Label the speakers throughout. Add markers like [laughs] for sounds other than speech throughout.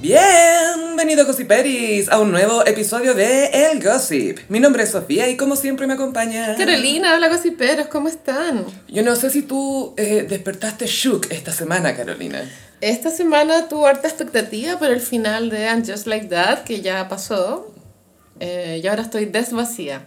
Speaker 1: Bienvenido Gossiperis a un nuevo episodio de El Gossip. Mi nombre es Sofía y como siempre me acompaña...
Speaker 2: Carolina, hola gossiperos, ¿cómo están?
Speaker 1: Yo no sé si tú eh, despertaste shook esta semana, Carolina.
Speaker 2: Esta semana tuvo harta expectativa por el final de And Just Like That, que ya pasó. Eh, y ahora estoy desvacía.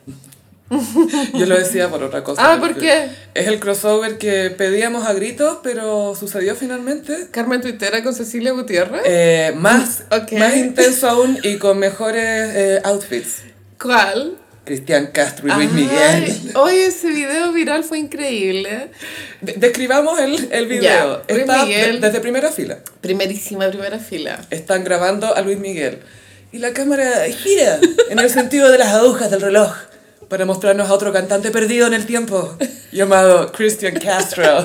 Speaker 1: Yo lo decía por otra cosa.
Speaker 2: [laughs] Ah, ¿por qué?
Speaker 1: Es el crossover que pedíamos a gritos, pero sucedió finalmente.
Speaker 2: Carmen Tuitera con Cecilia Gutiérrez.
Speaker 1: Eh, más,
Speaker 2: [laughs] Ok.
Speaker 1: más intenso aún y con mejores eh, outfits.
Speaker 2: ¿Cuál?
Speaker 1: Cristian Castro y Luis
Speaker 2: Ay,
Speaker 1: Miguel.
Speaker 2: Oye, ese video viral fue increíble.
Speaker 1: De- describamos el, el video.
Speaker 2: Ya, Luis
Speaker 1: Está de-
Speaker 2: Miguel.
Speaker 1: desde primera fila.
Speaker 2: Primerísima, primera fila.
Speaker 1: Están grabando a Luis Miguel. Y la cámara gira en el sentido de las agujas del reloj para mostrarnos a otro cantante perdido en el tiempo, llamado Cristian Castro.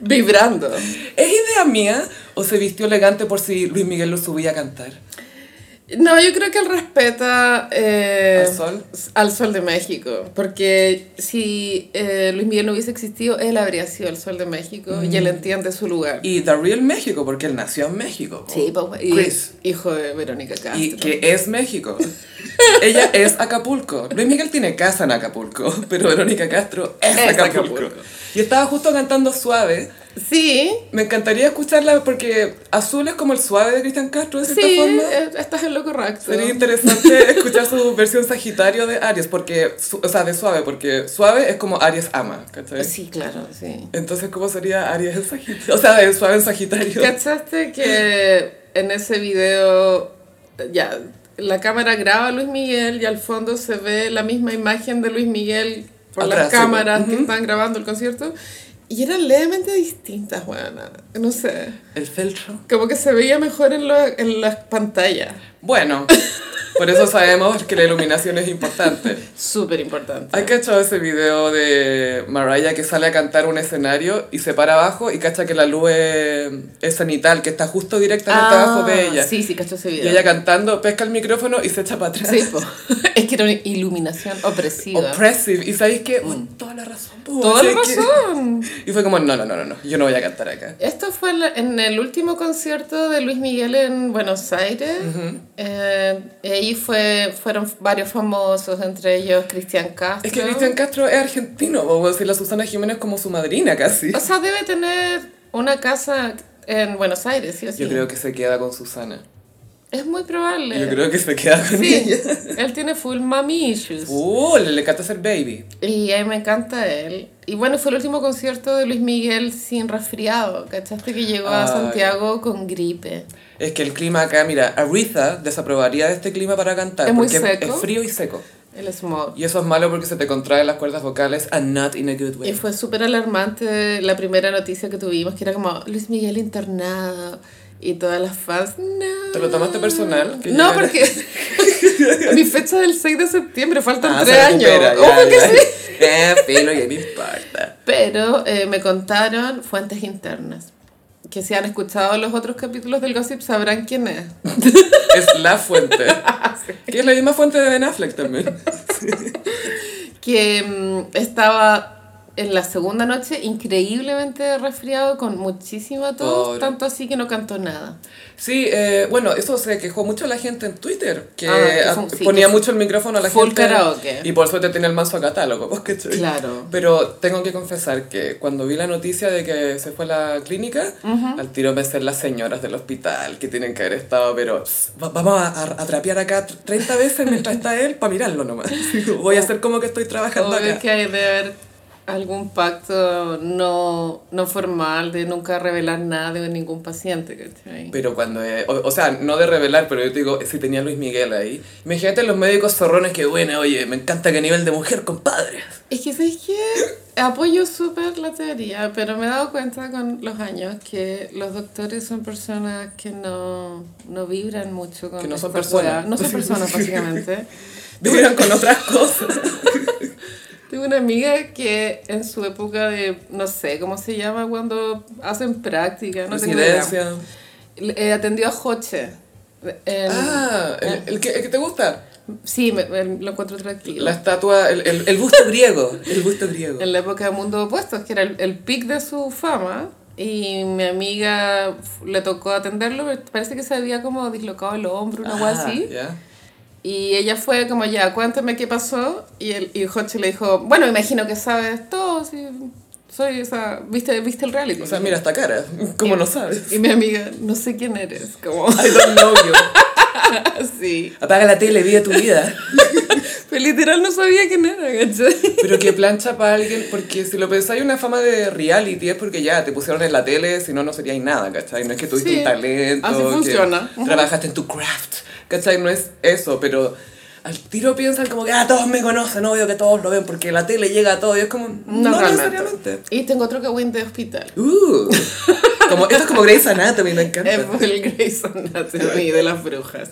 Speaker 2: Vibrando.
Speaker 1: ¿Es idea mía o se vistió elegante por si Luis Miguel lo subía a cantar?
Speaker 2: No, yo creo que él respeta... eh,
Speaker 1: ¿Al sol?
Speaker 2: Al sol de México. Porque si eh, Luis Miguel no hubiese existido, él habría sido el sol de México y él entiende su lugar.
Speaker 1: Mm. Y The Real México, porque él nació en México. po.
Speaker 2: Sí, pues, y
Speaker 1: Chris.
Speaker 2: hijo de Verónica Castro.
Speaker 1: Y que es México. Ella es Acapulco. Luis Miguel tiene casa en Acapulco, pero Verónica Castro es,
Speaker 2: Es
Speaker 1: Acapulco.
Speaker 2: Acapulco.
Speaker 1: Y estaba justo cantando suave.
Speaker 2: Sí,
Speaker 1: Me encantaría escucharla porque azul es como el suave de Cristian Castro, de cierta
Speaker 2: sí,
Speaker 1: forma.
Speaker 2: eh, estás en lo correcto.
Speaker 1: Sería interesante [laughs] escuchar su versión Sagitario de Aries, porque, su- o sea, de suave, porque suave es como Aries ama, ¿cachai?
Speaker 2: Sí, claro, sí.
Speaker 1: Entonces, ¿cómo sería Aries en Sagitario? O sea, de suave en Sagitario.
Speaker 2: ¿Cachaste que en ese video, ya, la cámara graba a Luis Miguel y al fondo se ve la misma imagen de Luis Miguel por
Speaker 1: Atrás,
Speaker 2: las
Speaker 1: sí,
Speaker 2: cámaras
Speaker 1: ujú.
Speaker 2: que están grabando el concierto? Y eran levemente distintas, bueno, no sé.
Speaker 1: El feltro.
Speaker 2: Como que se veía mejor en, lo- en las pantallas.
Speaker 1: Bueno, por eso sabemos que la iluminación es importante.
Speaker 2: Súper importante.
Speaker 1: ¿Hay cachado ese video de Mariah que sale a cantar un escenario y se para abajo y cacha que la luz es, es cenital, que está justo directamente
Speaker 2: Ah,
Speaker 1: abajo de ella?
Speaker 2: Sí, sí, cacho ese video.
Speaker 1: Y ella cantando, pesca el micrófono y se echa para atrás.
Speaker 2: Sí, [laughs] po. es que era una iluminación opresiva.
Speaker 1: Oppressive. Y sabéis que, toda la razón. po.
Speaker 2: Mm. Toda la
Speaker 1: Así que-
Speaker 2: razón.
Speaker 1: [laughs] Y fue como, no, no, no, no, no, yo no voy a cantar acá.
Speaker 2: Esto fue en la- en el último concierto de Luis Miguel en Buenos Aires. Eh, y ahí fue, fueron varios famosos, entre ellos Cristian Castro.
Speaker 1: Es que Cristian Castro es argentino, o si la Susana Jiménez es como su madrina casi.
Speaker 2: O sea, debe tener una casa en Buenos Aires, sí o sí.
Speaker 1: Yo creo que se queda con Susana.
Speaker 2: Es muy probable.
Speaker 1: Yo creo que se queda con
Speaker 2: Sí,
Speaker 1: ella.
Speaker 2: [laughs] él tiene full mommy issues.
Speaker 1: Uh, le, le canta ser baby.
Speaker 2: Y a mí me encanta él. Y bueno, fue el último concierto de Luis Miguel sin resfriado. ¿Cachaste que llegó a
Speaker 1: Ay.
Speaker 2: Santiago con gripe?
Speaker 1: Es que el clima acá, mira, Aretha desaprobaría de este clima para cantar.
Speaker 2: Es muy
Speaker 1: porque
Speaker 2: seco.
Speaker 1: Es frío y seco.
Speaker 2: El smog.
Speaker 1: Y eso es malo porque se te contraen las cuerdas vocales and not in a good
Speaker 2: Y
Speaker 1: way.
Speaker 2: fue súper alarmante la primera noticia que tuvimos, que era como Luis Miguel internado. Y todas las fans, no.
Speaker 1: ¿Te lo tomaste personal? Que
Speaker 2: No,
Speaker 1: llegara-
Speaker 2: porque [laughs] mi fecha es el 6 de septiembre, faltan
Speaker 1: Ah, se
Speaker 2: 3 años.
Speaker 1: recupera, ya,
Speaker 2: Ojo que
Speaker 1: ya.
Speaker 2: sí.
Speaker 1: [laughs] Eh, filo, ya me importa.
Speaker 2: Pero eh, me contaron fuentes internas. Que si han escuchado los otros capítulos del Gossip sabrán quién es.
Speaker 1: Es la
Speaker 2: [laughs]
Speaker 1: fuente. Que es la misma fuente de Ben Affleck también.
Speaker 2: que mm, estaba en la segunda noche increíblemente resfriado con muchísima tos,
Speaker 1: Pobre.
Speaker 2: tanto así que no cantó nada.
Speaker 1: Sí, eh, bueno, eso se quejó mucho la gente en Twitter, que
Speaker 2: Ah, que
Speaker 1: a-
Speaker 2: son- sí,
Speaker 1: ponía
Speaker 2: que
Speaker 1: mucho el micrófono a la
Speaker 2: full
Speaker 1: gente.
Speaker 2: karaoke.
Speaker 1: Y por suerte tenía el manso catálogo, [laughs] pues, ¿cachai?
Speaker 2: Claro.
Speaker 1: Pero tengo que confesar que cuando vi la noticia de que se fue a la clínica, al tiro me ser las señoras del hospital que tienen que haber estado, pero "Pss, va- vamos a, a- a trapear acá 30 veces mientras está él para mirarlo nomás. [laughs] Voy a hacer como que estoy trabajando
Speaker 2: Obvio
Speaker 1: acá.
Speaker 2: Oh. que hay de haber algún pacto no, no formal de nunca revelar nada de ningún paciente. ¿cachai?
Speaker 1: Pero cuando, eh, o, o sea, no de revelar, pero yo te digo, si tenía Luis Miguel ahí. Imagínate los médicos zorrones que, bueno, oye, me encanta que nivel de mujer,
Speaker 2: [laughs]
Speaker 1: compadre.
Speaker 2: Es que sabes que apoyo súper la teoría, pero me he dado cuenta con los años que los doctores son personas que no, no vibran mucho con
Speaker 1: Que no son
Speaker 2: estas
Speaker 1: personas.
Speaker 2: weas.
Speaker 1: [laughs]
Speaker 2: No son personas, básicamente.
Speaker 1: Vivieron con otras cosas.
Speaker 2: Tengo una amiga que en su época de, no sé, ¿cómo se llama? Cuando hacen práctica, no tengo idea.
Speaker 1: Residencia.
Speaker 2: Le- eh, atendió a Joche. En-
Speaker 1: Ah, el, el que, el que te gusta.
Speaker 2: Sí, me- me- lo encuentro tranquilo.
Speaker 1: La estatua, el, el, el busto griego. El busto griego.
Speaker 2: En la época de Mundo Opuestos, que era el, el pic de su fama. Y mi amiga f- le tocó atenderlo, pero parece que se había como dislocado el hombro, una cosa así.
Speaker 1: Ah, ¿ya?
Speaker 2: Y ella fue como, ya, cuéntame qué pasó. Y, el, y Hochi le dijo, bueno, imagino que sabes todo, sí, soy esa, ¿viste, viste el reality.
Speaker 1: O sea, mira esta cara, ¿cómo no sabes?
Speaker 2: Y mi amiga, no sé quién eres, como [laughs]
Speaker 1: I don't know you.
Speaker 2: así.
Speaker 1: Apaga la tele, vive tu vida.
Speaker 2: Pero literal no sabía quién era, ¿cachai?
Speaker 1: Pero que plancha para alguien, porque si lo pensáis, una fama de reality es porque ya te pusieron en la tele, si no, no seríais nada, ¿cachai? No es que tuviste
Speaker 2: Sí,
Speaker 1: un talento,
Speaker 2: así
Speaker 1: que
Speaker 2: funciona. Ujú.
Speaker 1: trabajaste en tu craft, ¿cachai? No es eso, pero al tiro piensan como que, ah, todos me conocen, obvio que todos lo ven, porque la tele llega a todo, y es como, no,
Speaker 2: realmente.
Speaker 1: necesariamente.
Speaker 2: Y te encontró que Win de hospital.
Speaker 1: Uh, como, esto es como Grey's Anatomy, me encanta.
Speaker 2: Es por el Grey's [laughs] Anatomy de las brujas.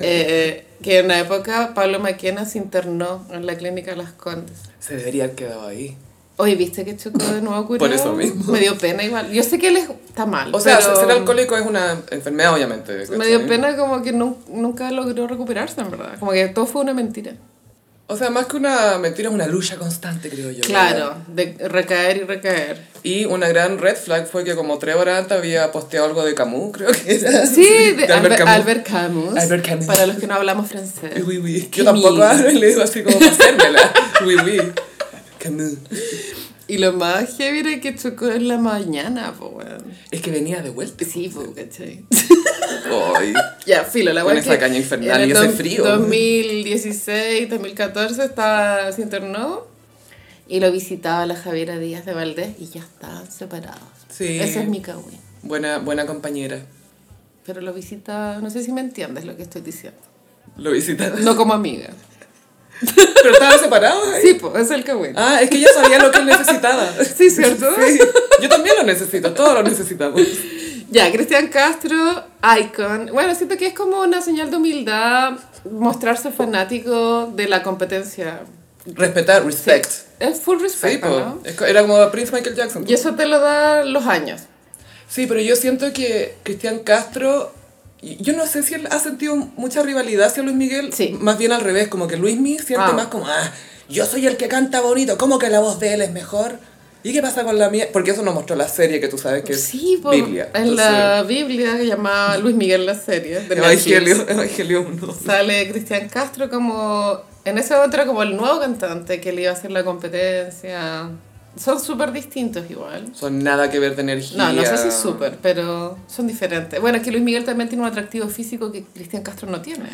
Speaker 2: Eh, que en una época Pablo Maquena se internó en la clínica Las Condes.
Speaker 1: Se debería haber quedado ahí.
Speaker 2: Oye, ¿viste que chocó de nuevo curado?
Speaker 1: Por eso mismo.
Speaker 2: Me dio pena igual. Yo sé que él es- está mal.
Speaker 1: O sea,
Speaker 2: pero
Speaker 1: ser alcohólico es una enfermedad, obviamente.
Speaker 2: Me dio
Speaker 1: ¿cachai?
Speaker 2: pena como que nu- nunca logró recuperarse, en verdad. Como que todo fue una mentira.
Speaker 1: O sea, más que una mentira, es una lucha constante, creo yo.
Speaker 2: Claro, de recaer y recaer.
Speaker 1: Y una gran red flag fue que como tres horas antes había posteado algo de Camus, creo que era.
Speaker 2: Sí, de, Albert, Camus.
Speaker 1: Camus.
Speaker 2: Albert Camus.
Speaker 1: Albert Camus.
Speaker 2: Para los que no hablamos francés.
Speaker 1: Uy, uy. Yo
Speaker 2: Camus.
Speaker 1: tampoco hablo y le digo así como para hacérmela. [laughs] Uy, uy. Camus.
Speaker 2: Y lo más heavy era que chocó en la mañana, po, weón.
Speaker 1: Es que venía de vuelta.
Speaker 2: Sí, po, ¿cachai?
Speaker 1: Ay.
Speaker 2: Ya, filo, la
Speaker 1: Con
Speaker 2: weón
Speaker 1: esa caña infernal y ese frío.
Speaker 2: 2016, 2014 estaba, se internó y lo visitaba la Javiera Díaz de Valdés y ya estaban separados.
Speaker 1: Sí.
Speaker 2: Ese es mi cagüín.
Speaker 1: Buena, buena compañera.
Speaker 2: Pero lo visitaba, no sé si me entiendes lo que estoy diciendo.
Speaker 1: Lo visitaba.
Speaker 2: No como amiga.
Speaker 1: Pero estaban separados. ahí.
Speaker 2: Sí, pues, es el cagüín.
Speaker 1: Ah, es que ella sabía lo que él necesitaba.
Speaker 2: Sí, ¿cierto?
Speaker 1: [laughs] Sí. Yo también lo necesito, todos lo necesitamos.
Speaker 2: Ya, Cristian Castro, icon. Bueno, siento que es como una señal de humildad mostrarse fanático de la competencia.
Speaker 1: Respetar, respect. Sí,
Speaker 2: Es full respect,
Speaker 1: po.
Speaker 2: ¿no?
Speaker 1: Es co- Era como Prince Michael Jackson.
Speaker 2: Y eso te lo da los años.
Speaker 1: Sí, pero yo siento que Cristian Castro, y- yo no sé si él ha sentido mucha rivalidad hacia Luis Miguel,
Speaker 2: Sí.
Speaker 1: más bien al revés, como que Luis Miguel siente
Speaker 2: Ah.
Speaker 1: más como, ah, yo soy el que canta bonito, ¿cómo que la voz de él es mejor? ¿Y qué pasa con la mía? Porque eso nos mostró la serie que tú sabes que es
Speaker 2: Sí, po,
Speaker 1: Biblia.
Speaker 2: en la Biblia que llamaba Luis Miguel la serie. de Netflix.
Speaker 1: Evangelio, Evangelio 1.
Speaker 2: Sale Cristian Castro como... En ese momento era como el nuevo cantante que le iba a hacer la competencia. Son súper distintos igual.
Speaker 1: Son nada que ver de energía.
Speaker 2: No, no sé si súper, pero son diferentes. Bueno, es que Luis Miguel también tiene un atractivo físico que Cristian Castro no tiene.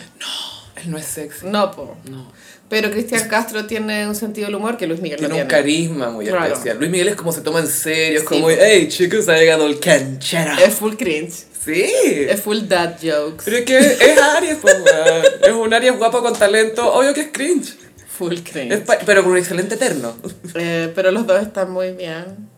Speaker 1: Él no es sexy.
Speaker 2: No, po.
Speaker 1: No.
Speaker 2: Pero Cristian Castro tiene un sentido del humor que Luis Miguel
Speaker 1: Tiene
Speaker 2: no
Speaker 1: un
Speaker 2: tiene.
Speaker 1: carisma muy
Speaker 2: Claro.
Speaker 1: especial. Luis Miguel es como se toma en serio, es
Speaker 2: Sí,
Speaker 1: como,
Speaker 2: po.
Speaker 1: hey chicos, ha llegado el canchero.
Speaker 2: Es full cringe.
Speaker 1: Sí.
Speaker 2: Es full dad jokes.
Speaker 1: Pero es que es Aries, po, weón. Es un Aries guapo con talento. Obvio que es cringe.
Speaker 2: Full cringe.
Speaker 1: Es pa- pero con un excelente terno.
Speaker 2: Eh, pero los dos están muy bien.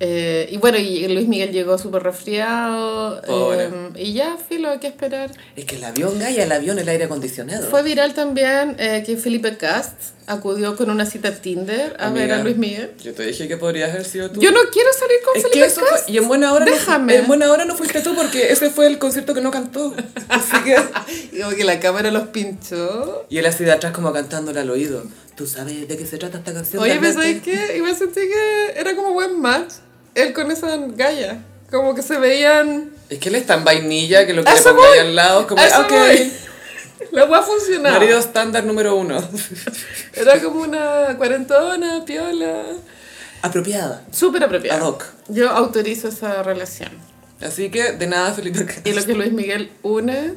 Speaker 2: Eh, y bueno, y Luis Miguel llegó súper resfriado.
Speaker 1: Pobre.
Speaker 2: eh, y ya, filo, hay que esperar.
Speaker 1: Es que el avión, Gaia, el avión, el aire acondicionado.
Speaker 2: Fue viral también eh, que Felipe Cast acudió con una cita a Tinder a
Speaker 1: Amiga,
Speaker 2: ver a Luis Miguel.
Speaker 1: Yo te dije que podrías haber sido tú.
Speaker 2: Yo no quiero salir con
Speaker 1: es que
Speaker 2: Felipe
Speaker 1: eso
Speaker 2: Cast.
Speaker 1: fue- y en buena hora
Speaker 2: Déjame.
Speaker 1: No, en buena hora no fuiste tú porque ese fue el concierto que no cantó. Así que
Speaker 2: Y como que la cámara los pinchó.
Speaker 1: y él así de atrás como cantándole al oído. ¿Tú sabes de qué se trata esta canción?
Speaker 2: Oye,
Speaker 1: Carlota?
Speaker 2: pensáis que igual sentí que era como buen match él con esa galla. Como que se veían.
Speaker 1: Es que él es tan vainilla que lo que
Speaker 2: A
Speaker 1: le
Speaker 2: eso
Speaker 1: pongáis
Speaker 2: voy.
Speaker 1: al lado es como,
Speaker 2: A eso
Speaker 1: ok, [laughs]
Speaker 2: voy. [laughs] La voy a funcionar.
Speaker 1: marido estándar número
Speaker 2: [laughs]
Speaker 1: uno.
Speaker 2: Era como una cuarentona, piola.
Speaker 1: Apropiada.
Speaker 2: Súper apropiada.
Speaker 1: Ad hoc.
Speaker 2: Yo autorizo esa relación.
Speaker 1: Así que de nada, Felipe. Cast. [laughs]
Speaker 2: Y lo que Luis Miguel une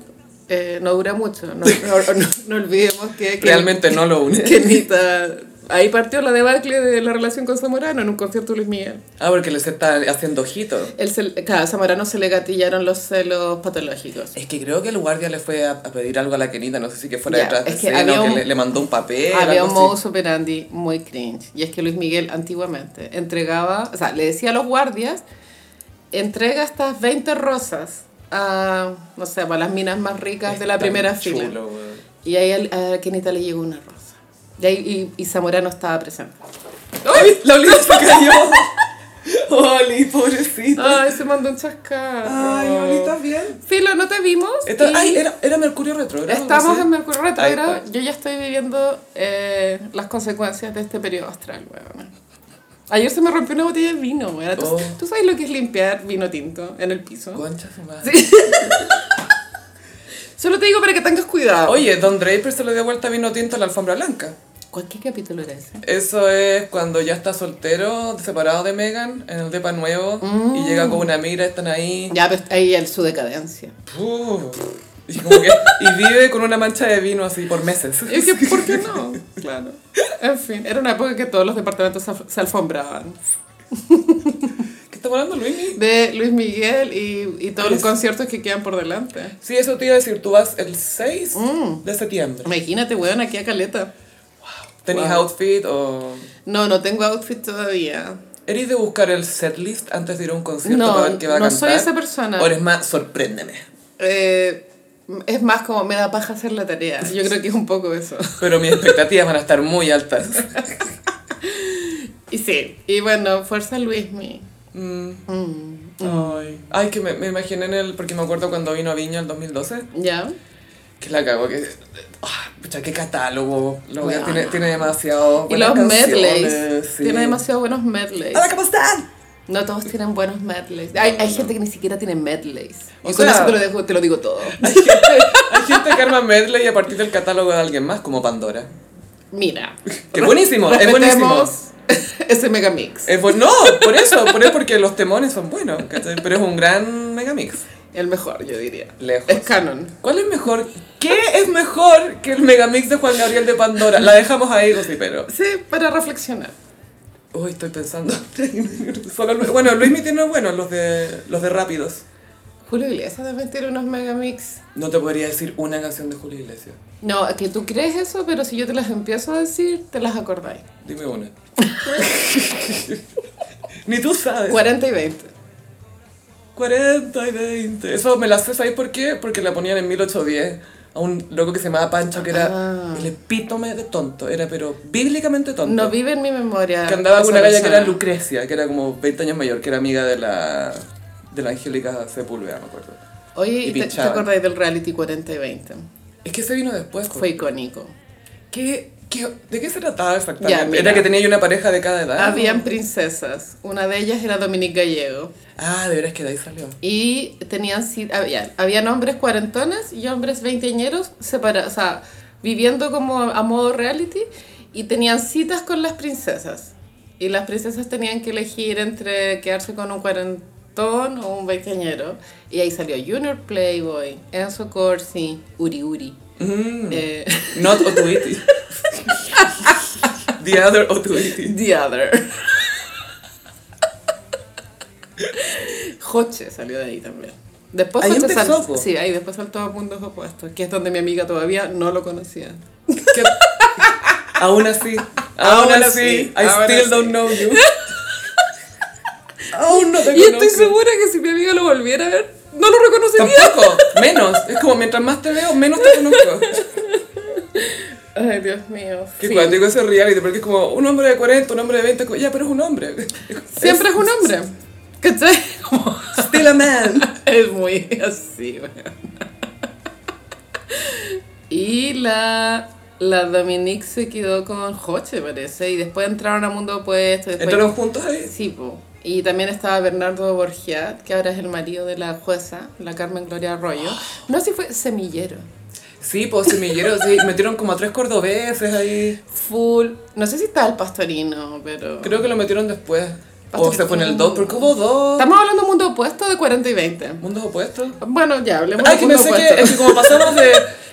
Speaker 2: eh, no dura mucho. [laughs] No, no- no- no olvidemos que, que-
Speaker 1: Realmente no lo une.
Speaker 2: [laughs] que Anita- Ahí partió la debacle de la relación con Zamorano en un concierto de Luis Miguel.
Speaker 1: Ah, porque les está haciendo ojitos.
Speaker 2: Él se- claro, a Zamorano se le gatillaron los celos patológicos.
Speaker 1: Es que creo que el guardia le fue a, a pedir algo a la querida, no sé si que fuera
Speaker 2: Ya,
Speaker 1: detrás de
Speaker 2: es que
Speaker 1: escena
Speaker 2: había
Speaker 1: o que
Speaker 2: un-
Speaker 1: le, le mandó un papel.
Speaker 2: Había un
Speaker 1: algo así.
Speaker 2: modus operandi muy cringe. Y es que Luis Miguel antiguamente entregaba, o sea, le decía a los guardias, entrega estas 20 rosas a, no sé, para las minas más ricas de la
Speaker 1: Tan
Speaker 2: primera
Speaker 1: chulo,
Speaker 2: fila.
Speaker 1: weón.
Speaker 2: [laughs] Y ahí al- a Kenita le llegó una rosa. Y, ahí, y, y Zamorano estaba presente.
Speaker 1: ¡Ay! ¡La [laughs] Oli se cayó! ¡Oli, pobrecita!
Speaker 2: Ay, se mandó un chascarro.
Speaker 1: ¡Ay, Oli, ¿estás bien?
Speaker 2: Filo, no te vimos.
Speaker 1: Esta-
Speaker 2: y
Speaker 1: ¡Ay, era, era Mercurio Retrogrado!
Speaker 2: estamos
Speaker 1: sí.
Speaker 2: en Mercurio
Speaker 1: Ahí
Speaker 2: Retrógrado.
Speaker 1: está.
Speaker 2: Yo ya estoy viviendo eh, las consecuencias de este periodo astral, weón. Ayer se me rompió una botella de vino, weón. ¿Tú,
Speaker 1: Oh.
Speaker 2: tú sabes lo que es limpiar vino tinto en el piso?
Speaker 1: Concha su madre.
Speaker 2: Sí. Solo te digo para que tengas cuidado.
Speaker 1: Oye, Don Draper se le dio vuelta vino tinto a la alfombra blanca.
Speaker 2: ¿Cuál qué capítulo era ese?
Speaker 1: Eso es cuando ya está soltero, separado de Megan, en el depa nuevo, y llega con una mira, están ahí.
Speaker 2: Ya, pues, ahí el su decadencia.
Speaker 1: Puh. Y, como que- y vive con una mancha de vino así por meses.
Speaker 2: Es que, ¿por qué no? Claro. En fin, era una época que todos los departamentos se alf- se alfombraban.
Speaker 1: [laughs] ¿Qué está hablando Luini?
Speaker 2: De Luis Miguel y, y todos los
Speaker 1: Es-
Speaker 2: conciertos que quedan por delante.
Speaker 1: Sí, eso te iba a decir, tú vas el 6
Speaker 2: Mm.
Speaker 1: de septiembre.
Speaker 2: Imagínate, weón, aquí a Caleta.
Speaker 1: ¿Tenís
Speaker 2: Wow.
Speaker 1: outfit o...?
Speaker 2: No, no tengo outfit todavía.
Speaker 1: ¿Eres de buscar el setlist antes de ir a un concierto
Speaker 2: No,
Speaker 1: para ver qué va a
Speaker 2: no
Speaker 1: cantar?
Speaker 2: soy esa persona.
Speaker 1: ¿O eres más, sorpréndeme?
Speaker 2: Eh, es más como me da paja hacer la tarea. Yo creo que es un poco eso.
Speaker 1: Pero mis expectativas van a estar muy altas.
Speaker 2: Y sí, y bueno, fuerza Luismi.
Speaker 1: Mm.
Speaker 2: [laughs] Mm,
Speaker 1: Ay. Ay, que me, me imaginé en el... Porque me acuerdo cuando vino a Viña el 2012,
Speaker 2: ¿Ya?
Speaker 1: que la cagó, que... ah, pucha, qué catálogo. Lo
Speaker 2: Bueno.
Speaker 1: tiene, tiene demasiado...
Speaker 2: Y
Speaker 1: buenas
Speaker 2: los
Speaker 1: canciones,
Speaker 2: medleys.
Speaker 1: sí.
Speaker 2: Tiene demasiado buenos medleys.
Speaker 1: Hola, ¿cómo están?
Speaker 2: No todos tienen buenos medleys. Hay, hay gente que ni siquiera tiene medleys.
Speaker 1: O
Speaker 2: y con
Speaker 1: sea-
Speaker 2: eso te lo, dejo- te lo digo todo.
Speaker 1: Hay gente, hay gente que arma medley a partir del catálogo de alguien más, como Pandora.
Speaker 2: Mira.
Speaker 1: Que buenísimo, es buenísimo.
Speaker 2: respetemos [laughs] ese megamix.
Speaker 1: Es bu- no, por eso, por eso porque los temones son buenos, ¿cachai? Pero es un gran megamix.
Speaker 2: El mejor, yo diría.
Speaker 1: Lejos.
Speaker 2: Es canon.
Speaker 1: ¿Cuál es mejor? ¿Qué es mejor que el megamix de Juan Gabriel de Pandora? La dejamos ahí, sí, pero.
Speaker 2: Sí, para reflexionar.
Speaker 1: Uy, estoy pensando. [laughs] Solo Lu- bueno, Luismi tiene buenos los de los de rápidos.
Speaker 2: Julio Iglesias también tiene unos megamix.
Speaker 1: No te podría decir una canción de Julio Iglesias.
Speaker 2: No, es que tú crees eso, pero si yo te las empiezo a decir, te las acordáis.
Speaker 1: Dime una. [laughs] Ni tú sabes.
Speaker 2: 40 y 20.
Speaker 1: 40 y 20. Eso me la sé, ¿sabes por qué? Porque la ponían en 1810 a un loco que se llamaba Pancho, que era
Speaker 2: Ah.
Speaker 1: el epítome de tonto. Era, pero bíblicamente tonto.
Speaker 2: No vive en mi memoria.
Speaker 1: que andaba con
Speaker 2: esa
Speaker 1: una galla que
Speaker 2: persona.
Speaker 1: era Lucrecia, que era como 20 años mayor, que era amiga de la, de la Angélica Sepúlveda, me acuerdo.
Speaker 2: Oye,
Speaker 1: y
Speaker 2: ¿y te, te
Speaker 1: pinchaba.
Speaker 2: acordáis del reality 40 y 20?
Speaker 1: Es que ese vino después. po.
Speaker 2: Fue icónico.
Speaker 1: ¿Qué- qué- de qué se trataba exactamente?
Speaker 2: mira.
Speaker 1: era que tenía yo una pareja de cada edad.
Speaker 2: Habían princesas. Una de ellas era Dominique Gallego.
Speaker 1: Ah, de veras que de ahí salió.
Speaker 2: Y tenían, si- había, habían hombres cuarentones y hombres veinteañeros separados, o sea, viviendo como a modo reality y tenían citas con las princesas. Y las princesas tenían que elegir entre quedarse con un cuarentón o un veinteañero. Y ahí salió Junior Playboy, Enzo Corsi, Uri Uri.
Speaker 1: Mm,
Speaker 2: eh,
Speaker 1: Not Otuiti. [laughs] The other Otuiti.
Speaker 2: the Other. Joche salió de ahí también. Después
Speaker 1: Ahí
Speaker 2: Joche
Speaker 1: empezó,
Speaker 2: sal-
Speaker 1: po.
Speaker 2: Sí, ahí después saltó a puntos opuestos, que es donde mi amiga todavía no lo [laughs] conocía.
Speaker 1: Que- aún así, aún
Speaker 2: Aún
Speaker 1: así,
Speaker 2: así,
Speaker 1: I
Speaker 2: aún
Speaker 1: still
Speaker 2: así.
Speaker 1: don't know
Speaker 2: [laughs]
Speaker 1: you. aún no te
Speaker 2: Y estoy
Speaker 1: conozco.
Speaker 2: segura que si mi amiga lo volviera a ver, no lo reconocería.
Speaker 1: Tampoco, menos. Es como mientras más te veo, menos te
Speaker 2: [laughs]
Speaker 1: conozco.
Speaker 2: Ay, Dios mío.
Speaker 1: Que
Speaker 2: sí.
Speaker 1: cuando digo ese reality, porque es como un hombre de 40, un hombre de 20, como, ya, pero es un hombre.
Speaker 2: Siempre es un hombre. ¿Cachai? [laughs] Como-
Speaker 1: Still a
Speaker 2: [laughs]
Speaker 1: man.
Speaker 2: Es muy así, weón. Y la, la Dominique se quedó con Joche, parece. Y después entraron a Mundo Opuesto. Después
Speaker 1: Entraron juntos ahí.
Speaker 2: Sí, po. Y también estaba Bernardo Borgiat, que ahora es el marido de la jueza, la Carmen Gloria Arroyo. No sé si fue semillero.
Speaker 1: Sí, pues semillero, sí. Metieron como a tres cordobeses ahí.
Speaker 2: Full. No sé si estaba el pastorino, pero.
Speaker 1: Creo que lo metieron después. O se fue en el 2, porque hubo dos.
Speaker 2: Estamos hablando de mundo opuesto de 40 y 20.
Speaker 1: Mundos opuestos.
Speaker 2: Bueno, ya hablemos
Speaker 1: Ah,
Speaker 2: de
Speaker 1: que
Speaker 2: mundo
Speaker 1: pensé
Speaker 2: opuesto. [laughs]
Speaker 1: que, es que como pasamos [laughs] de...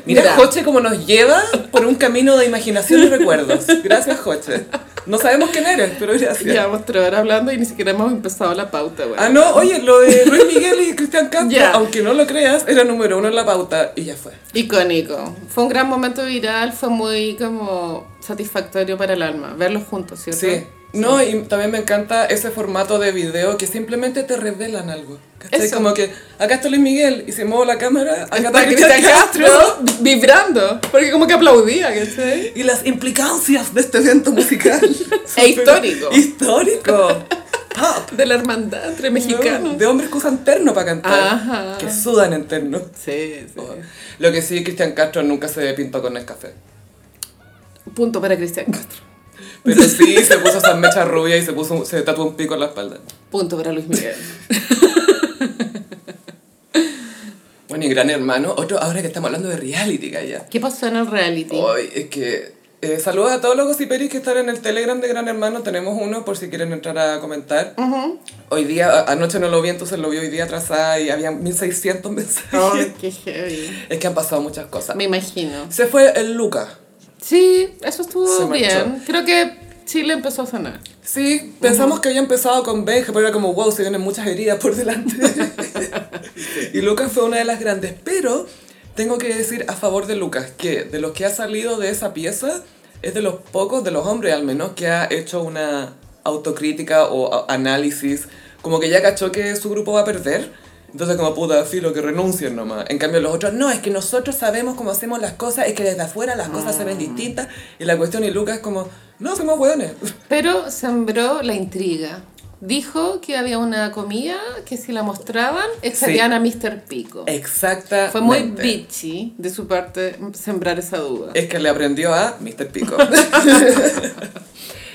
Speaker 1: Mira,
Speaker 2: Mira.
Speaker 1: Joche como nos lleva por un camino de imaginación y recuerdos. Gracias, Joche. No sabemos quién eres, pero gracias.
Speaker 2: Llevamos tres horas hablando y ni siquiera hemos empezado la pauta, güey.
Speaker 1: Ah, no, oye, lo de Luis Miguel y Cristian Castro,
Speaker 2: Ya.
Speaker 1: aunque no lo creas, era número uno en la pauta y ya fue.
Speaker 2: Icónico. Fue un gran momento viral, fue muy como satisfactorio para el alma, verlos juntos, ¿cierto?
Speaker 1: Sí. No, y también me encanta ese formato de video que simplemente te revelan algo. Es
Speaker 2: Eso.
Speaker 1: como que acá está Luis Miguel y se mueve la cámara, acá
Speaker 2: Está Cristian Castro vibrando, porque como que aplaudía, ¿cachai?
Speaker 1: Y las implicancias de este evento
Speaker 2: [laughs]
Speaker 1: musical. Son
Speaker 2: E histórico.
Speaker 1: pero-
Speaker 2: [laughs]
Speaker 1: Histórico. Pop.
Speaker 2: De la hermandad entre mexicanos.
Speaker 1: No, De hombres que usan terno para cantar.
Speaker 2: Ajá.
Speaker 1: Que sudan en terno.
Speaker 2: Sí,
Speaker 1: Lo que sí, Cristian Castro nunca se pintó con el café.
Speaker 2: Punto para Cristian Castro.
Speaker 1: Pero sí, se puso esas mechas rubias y se, puso, se tatuó un pico en la espalda.
Speaker 2: Punto para Luis Miguel.
Speaker 1: Bueno, y Gran Hermano, otro, ahora que estamos hablando de reality, calla.
Speaker 2: [laughs] ¿Qué pasó en el reality?
Speaker 1: Hoy es que... eh, saludos a todos los gossiperis que están en el Telegram de Gran Hermano, tenemos uno por si quieren entrar a comentar.
Speaker 2: Ujú.
Speaker 1: Hoy día, a- anoche no lo vi, entonces lo vi hoy día atrasada y había 1600 [laughs] mensajes.
Speaker 2: [laughs] Ay, qué heavy.
Speaker 1: Es que han pasado muchas cosas.
Speaker 2: Me imagino.
Speaker 1: Se fue el Luca.
Speaker 2: Sí, eso
Speaker 1: Se
Speaker 2: estuvo
Speaker 1: marchó.
Speaker 2: bien. Creo que Chile empezó a sanar.
Speaker 1: Sí, pensamos que había empezado con Benja, pero era como, wow, se vienen muchas heridas por delante. y Lucas fue una de las grandes, pero tengo que decir a favor de Lucas que de los que ha salido de esa pieza, es de los pocos, de los hombres al menos, que ha hecho una autocrítica o a- análisis, como que ya cachó que su grupo va a perder. Entonces como puta, filo, que renuncien nomás. En cambio los otros, no, es que nosotros sabemos cómo hacemos las cosas, es que desde afuera las cosas se ven distintas. Y la cuestión y Lucas como, no, somos hueones.
Speaker 2: Pero sembró la intriga. Dijo que había una comida que si la mostraban, estarían a Mr. Pico.
Speaker 1: Exacta.
Speaker 2: Fue muy bitchy de su parte sembrar esa duda.
Speaker 1: Es que le aprendió a Mr. Pico. [laughs]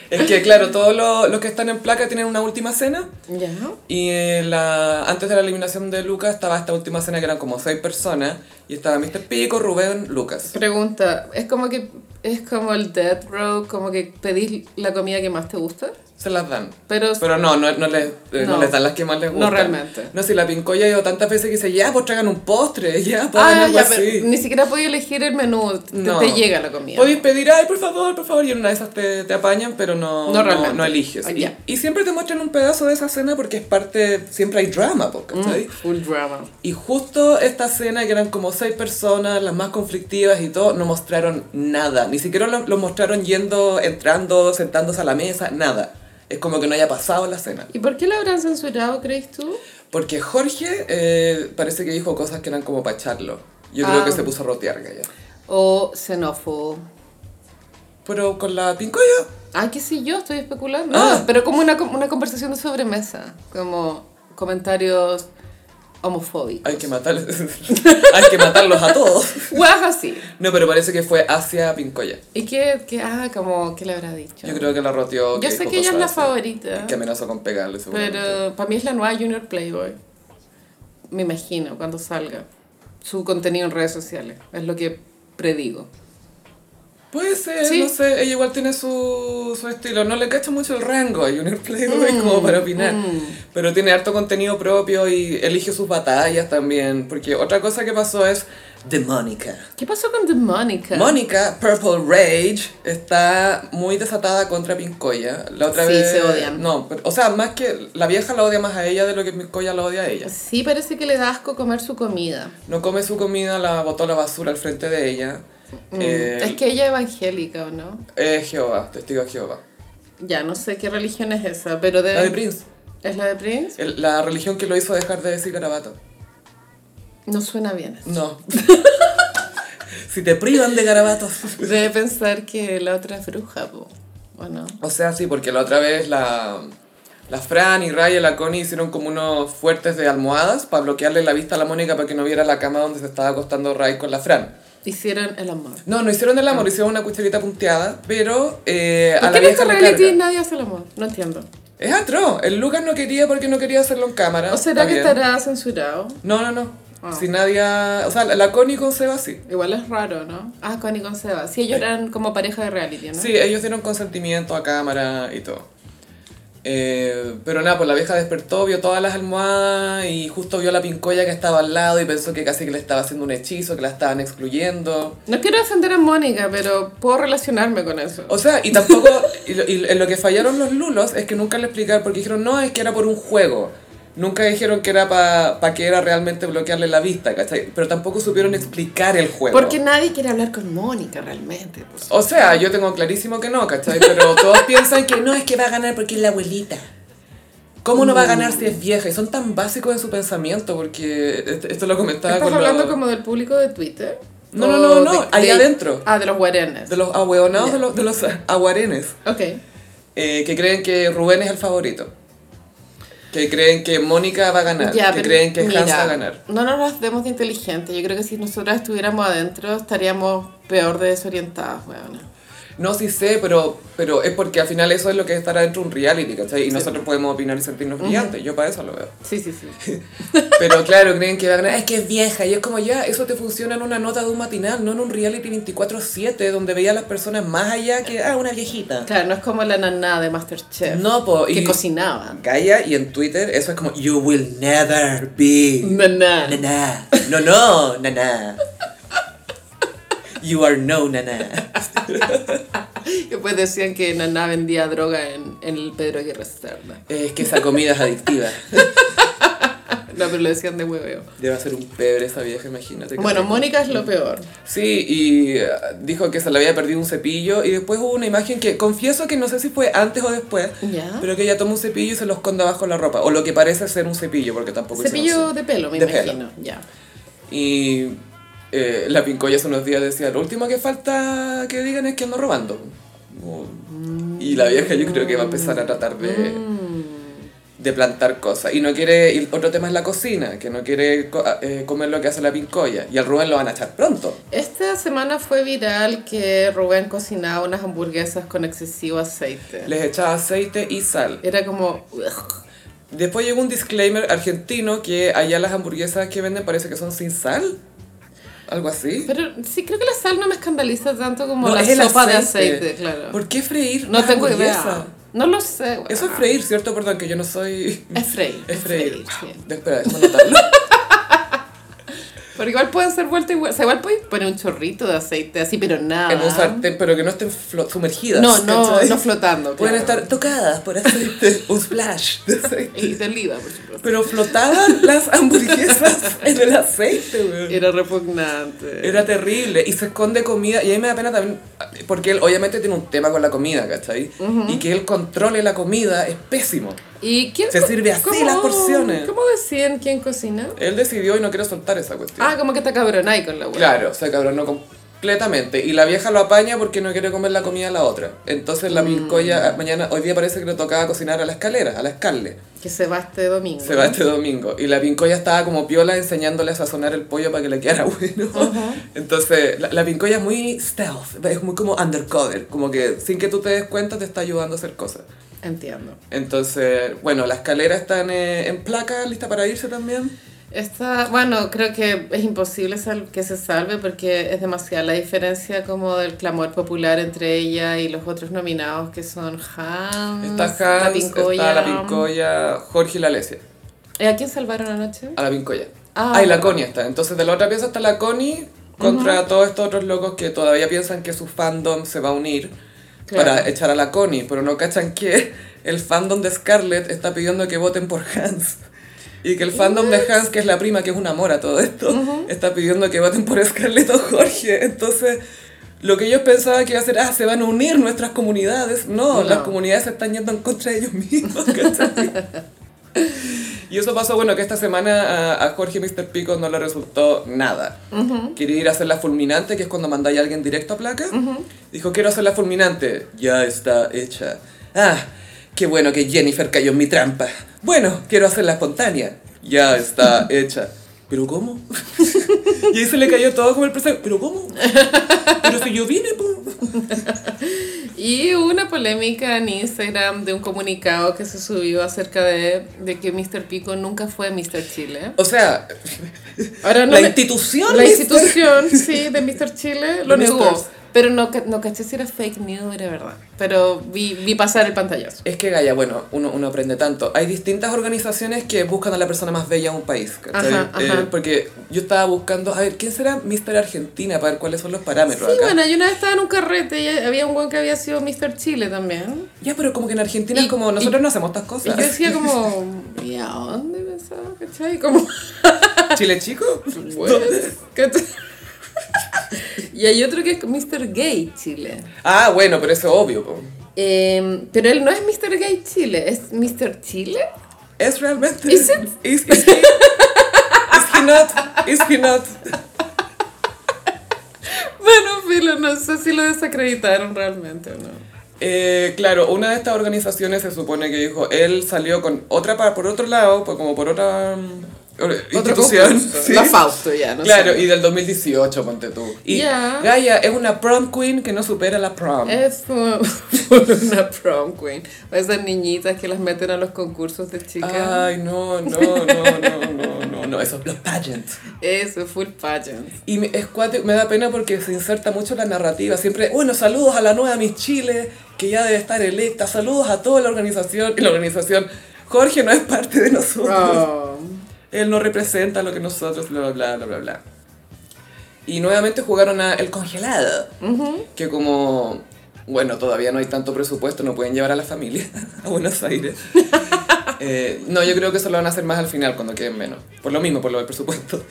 Speaker 1: es que, claro, todos los, los que están en placa tienen una última cena.
Speaker 2: ¿Ya?
Speaker 1: Y eh, la, antes de la eliminación de Lucas estaba esta última cena que eran como seis personas. Y estaba Mr. Pico, Rubén, Lucas.
Speaker 2: Pregunta, ¿es como que es como el death row, como que pedís la comida que más te gusta?
Speaker 1: Se las dan.
Speaker 2: Pero,
Speaker 1: Pero no, no, no les, eh, no
Speaker 2: No.
Speaker 1: les dan las que más les
Speaker 2: No
Speaker 1: gustan.
Speaker 2: realmente.
Speaker 1: No, si la pincoya ha ido tantas veces que dice, ya, pues traigan un postre, ya, pues hagan
Speaker 2: ah,
Speaker 1: algo
Speaker 2: ya,
Speaker 1: así.
Speaker 2: pero ni siquiera podía elegir el menú, te,
Speaker 1: No.
Speaker 2: te llega la comida.
Speaker 1: Podéis pedir, ay, por favor, por favor, y en una de esas te, te apañan, pero no,
Speaker 2: No
Speaker 1: no,
Speaker 2: realmente.
Speaker 1: no eliges.
Speaker 2: Ah,
Speaker 1: Y-
Speaker 2: ya.
Speaker 1: y, siempre te muestran un pedazo de esa cena porque es parte, siempre hay drama, po, ¿cachai?
Speaker 2: Mm, Full drama.
Speaker 1: Y justo esta cena, que eran como seis personas, las más conflictivas y todo, no mostraron nada. Ni siquiera lo, lo mostraron yendo, entrando, sentándose a la mesa, nada. Es como que no haya pasado la cena.
Speaker 2: ¿Y por qué la habrán censurado, crees tú?
Speaker 1: Porque Jorge eh, parece que dijo cosas que eran como para echarlo. Yo
Speaker 2: Ah.
Speaker 1: creo que se puso a rotear, ya.
Speaker 2: ¿O xenófobo?
Speaker 1: Pero con la pincoya,
Speaker 2: Ah, qué sé yo, estoy especulando.
Speaker 1: Ah.
Speaker 2: Pero como una, una conversación de sobremesa, como comentarios homofóbicos.
Speaker 1: Hay que matarlos. [laughs] Hay que matarlos a todos.
Speaker 2: Guaja, sí.
Speaker 1: No, pero parece que fue hacia Pincoya.
Speaker 2: ¿Y qué, qué- ah, como, qué le habrá dicho?
Speaker 1: Yo creo que la roteó.
Speaker 2: Yo sé
Speaker 1: dijo
Speaker 2: que ella es la
Speaker 1: cosas así,
Speaker 2: favorita,
Speaker 1: Que amenazó con pegarle, seguramente.
Speaker 2: pero para mí es la nueva Junior Playboy. Me imagino, cuando salga. Su contenido en redes sociales, es lo que predigo.
Speaker 1: Puede ser,
Speaker 2: Sí.
Speaker 1: no sé. Ella igual tiene su, su estilo. No le cacho mucho el rango a Junior
Speaker 2: Mm,
Speaker 1: Playboy como para opinar. Pero tiene harto contenido propio y elige sus batallas también. Porque otra cosa que pasó es The Mónica.
Speaker 2: ¿Qué pasó con The Monica?
Speaker 1: Mónica, Purple Rage, está muy desatada contra Pincoya. La otra
Speaker 2: Sí,
Speaker 1: vez.
Speaker 2: se odian.
Speaker 1: No, pero- o sea, más que la vieja la odia más a ella de lo que Pincoya la odia a ella.
Speaker 2: Sí, parece que le da asco comer su comida.
Speaker 1: No come su comida, la botó a la basura al frente de ella.
Speaker 2: Mm,
Speaker 1: Eh,
Speaker 2: Es que ella es evangélica, ¿o no?
Speaker 1: es Jehová, testigo de Jehová.
Speaker 2: Ya, no sé qué religión es esa, pero debe...
Speaker 1: La de Prince.
Speaker 2: ¿Es la de Prince?
Speaker 1: el- la religión que lo hizo dejar de decir garabato.
Speaker 2: No suena bien. [laughs]
Speaker 1: No. si te privan de garabatos.
Speaker 2: Debe pensar que la otra es bruja, po, ¿o no?
Speaker 1: O sea, sí, porque la otra vez la, la Fran y Raya y la Connie hicieron como unos fuertes de almohadas para bloquearle la vista a la Mónica para que no viera la cama donde se estaba acostando Ray con la Fran.
Speaker 2: Hicieron el amor.
Speaker 1: No, no hicieron el amor, hicieron una cucharita punteada, pero eh, a
Speaker 2: Ah. ¿Por
Speaker 1: la
Speaker 2: qué en
Speaker 1: vieja
Speaker 2: este
Speaker 1: le
Speaker 2: reality
Speaker 1: carga.
Speaker 2: nadie hace el amor? No entiendo.
Speaker 1: Es atroz. El Lucas no quería porque no quería hacerlo en cámara.
Speaker 2: ¿O será
Speaker 1: Está
Speaker 2: que
Speaker 1: bien.
Speaker 2: estará censurado?
Speaker 1: No, no, no.
Speaker 2: Ah.
Speaker 1: Si nadie... ha- O sea, la- la Connie con Seba sí.
Speaker 2: Igual es raro, ¿no? Ah, Connie con Seba. Sí, ellos eran como pareja de reality, ¿no?
Speaker 1: Sí, ellos dieron consentimiento a cámara y todo. Eh, pero nada, pues la vieja despertó, vio todas las almohadas y justo vio a la pincoya que estaba al lado y pensó que casi que le estaba haciendo un hechizo, que la estaban excluyendo.
Speaker 2: No quiero defender a Mónica, pero puedo relacionarme con eso.
Speaker 1: O sea, y
Speaker 2: [laughs]
Speaker 1: tampoco, y lo- y en lo que fallaron los lulos es que nunca le explicaron, porque dijeron, no, es que era por un juego. Nunca dijeron que era para que era realmente bloquearle la vista, ¿cachai? Pero tampoco supieron explicar el juego.
Speaker 2: Porque nadie quiere hablar con Mónica realmente. pues.
Speaker 1: O sea, yo tengo clarísimo que no, ¿cachai?
Speaker 2: [laughs]
Speaker 1: Pero todos piensan que no, es que va a ganar porque es la abuelita. ¿Cómo no va a ganar si es vieja? Y son tan básicos en su pensamiento, porque esto, esto lo comentaba
Speaker 2: ¿Estás
Speaker 1: con los,
Speaker 2: hablando como del público de Twitter?
Speaker 1: No,
Speaker 2: ¿O
Speaker 1: no, no, no,
Speaker 2: de-
Speaker 1: ahí
Speaker 2: de-
Speaker 1: adentro.
Speaker 2: Ah, de los guarenes.
Speaker 1: de los ahueonados, de los, de los aguarenes,
Speaker 2: Ok.
Speaker 1: eh, que creen que Rubén es el favorito. Que creen que Mónica va a ganar.
Speaker 2: Ya,
Speaker 1: que
Speaker 2: pero
Speaker 1: creen que Hans
Speaker 2: mira,
Speaker 1: va a ganar.
Speaker 2: No nos las demos de inteligente. Yo creo que si nosotras estuviéramos adentro estaríamos peor de desorientadas, weona.
Speaker 1: No, sí sé, pero, pero es porque al final eso es lo que es estar adentro de un reality, ¿cachai? Y nosotros podemos opinar y sentirnos brillantes. Yo para eso lo veo.
Speaker 2: Sí, sí, sí.
Speaker 1: Pero claro, creen que va a ganar. Es que es vieja. Y es como ya, eso te funciona en una nota de un matinal, no en un reality 24-7, donde veía a las personas más allá que, ah, una viejita.
Speaker 2: [laughs] Claro, no es como la naná de Masterchef.
Speaker 1: No, po.
Speaker 2: que
Speaker 1: y-
Speaker 2: cocinaba.
Speaker 1: Calla y en Twitter eso es como, you will never be.
Speaker 2: Naná.
Speaker 1: Naná. No, no, naná. You are no naná.
Speaker 2: Después decían que Naná vendía droga en, en el Pedro Aguirre Cerda.
Speaker 1: Es que esa comida es adictiva.
Speaker 2: No, pero lo decían de hueveo.
Speaker 1: Debe ser un pebre esa vieja, imagínate. que
Speaker 2: Bueno,
Speaker 1: rico.
Speaker 2: Mónica es lo peor.
Speaker 1: Sí, y eh, dijo que se le había perdido un cepillo y después hubo una imagen que confieso que no sé si fue antes o después,
Speaker 2: Ya.
Speaker 1: pero que ella toma un cepillo y se lo esconde abajo la ropa, o lo que parece ser un cepillo, porque tampoco hicieron
Speaker 2: Cepillo de pelo, me
Speaker 1: De pelo.
Speaker 2: imagino. Ya.
Speaker 1: su- Y eh, la pincoya hace unos días decía, lo último que falta que digan es que ando robando. Como- Y la vieja yo creo que va a empezar a tratar de...
Speaker 2: Mm.
Speaker 1: de plantar cosas. Y no quiere. Y otro tema es la cocina, que no quiere co- eh, comer lo que hace la pincoya. Y al Rubén lo van a echar pronto.
Speaker 2: Esta semana fue viral que Rubén cocinaba unas hamburguesas con excesivo aceite.
Speaker 1: Les echaba aceite y sal.
Speaker 2: Era como...
Speaker 1: Después llegó un disclaimer argentino que allá las hamburguesas que venden parece que son sin sal. Algo así.
Speaker 2: Pero sí, creo que la sal no me escandaliza tanto como
Speaker 1: No,
Speaker 2: la
Speaker 1: es el
Speaker 2: sopa de aceite, claro.
Speaker 1: ¿Por qué freír?
Speaker 2: No
Speaker 1: una
Speaker 2: tengo
Speaker 1: hamburguesa?
Speaker 2: idea. No lo sé. weón.
Speaker 1: Eso es freír, ¿cierto? Perdón, que yo no
Speaker 2: [laughs]
Speaker 1: soy.
Speaker 2: Es freír.
Speaker 1: Es freír.
Speaker 2: sí.
Speaker 1: De- Espera, déjame anotarlo.
Speaker 2: [laughs] Pero igual pueden ser vuelta igual. O sea, igual puedes poner un chorrito de aceite así, pero nada.
Speaker 1: En un sartén, pero que no estén flo- sumergidas.
Speaker 2: Ah. No, no,
Speaker 1: ¿cachai?
Speaker 2: no flotando.
Speaker 1: Pueden
Speaker 2: claro.
Speaker 1: estar tocadas por
Speaker 2: [laughs]
Speaker 1: aceite. un splash de aceite.
Speaker 2: Y de oliva, por supuesto.
Speaker 1: Pero flotaban las
Speaker 2: [laughs]
Speaker 1: hamburguesas en el aceite, güey.
Speaker 2: Era repugnante.
Speaker 1: Era terrible. Y se esconde comida. Y a mí me da pena también, porque él obviamente tiene un tema con la comida, ¿cachai? Y que él controle la comida es pésimo.
Speaker 2: ¿Y quién
Speaker 1: Se
Speaker 2: co-
Speaker 1: sirve así las porciones.
Speaker 2: ¿Cómo decían quién cocina?
Speaker 1: Él decidió y no quiere soltar esa cuestión.
Speaker 2: Ah, como que está cabronay con la weá.
Speaker 1: Claro, se cabronó completamente. Y la vieja lo apaña porque no quiere comer la comida a la otra. Entonces la milcoya mañana, hoy día parece que le tocaba cocinar a la escalera, a la escarle.
Speaker 2: Que se va este domingo.
Speaker 1: Se va este domingo. Y la pincoya estaba como piola enseñándole a sazonar el pollo para que le quedara [laughs] bueno. Entonces, la, la pincoya es muy stealth, es muy como undercover, como que sin que tú te des cuenta te está ayudando a hacer cosas.
Speaker 2: Entiendo.
Speaker 1: Entonces, bueno, la escalera está en, eh, en placa, lista para irse también.
Speaker 2: Esta, bueno, creo que es imposible sal- que se salve porque es demasiada la diferencia como del clamor popular entre ella y los otros nominados que son Hans,
Speaker 1: Está Hans,
Speaker 2: Mm, la Pincoya.
Speaker 1: está la pincoya, Jorge y la Alesia.
Speaker 2: ¿Eh, ¿A quién salvaron anoche?
Speaker 1: A la pincoya.
Speaker 2: Ah.
Speaker 1: Ah, y la Connie está. Entonces, de la otra pieza está la Connie contra todos estos otros locos que todavía piensan que su fandom se va a unir
Speaker 2: Claro.
Speaker 1: para echar a la Connie, pero no cachan que el fandom de Scarlett está pidiendo que voten por Hans. Y que el fandom de Hans, que es la prima, que es un amor a todo esto, está pidiendo que voten por Scarlett o Jorge. Entonces, lo que ellos pensaban que iba a ser, ah, se van a unir nuestras comunidades. No,
Speaker 2: No.
Speaker 1: las comunidades se están yendo en contra de ellos mismos. [laughs] ¿cachai? Y eso pasó, bueno, que esta semana a, a Jorge Mr. Pico no le resultó nada. Quería ir a hacer la fulminante, que es cuando mandáis a alguien directo a placa. Dijo, quiero hacer la fulminante. Ya está hecha. Ah, qué bueno que Jennifer cayó en mi trampa. Bueno, quiero hacer la espontánea. Ya está hecha. ¿Pero cómo? [laughs] y ahí se le cayó todo como el presente. ¿Pero cómo? Pero si yo vine, po.
Speaker 2: Y hubo una polémica en Instagram de un comunicado que se subió acerca de, de que Mr. Pico nunca fue Mr. Chile.
Speaker 1: O sea,
Speaker 2: Ahora
Speaker 1: la
Speaker 2: me-
Speaker 1: institución.
Speaker 2: La
Speaker 1: Mr. [laughs]
Speaker 2: [laughs] institución, sí, de Mr. Chile lo
Speaker 1: Mr.
Speaker 2: negó. Pero no, ca- no caché si era fake news, era verdad. Pero vi, vi pasar el pantallazo.
Speaker 1: Es que Gaya, bueno, uno, uno aprende tanto. Hay distintas organizaciones que buscan a la persona más bella de un país. ¿cachai?
Speaker 2: Ajá, ajá.
Speaker 1: Eh, porque yo estaba buscando, a ver, ¿quién será Mr. Argentina para ver cuáles son los parámetros
Speaker 2: Sí,
Speaker 1: acá?
Speaker 2: bueno, yo una vez estaba en un carrete y había un guan que había sido Mr. Chile también.
Speaker 1: Ya, pero como que en Argentina
Speaker 2: Y-
Speaker 1: es como, nosotros no hacemos estas
Speaker 2: Y yo
Speaker 1: cosas.
Speaker 2: decía como, ¿y a dónde pensaba? ¿Cachai? Como, [laughs]
Speaker 1: [laughs] ¿Chile chico? ¿Dónde?
Speaker 2: pues, ¿cachai? [laughs] Y hay otro que es Mr. Gay Chile.
Speaker 1: Ah, bueno, pero eso es obvio. po.
Speaker 2: Eh, pero él no es Mr. Gay Chile, es Mr. Chile. [laughs]
Speaker 1: ¿Es realmente?
Speaker 2: Is it?
Speaker 1: [laughs] Is, is he, is he not? Is he not?
Speaker 2: Bueno, filo, no sé si lo desacreditaron realmente o no.
Speaker 1: Eh, claro, una de estas organizaciones se supone que dijo, él salió con pues otra pa- por otro lado, por- como por otra mm,
Speaker 2: Otro
Speaker 1: institución.
Speaker 2: concurso.
Speaker 1: [laughs] sí.
Speaker 2: La Fausto ya, no
Speaker 1: claro,
Speaker 2: sé.
Speaker 1: y del 2018, ponte tú. Y
Speaker 2: Ya.
Speaker 1: Gaia es una prom queen que no supera la prom.
Speaker 2: Es [laughs] como una prom queen. O esas niñitas que las meten a los concursos de chicas.
Speaker 1: Ay, no, no, no, no, no, no, no, eso, los pageants.
Speaker 2: Eso, full pageant.
Speaker 1: Y me, es cuate- me da pena porque se inserta mucho la narrativa. Siempre, bueno, saludos a la nueva Miss Chile, que ya debe estar electa. Saludos a toda la organización. Y la organización, Jorge no es parte de nosotros.
Speaker 2: Oh.
Speaker 1: Él no representa lo que nosotros, bla, bla, bla, bla, bla, bla. Y nuevamente jugaron a El Congelado, que como, bueno, todavía no hay tanto presupuesto, no pueden llevar a la familia [laughs] a Buenos
Speaker 2: [laughs]
Speaker 1: Aires. Eh, no, yo creo que eso lo van a hacer más al final, cuando queden menos. Por lo mismo, por lo del presupuesto.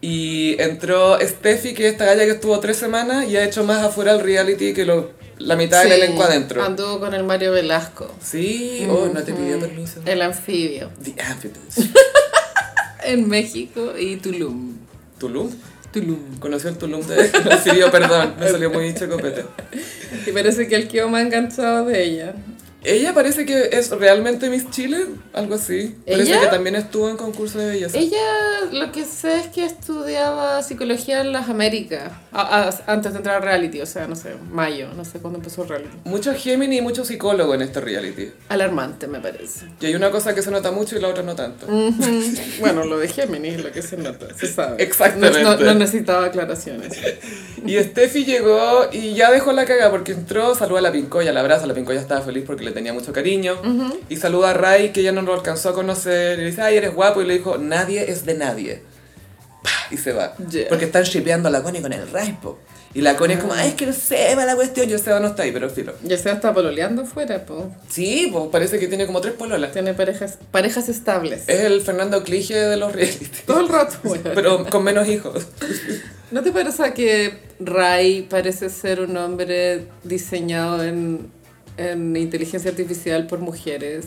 Speaker 1: Y entró Steffi, que es esta galla que estuvo tres semanas y ha hecho más afuera el reality que lo- la mitad del
Speaker 2: Sí,
Speaker 1: elenco adentro.
Speaker 2: Anduvo con el Mario Velasco.
Speaker 1: sí, oh, no te pidió permiso.
Speaker 2: El anfibio.
Speaker 1: The Amphitheatre.
Speaker 2: [laughs] En México y Tulum.
Speaker 1: Tulum.
Speaker 2: Tulum.
Speaker 1: Conoció el Tulum de el [laughs] Sirio, perdón, me salió muy chocopete.
Speaker 2: Y parece que el Kio me ha enganchado de ella.
Speaker 1: Ella parece que es realmente Miss Chile, algo así. Parece
Speaker 2: ¿Ella?
Speaker 1: que también estuvo en concurso de belleza.
Speaker 2: Ella lo que sé es que estudiaba psicología en las Américas. a- a- antes de entrar a reality, o sea, no sé, mayo, no sé cuándo empezó reality.
Speaker 1: Mucho Gemini y mucho psicólogo en este reality.
Speaker 2: Alarmante, me parece.
Speaker 1: Y hay una cosa que se nota mucho y la otra no tanto.
Speaker 2: bueno, lo de Géminis es lo que se nota, se sabe.
Speaker 1: Exactamente.
Speaker 2: No, no- no necesitaba aclaraciones.
Speaker 1: Y Steffi llegó y ya dejó la caga porque entró, saludó a la Pincoya, la abraza, la Pincoya estaba feliz porque le tenía mucho cariño. Y saluda a Ray, que ella no lo alcanzó a conocer, y le dice, ay, eres guapo, y le dijo, nadie es de nadie. ¡Pah! Y se va.
Speaker 2: Yeah. Ah.
Speaker 1: Porque están shipeando a la Connie con el Ray, po. Y la Connie es como, ay, es que el Seba la cuestión, yo el Seba no está ahí, pero filo.
Speaker 2: Ya sea está pololeando fuera, po.
Speaker 1: Sí, pues parece que tiene como tres pololas.
Speaker 2: Tiene parejas, parejas estables.
Speaker 1: Es el Fernando Clige de los reality, [laughs]
Speaker 2: Todo el rato, weón.
Speaker 1: pero con menos hijos.
Speaker 2: ¿No te parece que Ray parece ser un hombre diseñado en, en inteligencia artificial por mujeres?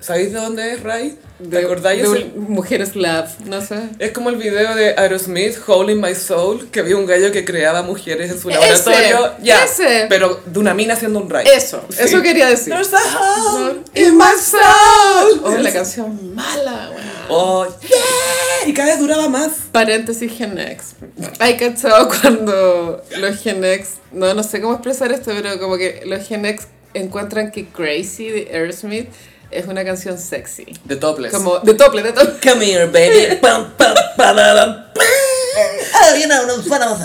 Speaker 1: ¿Sabéis de dónde es Ray? ¿Te
Speaker 2: De-
Speaker 1: acordáis?
Speaker 2: de
Speaker 1: ese-
Speaker 2: un- Mujeres Lab, no sé.
Speaker 1: Es como el video de Aerosmith, Hole in My Soul, que había un gallo que creaba mujeres en su
Speaker 2: Ese,
Speaker 1: laboratorio. ya,
Speaker 2: ese.
Speaker 1: pero de una mina haciendo un ray.
Speaker 2: Eso,
Speaker 1: Sí.
Speaker 2: eso quería decir.
Speaker 1: There's a hole
Speaker 2: No,
Speaker 1: in my soul.
Speaker 2: Oh, la canción mala, weón.
Speaker 1: Oh, yeah. Y cada vez duraba más.
Speaker 2: Paréntesis Gen X. Hay cachado cuando los Gen X, no, no sé cómo expresar esto, pero como que los Gen X encuentran que Crazy de Aerosmith es una canción sexy.
Speaker 1: De topless.
Speaker 2: Como de tople, de tople.
Speaker 1: Come here, baby. Pam, pam, pa, da, da.
Speaker 2: Ah,
Speaker 3: Oh, you know, no fun of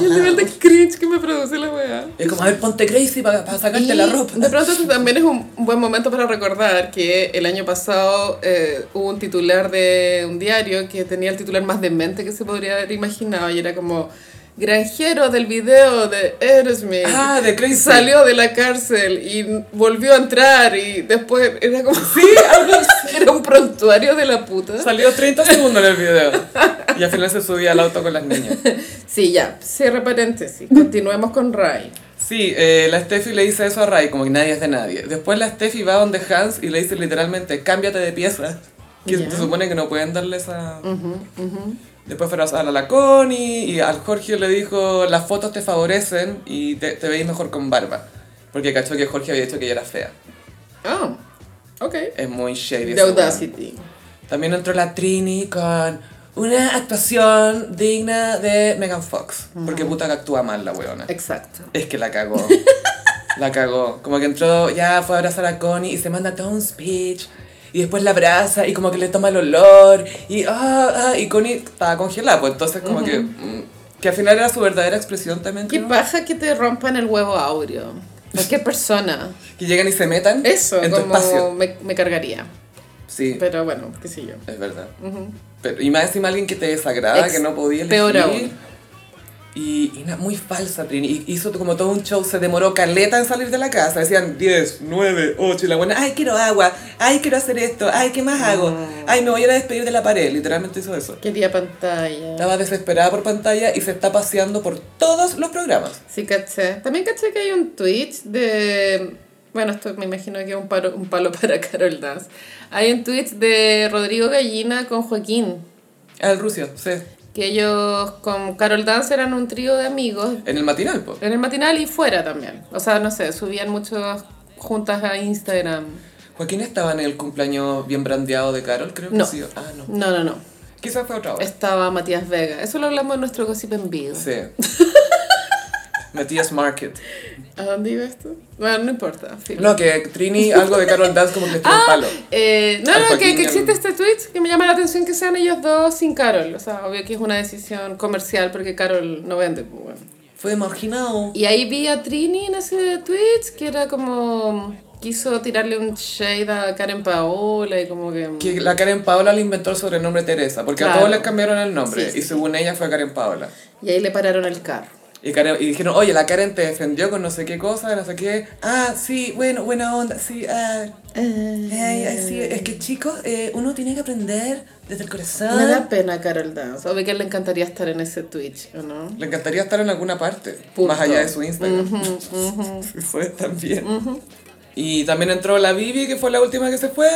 Speaker 2: Y [laughs] el nivel de cringe que me produce la weá.
Speaker 1: Es como, a ver, ponte crazy para sacarte
Speaker 2: Y
Speaker 1: la ropa.
Speaker 2: De pronto esto también es un buen momento para recordar que el año pasado eh, hubo un titular de un diario que tenía el titular más demente que se podría haber imaginado y era como granjero del video de Aerosmith.
Speaker 1: Ah, de Crazy.
Speaker 2: Salió de la cárcel y volvió a entrar y después era como... [laughs] era un prontuario de la puta.
Speaker 1: Salió 30 segundos en el video. Y al final se subía al auto con las niñas.
Speaker 2: Sí, ya, cierre paréntesis. Continuemos con Ray.
Speaker 1: Sí, eh, la Steffi le dice eso a Ray, como que nadie es de nadie. Después la Steffi va donde Hans y le dice literalmente, cámbiate de pieza. [laughs] Que
Speaker 2: Ya.
Speaker 1: se supone que no pueden darle esa... Después fueron a la Connie y al Jorge le dijo, las fotos te favorecen y te, te veis mejor con barba. Porque cachó que Jorge había dicho que ella era fea.
Speaker 2: Ah, ok.
Speaker 1: Es muy shady.
Speaker 2: The
Speaker 1: ese weón.
Speaker 2: Audacity.
Speaker 1: También entró la Trini con una actuación digna de Megan Fox. Porque puta que actúa mal la weona.
Speaker 2: Exacto.
Speaker 1: Es que la
Speaker 2: [laughs]
Speaker 1: cagó. La cagó. Como que entró, ya fue a abrazar a Connie y se manda todo un speech. Y después la abraza y como que le toma el olor. Y, ah, ah, y Connie estaba congelada, pues entonces como que... mm, Que al final era su verdadera expresión también.
Speaker 2: ¿Qué
Speaker 1: creo.
Speaker 2: pasa que te rompan el huevo áureo? Cualquier persona.
Speaker 1: Que llegan y se metan
Speaker 2: Eso,
Speaker 1: en tu
Speaker 2: como
Speaker 1: espacio.
Speaker 2: me, me cargaría.
Speaker 1: Sí,
Speaker 2: Pero bueno, qué sé yo.
Speaker 1: es verdad. Pero, y más encima alguien que te desagrada,
Speaker 2: Ex-
Speaker 1: que no podía elegir.
Speaker 2: peor aún.
Speaker 1: Y, y na- muy falsa, Trini. Y Hizo como todo un show, se demoró caleta en salir de la casa. Decían 10, 9, 8 y la buena, ay, quiero agua, ay, quiero hacer esto, ay, ¿qué más hago? Ay, me voy a ir a despedir de la pared. Literalmente hizo eso.
Speaker 2: Quería pantalla.
Speaker 1: Estaba desesperada por pantalla y se está paseando por todos los programas.
Speaker 2: Sí, caché. También caché que hay un tweet de. Bueno, esto me imagino que es un, paro- un palo [laughs] para Carol Daz. Hay un tweet de Rodrigo Gallina con Joaquín.
Speaker 1: Al Rusia, sí.
Speaker 2: Que ellos con Carol Dance eran un trío de amigos
Speaker 1: En el matinal, po.
Speaker 2: en el matinal y fuera también. O sea, no sé, subían muchas juntas a Instagram.
Speaker 1: Joaquín estaba en el cumpleaños bien brandeado de Carol, creo que
Speaker 2: No.
Speaker 1: sí. Ah, no.
Speaker 2: No, no, no.
Speaker 1: Quizás fue otra hora.
Speaker 2: Estaba Matías Vega. Eso lo hablamos en nuestro gossip en vivo.
Speaker 1: Sí.
Speaker 2: [laughs]
Speaker 1: Matías Market.
Speaker 2: ¿A dónde iba esto? Bueno, no importa. fin.
Speaker 1: No, que Trini, algo de Carol Dance como que le tiró un
Speaker 2: Ah,
Speaker 1: palo.
Speaker 2: eh, no,
Speaker 1: Al
Speaker 2: no, que,
Speaker 1: Joaquín
Speaker 2: que
Speaker 1: y al-
Speaker 2: existe este tweet que me llama la atención que sean ellos dos sin Carol. O sea, obvio que es una decisión comercial porque Carol no vende. pues, bueno.
Speaker 3: Fue marginado.
Speaker 2: Y ahí vi a Trini en ese tweet que era como. Quiso tirarle un shade a Karen Paola y como que.
Speaker 1: Que la Karen Paola le inventó el sobrenombre Teresa, porque a
Speaker 2: Claro.
Speaker 1: todos les cambiaron el nombre,
Speaker 2: Sí, sí,
Speaker 1: y según ella fue Karen Paola.
Speaker 2: Y ahí le pararon el carro.
Speaker 1: Y, Karen- y dijeron, oye, la Karen te defendió con no sé qué cosa, no sé qué. Ah, sí, bueno, buena onda, sí, ah. Ay, ay, sí, es
Speaker 2: Mm.
Speaker 1: que chicos, eh, uno tiene que aprender desde el corazón.
Speaker 2: Me da pena Carol Dance. Obvio que le encantaría estar en ese Twitch, ¿o no?
Speaker 1: Le encantaría estar en alguna parte,
Speaker 2: Punto.
Speaker 1: más allá de su Instagram. [laughs] Fue también. Y también entró la Vivi, que fue la última que se fue,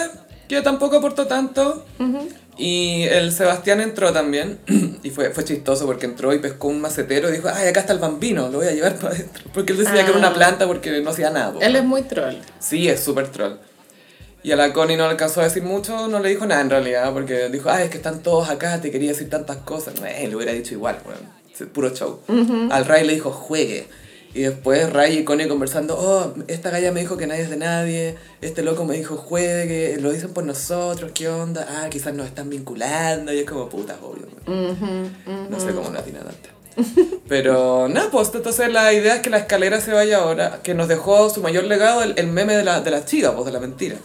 Speaker 1: que tampoco aportó tanto. Y el Sebastián entró también. [clears throat] y fue, fue chistoso porque entró y pescó un macetero y dijo, ay, acá está el bambino, lo voy a llevar para adentro. Porque él decía que era una planta porque no hacía nada. po.
Speaker 2: Él es muy troll.
Speaker 1: Sí, es súper troll. Y a la Connie no le alcanzó a decir mucho, no le dijo nada en realidad, porque dijo, ay, es que están todos acá, te quería decir tantas cosas. Eh, le hubiera dicho igual, weón. Sí, Puro show. Al Ray le dijo, juegue. Y después Ray y Connie conversando, oh, esta galla me dijo que nadie es de nadie, este loco me dijo, juegue, que lo dicen por nosotros, ¿qué onda? Ah, quizás nos están vinculando, y es como, putas, obvio. weón". No sé cómo la tiene tanto. Pero nada, pues entonces la idea es que la escalera se vaya ahora, que nos dejó su mayor legado el, el meme de la, de la chica, pues de la mentira.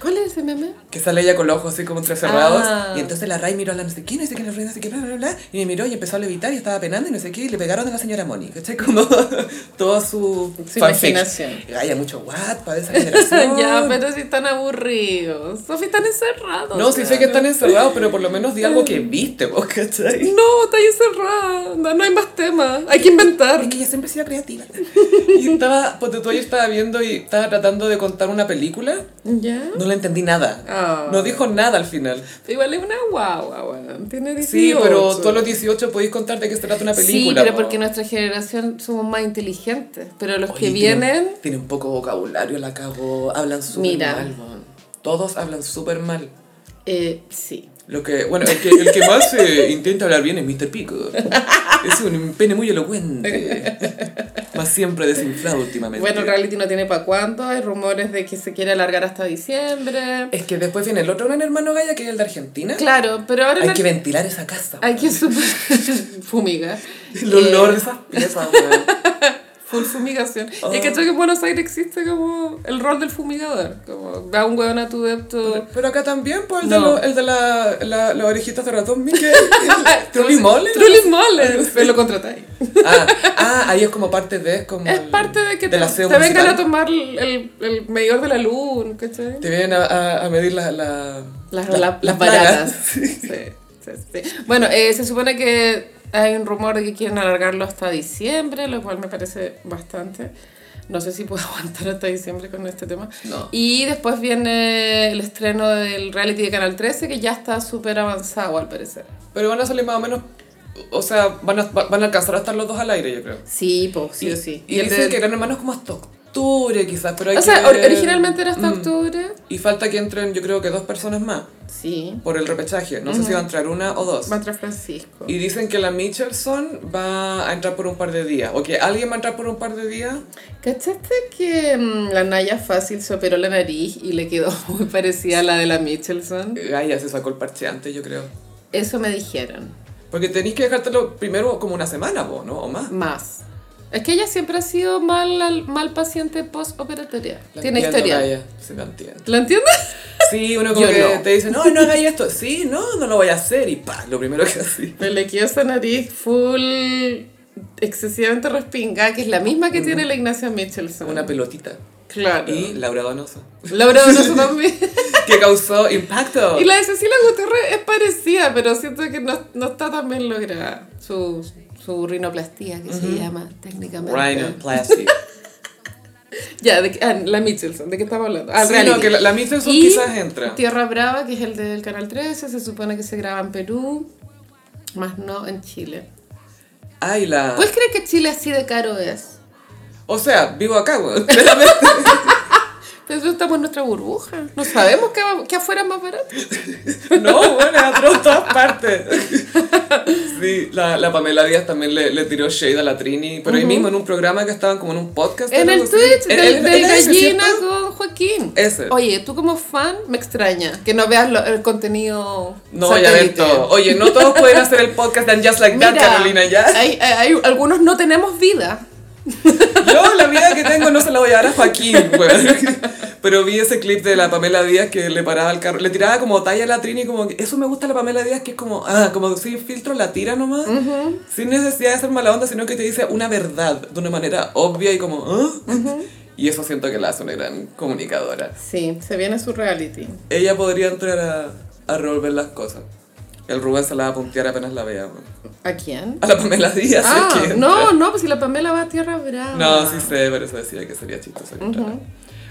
Speaker 2: ¿Cuál es ese meme?
Speaker 1: Que sale ella con los ojos así como entrecerrados.
Speaker 2: Ah.
Speaker 1: Y entonces la Ray miró a la no sé quién, no sé quién, no sé quién, no sé quién, bla, bla, bla, bla, Y me miró y empezó a levitar y estaba penando y no sé qué. Y le pegaron a la señora Moni. ¿Cachai? Como [laughs] toda su,
Speaker 2: Su
Speaker 1: fanfic.
Speaker 2: imaginación.
Speaker 1: Hay mucho Wattpad de esa generación.
Speaker 2: [laughs] [laughs] ya, pero si están aburridos. Sofi, están encerrados.
Speaker 1: No, sí sé que están encerrados, pero por lo menos di algo que viste, vos, ¿cachai?
Speaker 2: No, está ahí encerrada. No, no hay más temas. Hay que inventar.
Speaker 1: Es que ella Ah, siempre ha sido creativa. [laughs] Y estaba, pues yo estaba viendo y estaba tratando de contar una película.
Speaker 2: ¿Ya?
Speaker 1: No le entendí nada.
Speaker 2: Ah.
Speaker 1: No dijo nada al final.
Speaker 2: Igual es una guagua, weón. Tiene 18.
Speaker 1: Sí, pero todos los 18 podéis contar de qué se trata una
Speaker 2: Sí,
Speaker 1: película.
Speaker 2: pero
Speaker 1: po.
Speaker 2: porque nuestra generación somos más inteligentes. Pero los
Speaker 1: Oye,
Speaker 2: que
Speaker 1: tienen-
Speaker 2: vienen.
Speaker 1: Tienen poco vocabulario, la cago. Hablan súper
Speaker 2: Mira.
Speaker 1: mal. man. Todos hablan súper mal.
Speaker 2: Eh, sí.
Speaker 1: Lo que, bueno, el que, el que más eh, [laughs] intenta hablar bien es Mr. Pico. Es un pene muy
Speaker 2: [laughs]
Speaker 1: elocuente. Más siempre desinflado últimamente.
Speaker 2: Bueno, reality no tiene para cuándo. Hay rumores de que se quiere alargar hasta diciembre.
Speaker 1: Es que después viene el otro gran hermano Gaya, que es el de Argentina.
Speaker 2: Claro, pero ahora.
Speaker 1: Hay
Speaker 2: no-
Speaker 1: que ventilar esa casa.
Speaker 2: hay que super. [laughs]
Speaker 1: [laughs]
Speaker 2: fumiga.
Speaker 1: El olor
Speaker 2: Eh,
Speaker 1: de esas piezas, weón.
Speaker 2: Full fumigación.
Speaker 1: Oh.
Speaker 2: Y es que creo que en Buenos Aires existe como el rol del fumigador. Como da un hueón a tu depto.
Speaker 1: [laughs] Pero acá también, pues el de,
Speaker 2: No.
Speaker 1: lo- el de la, la- las orejitas de ratón, [laughs] Miguel. Truly Mole.
Speaker 2: Ah, Truly Mole. Pero lo contratáis.
Speaker 1: Ah, ah, ahí es como parte de. Como
Speaker 2: Es
Speaker 1: el-
Speaker 2: parte de que
Speaker 1: del
Speaker 2: te,
Speaker 1: aseo
Speaker 2: te vengan
Speaker 1: municipal.
Speaker 2: a tomar el, el, el medidor de la luz, ¿cachai?
Speaker 1: Te vienen a, a- a medir la, la-
Speaker 2: Las,
Speaker 1: la-
Speaker 2: la- las
Speaker 1: plagas.
Speaker 2: baratas.
Speaker 1: [laughs] Sí.
Speaker 2: [laughs] Sí, sí, sí. Bueno, eh, se supone que hay un rumor de que quieren alargarlo hasta diciembre, lo cual me parece bastante. No sé si puedo [laughs] aguantar hasta diciembre con este tema.
Speaker 1: No.
Speaker 2: Y después viene el estreno del reality de Canal 13, que ya está súper avanzado al parecer.
Speaker 1: Pero van a salir más o menos. O sea, van a, va- van a alcanzar a estar los dos al aire, yo creo.
Speaker 2: Sí, pues, sí
Speaker 1: y,
Speaker 2: o sí.
Speaker 1: Y,
Speaker 2: el
Speaker 1: dicen
Speaker 2: de-
Speaker 1: que eran hermanos como hasta octubre, quizás. Pero hay
Speaker 2: O sea,
Speaker 1: que
Speaker 2: or-
Speaker 1: ver.
Speaker 2: originalmente era hasta
Speaker 1: Mm.
Speaker 2: octubre.
Speaker 1: Y falta que entren, yo creo que dos personas más
Speaker 2: Sí.
Speaker 1: por el repechaje. No sé si va a entrar una o dos.
Speaker 2: Va a entrar Francisco.
Speaker 1: Y dicen que la Michelson va a entrar por un par de días. O que alguien va a entrar por un par de días.
Speaker 2: ¿Cachaste que mm, la Naya Fácil se operó la nariz y le quedó [laughs] muy parecida a la de la Michelson?
Speaker 1: Gaia Eh, se sacó el parche antes, yo creo.
Speaker 2: Eso me dijeron.
Speaker 1: Porque tenéis que dejártelo primero como una semana, vos, ¿no? O más.
Speaker 2: Más. Es que ella siempre ha sido mal, al- mal paciente postoperatoria.
Speaker 1: La
Speaker 2: Tiene
Speaker 1: entiendo,
Speaker 2: historia.
Speaker 1: Gaia, Sí, la entiendo.
Speaker 2: ¿Lo entiendes? [laughs]
Speaker 1: Sí, uno como
Speaker 2: Yo
Speaker 1: que
Speaker 2: no.
Speaker 1: te dice, no, no hagáis esto. Sí, no, no lo voy a hacer. Y pa, lo primero que así.
Speaker 2: Pero le quedó esa nariz full, excesivamente respinga, que es la misma que tiene la Ignacia Michelson.
Speaker 1: Una pelotita.
Speaker 2: Claro.
Speaker 1: Y Laura Donoso.
Speaker 2: Laura Donoso también. [laughs]
Speaker 1: Que causó impacto.
Speaker 2: Y la de Cecilia Gutiérrez es parecida, pero siento que no, no está tan bien lograda. Su, su rinoplastía, que se llama técnicamente.
Speaker 1: Ryan
Speaker 2: [laughs]
Speaker 1: Plastic.
Speaker 2: Ya, de, que- ah, la Mitchelson, ¿de qué estamos hablando? Ah,
Speaker 1: Sí,
Speaker 2: reality.
Speaker 1: no, que la- la Mitchelson
Speaker 2: Y
Speaker 1: quizás entra.
Speaker 2: Tierra Brava, que es el del Canal 13, se supone que se graba en Perú, más no en Chile.
Speaker 1: Ay, la.
Speaker 2: ¿Puedes creer que Chile así de caro es?
Speaker 1: [laughs] O sea, vivo acá, weón.
Speaker 2: Pero nosotros estamos en nuestra burbuja. No sabemos que, que afuera es más barato.
Speaker 1: No, bueno, es atroz todas partes. Sí, la, la Pamela Díaz también le, le tiró shade a la Trini, pero ahí mismo en un programa que estaban como en un podcast.
Speaker 2: En
Speaker 1: Este ¿no? Eh, Algo
Speaker 2: el Twitch
Speaker 1: así.
Speaker 2: del,
Speaker 1: En- en- en
Speaker 2: del
Speaker 1: ese,
Speaker 2: gallina
Speaker 1: ¿cierto?
Speaker 2: con Joaquín.
Speaker 1: Ese.
Speaker 2: Oye, tú como fan me extraña que no veas lo- el contenido.
Speaker 1: No voy a ver
Speaker 2: satélite.
Speaker 1: todo. Oye, no todos pueden hacer el podcast and just like that,
Speaker 2: Mira,
Speaker 1: Carolina, ya.
Speaker 2: Hay, hay- hay- algunos no tenemos vida.
Speaker 1: Yo la vida que tengo no se la voy a dar a Joaquín, weón. Pero vi ese clip de la Pamela Díaz que le paraba el carro, le tiraba como talla a la Trini, como que eso me gusta de la Pamela Díaz, que es como, ah, como sin filtro la tira nomás, sin necesidad de ser mala onda, sino que te dice una verdad de una manera obvia y como, ah. Y eso siento que la hace una gran comunicadora.
Speaker 2: Sí, se viene su reality.
Speaker 1: Ella podría entrar a, a revolver las cosas. El Rubén se la va a puntear apenas la vea, weón.
Speaker 2: ¿A quién?
Speaker 1: A la Pamela Díaz. si es
Speaker 2: Ah,
Speaker 1: que entra.
Speaker 2: no, no, pues si la Pamela va a Tierra Brava.
Speaker 1: No, sí sé, pero eso decía que sería chistoso. que entrara.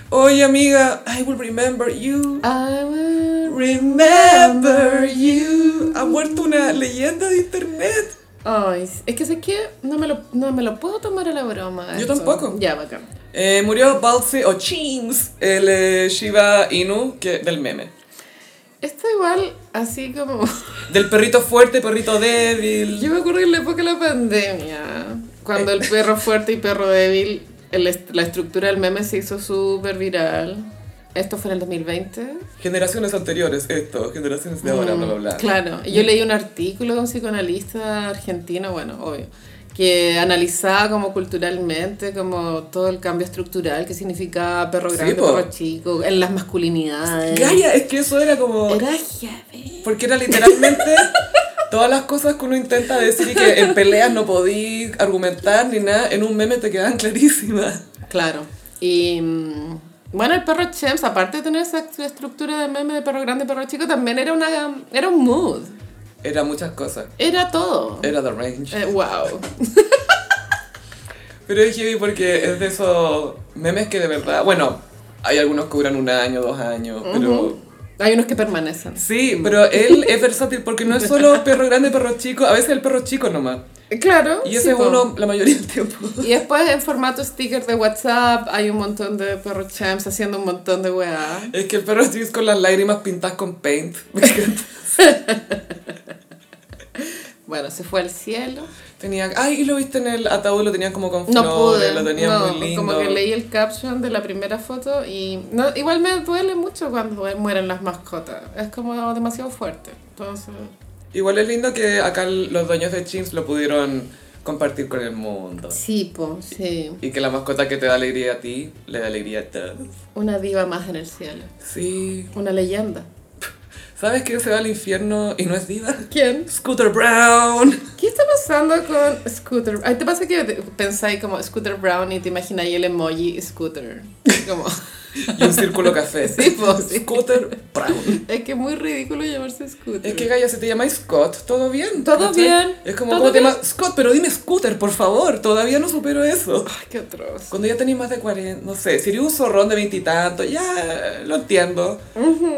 Speaker 1: Oye, amiga, I will remember you.
Speaker 2: I will-
Speaker 1: Remember you. Ha muerto una leyenda de internet.
Speaker 2: Ay, es que sé que no me lo, no me lo puedo tomar a la broma.
Speaker 1: Yo
Speaker 2: esto.
Speaker 1: tampoco.
Speaker 2: Ya, bacán.
Speaker 1: Eh, murió Balse o Chims, el eh, Shiba Inu que, del meme.
Speaker 2: Está igual, así como. [laughs]
Speaker 1: Del perrito fuerte, perrito débil.
Speaker 2: Yo me acuerdo en la época de la pandemia, cuando el perro fuerte y perro débil, el est- la estructura del meme se hizo súper viral. Esto fue en el 2020.
Speaker 1: Generaciones anteriores, esto. Generaciones de ahora, bla, bla, bla.
Speaker 2: Mm, Claro, y yo leí un artículo de un psicoanalista argentino, bueno, obvio, que analizaba como culturalmente como todo el cambio estructural que significaba perro
Speaker 1: Sí,
Speaker 2: grande,
Speaker 1: po.
Speaker 2: perro chico, en las masculinidades.
Speaker 1: Gaia, es que eso era como.
Speaker 2: Era heavy.
Speaker 1: Porque era literalmente todas las cosas que uno intenta decir y que en peleas no podí argumentar ni nada, en un meme te quedan [laughs] clarísimas.
Speaker 2: Claro. Y mm, bueno, el perro Chems, aparte de tener esa est- estructura de meme de perro grande, perro chico, también era, una, era un mood.
Speaker 1: Era muchas cosas.
Speaker 2: Era todo.
Speaker 1: Era The Range.
Speaker 2: Eh, wow. [laughs]
Speaker 1: Pero es heavy porque es de esos memes que de verdad, bueno, hay algunos que duran un año, dos años, pero...
Speaker 2: Hay unos que permanecen.
Speaker 1: Sí, pero él es versátil porque no es solo perro grande, perro chico, a veces el perro chico nomás.
Speaker 2: Claro.
Speaker 1: Y ese
Speaker 2: sí,
Speaker 1: es
Speaker 2: po.
Speaker 1: uno la mayoría del tiempo.
Speaker 2: Y después en formato sticker de WhatsApp hay un montón de perro champs haciendo un montón de weá.
Speaker 1: Es que el perro chico es con las lágrimas pintadas con paint. Me encanta.
Speaker 2: Bueno, se fue al cielo.
Speaker 1: Tenía, ay, y lo viste en el ataúd, lo tenían como con
Speaker 2: No
Speaker 1: flores,
Speaker 2: pude.
Speaker 1: lo tenían
Speaker 2: no,
Speaker 1: muy lindo.
Speaker 2: Como que leí el caption de la primera foto y no, igual me duele mucho cuando mueren las mascotas. Es como demasiado fuerte. Entonces,
Speaker 1: Igual es lindo que acá los dueños de Chimps lo pudieron compartir con el mundo.
Speaker 2: sí, po, sí.
Speaker 1: Y que la mascota que te da alegría a ti, le da alegría a todos.
Speaker 2: Una diva más en el cielo.
Speaker 1: Sí.
Speaker 2: Una leyenda.
Speaker 1: ¿Sabes quién se va al infierno y no es diva?
Speaker 2: ¿Quién?
Speaker 1: Scooter Brown.
Speaker 2: ¿Qué está pasando con Scooter? Ay, ¿Te pasa que te- pensáis como Scooter Brown y te imagináis el emoji Scooter? Como, [laughs]
Speaker 1: Y un círculo café.
Speaker 2: Sí, po, sí.
Speaker 1: Scooter Brown.
Speaker 2: es que es muy ridículo llamarse Scooter.
Speaker 1: Es que Gaya, si te llamáis Scott, todo bien.
Speaker 2: Todo
Speaker 1: ¿cachai?
Speaker 2: bien.
Speaker 1: Es como,
Speaker 2: Todo
Speaker 1: ¿cómo te
Speaker 2: bien.
Speaker 1: llamas? Scott, pero dime Scooter, por favor. Todavía no supero eso.
Speaker 2: Ay, qué atroz.
Speaker 1: Cuando ya tenéis más de 40, no sé, sería un zorrón de veintitantos, ya lo entiendo.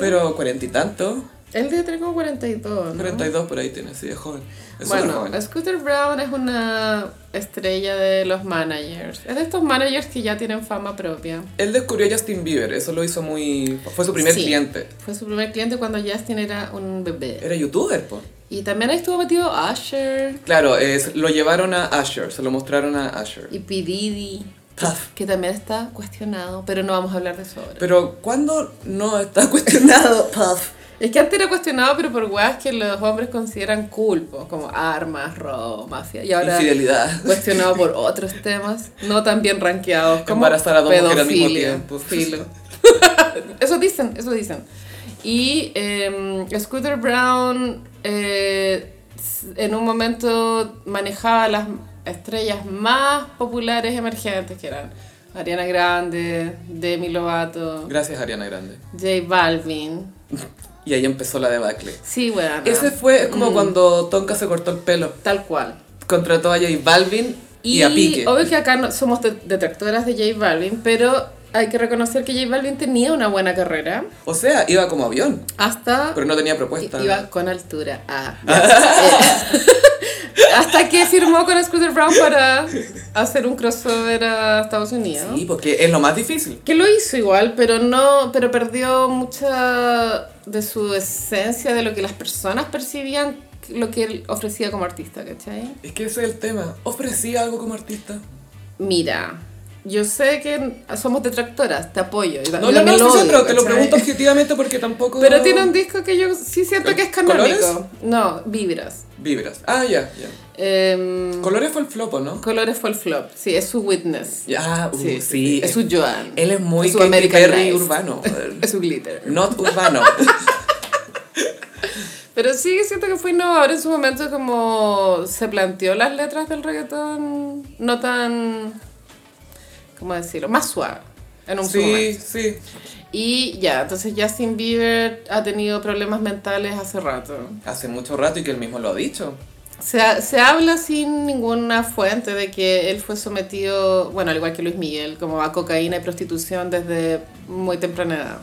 Speaker 1: Pero cuarenta y tanto,
Speaker 2: Él debe tener como 42, ¿no?
Speaker 1: 42 por ahí tienes, sí, es joven. Es súper
Speaker 2: bueno,
Speaker 1: joven.
Speaker 2: Scooter Brown es una estrella de los managers. Es de estos managers que ya tienen fama propia.
Speaker 1: Él descubrió a Justin Bieber, eso lo hizo muy. Fue su primer
Speaker 2: Sí.
Speaker 1: cliente.
Speaker 2: Fue su primer cliente cuando Justin era un bebé.
Speaker 1: Era youtuber, po.
Speaker 2: Y también ahí estuvo metido Usher
Speaker 1: Claro, es, lo llevaron a Asher, se lo mostraron a Asher.
Speaker 2: y P. Diddy,
Speaker 1: Puff.
Speaker 2: que también está cuestionado, pero no vamos a hablar de eso ahora.
Speaker 1: Pero, ¿cuándo no está [laughs] cuestionado Puff?
Speaker 2: Es que antes era cuestionado, pero por weas que los hombres consideran culpo, como armas, robo, mafia. Y ahora
Speaker 1: Infidelidad.
Speaker 2: cuestionado por otros temas no tan bien rankeados como
Speaker 1: Embarazar a dos mujeres al mismo
Speaker 2: pedofilia,
Speaker 1: tiempo. [laughs]
Speaker 2: filo. eso dicen, eso dicen. Y eh, Scooter Brown eh, s- en un momento manejaba las estrellas más populares emergentes que eran Ariana Grande, Demi Lovato,
Speaker 1: Gracias, Ariana Grande.
Speaker 2: J Balvin.
Speaker 1: Y ahí empezó la debacle.
Speaker 2: Sí, weón.
Speaker 1: Ese fue
Speaker 2: Mm.
Speaker 1: como cuando Tonka se cortó el pelo.
Speaker 2: Tal cual.
Speaker 1: contrató a J Balvin y, a Pique.
Speaker 2: Obvio que acá no, somos de- detractoras de J Balvin, pero hay que reconocer que J Balvin tenía una buena carrera
Speaker 1: O sea, iba como avión,
Speaker 2: hasta...
Speaker 1: pero no tenía propuesta.
Speaker 2: Iba
Speaker 1: [laughs]
Speaker 2: con altura. Ah, ya. Eh, hasta que firmó con Scooter Brown para hacer un crossover a Estados Unidos.
Speaker 1: Sí, porque es lo más difícil.
Speaker 2: Que lo hizo igual, pero no, pero perdió mucha de su esencia, de lo que las personas percibían, lo que él ofrecía como artista, ¿cachai?
Speaker 1: Es que ese es el tema. Ofrecí algo como artista.
Speaker 2: Mira, yo sé que somos detractoras, te apoyo. y ta-
Speaker 1: No, no, no,
Speaker 2: también
Speaker 1: sí,
Speaker 2: lo
Speaker 1: sí,
Speaker 2: odio,
Speaker 1: pero te lo
Speaker 2: ¿cachai?
Speaker 1: pregunto objetivamente porque tampoco.
Speaker 2: Pero tiene un disco que yo sí siento que es
Speaker 1: ¿Col- colores?
Speaker 2: canónico. No, Vibras.
Speaker 1: Vibras. Ah, ya, ya.
Speaker 2: Em,
Speaker 1: Colores fue el flopo, ¿no?
Speaker 2: Colores fue el flop, sí, es su Witness.
Speaker 1: Ah, uh, sí.
Speaker 2: Es su Joan.
Speaker 1: Él es muy
Speaker 2: Es su
Speaker 1: Katy
Speaker 2: American
Speaker 1: Perry
Speaker 2: Nice.
Speaker 1: urbano.
Speaker 2: Es su Glitter.
Speaker 1: Not urbano.
Speaker 2: Pero sí, siento que fue innovador en su momento como se planteó las letras del reggaetón no tan, ¿cómo decirlo? Más suave en un su
Speaker 1: sí,
Speaker 2: momento.
Speaker 1: sí.
Speaker 2: Y ya, entonces Justin Bieber ha tenido problemas mentales hace rato.
Speaker 1: Hace mucho rato y que él mismo lo ha dicho.
Speaker 2: Se, ha- se habla sin ninguna fuente de que él fue sometido, bueno, al igual que Luis Miguel, como a cocaína y prostitución desde muy temprana edad.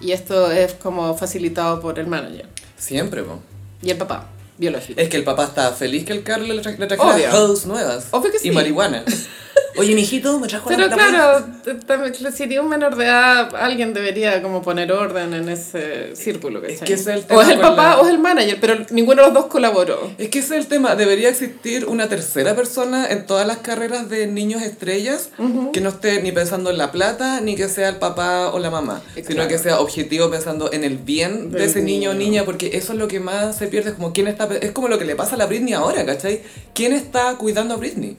Speaker 2: Y esto es como facilitado por el manager
Speaker 1: Siempre, po.
Speaker 2: y el papá, biológico.
Speaker 1: Es que el papá estaba feliz que el Carlos le, tra- le trajera
Speaker 2: Obvio.
Speaker 1: hoes nuevas.
Speaker 2: Obvio que sí.
Speaker 1: Y marihuana. [laughs] Oye, mijito, me trajo
Speaker 2: Pero
Speaker 1: la
Speaker 2: claro, también, si tiene un menor de edad, alguien debería como poner orden en ese círculo, ¿cachai?
Speaker 1: Es que ese es el
Speaker 2: o
Speaker 1: tema
Speaker 2: es el
Speaker 1: con
Speaker 2: papá
Speaker 1: la-
Speaker 2: o es el manager, pero ninguno de los dos colaboró.
Speaker 1: Es que ese es el tema. Debería existir una tercera persona en todas las carreras de niños estrellas que no esté ni pensando en la plata, ni que sea el papá o la mamá,
Speaker 2: Exacto.
Speaker 1: sino que sea objetivo pensando en el bien de
Speaker 2: Eh, Del
Speaker 1: ese niño o
Speaker 2: niño.
Speaker 1: niña, porque eso es lo que más se pierde. Es como, ¿quién está, pe- es como lo que le pasa a la Britney ahora, ¿cachai? ¿Quién está cuidando a Britney?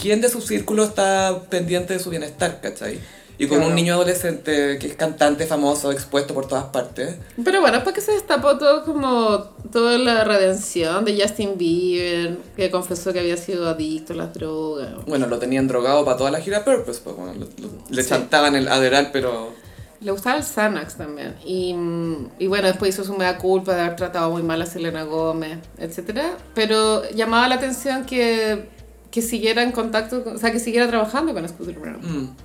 Speaker 1: ¿Quién de su círculo está pendiente de su bienestar, ¿cachai? Y con
Speaker 2: Claro.
Speaker 1: un niño adolescente que es cantante famoso, expuesto por todas partes.
Speaker 2: Pero bueno, para que se destapó todo como toda la redención de Justin Bieber, que confesó que había sido adicto a las drogas.
Speaker 1: Bueno, lo tenían drogado para toda la gira Purpose, pues, bueno, lo- lo- le
Speaker 2: Sí.
Speaker 1: chantaban el Adderall, pero
Speaker 2: Le gustaba el Xanax también. Y, mm, y bueno, después hizo su mea culpa de haber tratado muy mal a Selena Gómez, etc. Pero llamaba la atención que, que siguiera en contacto, con- o sea, que siguiera trabajando con Scooter Brown.
Speaker 1: mm.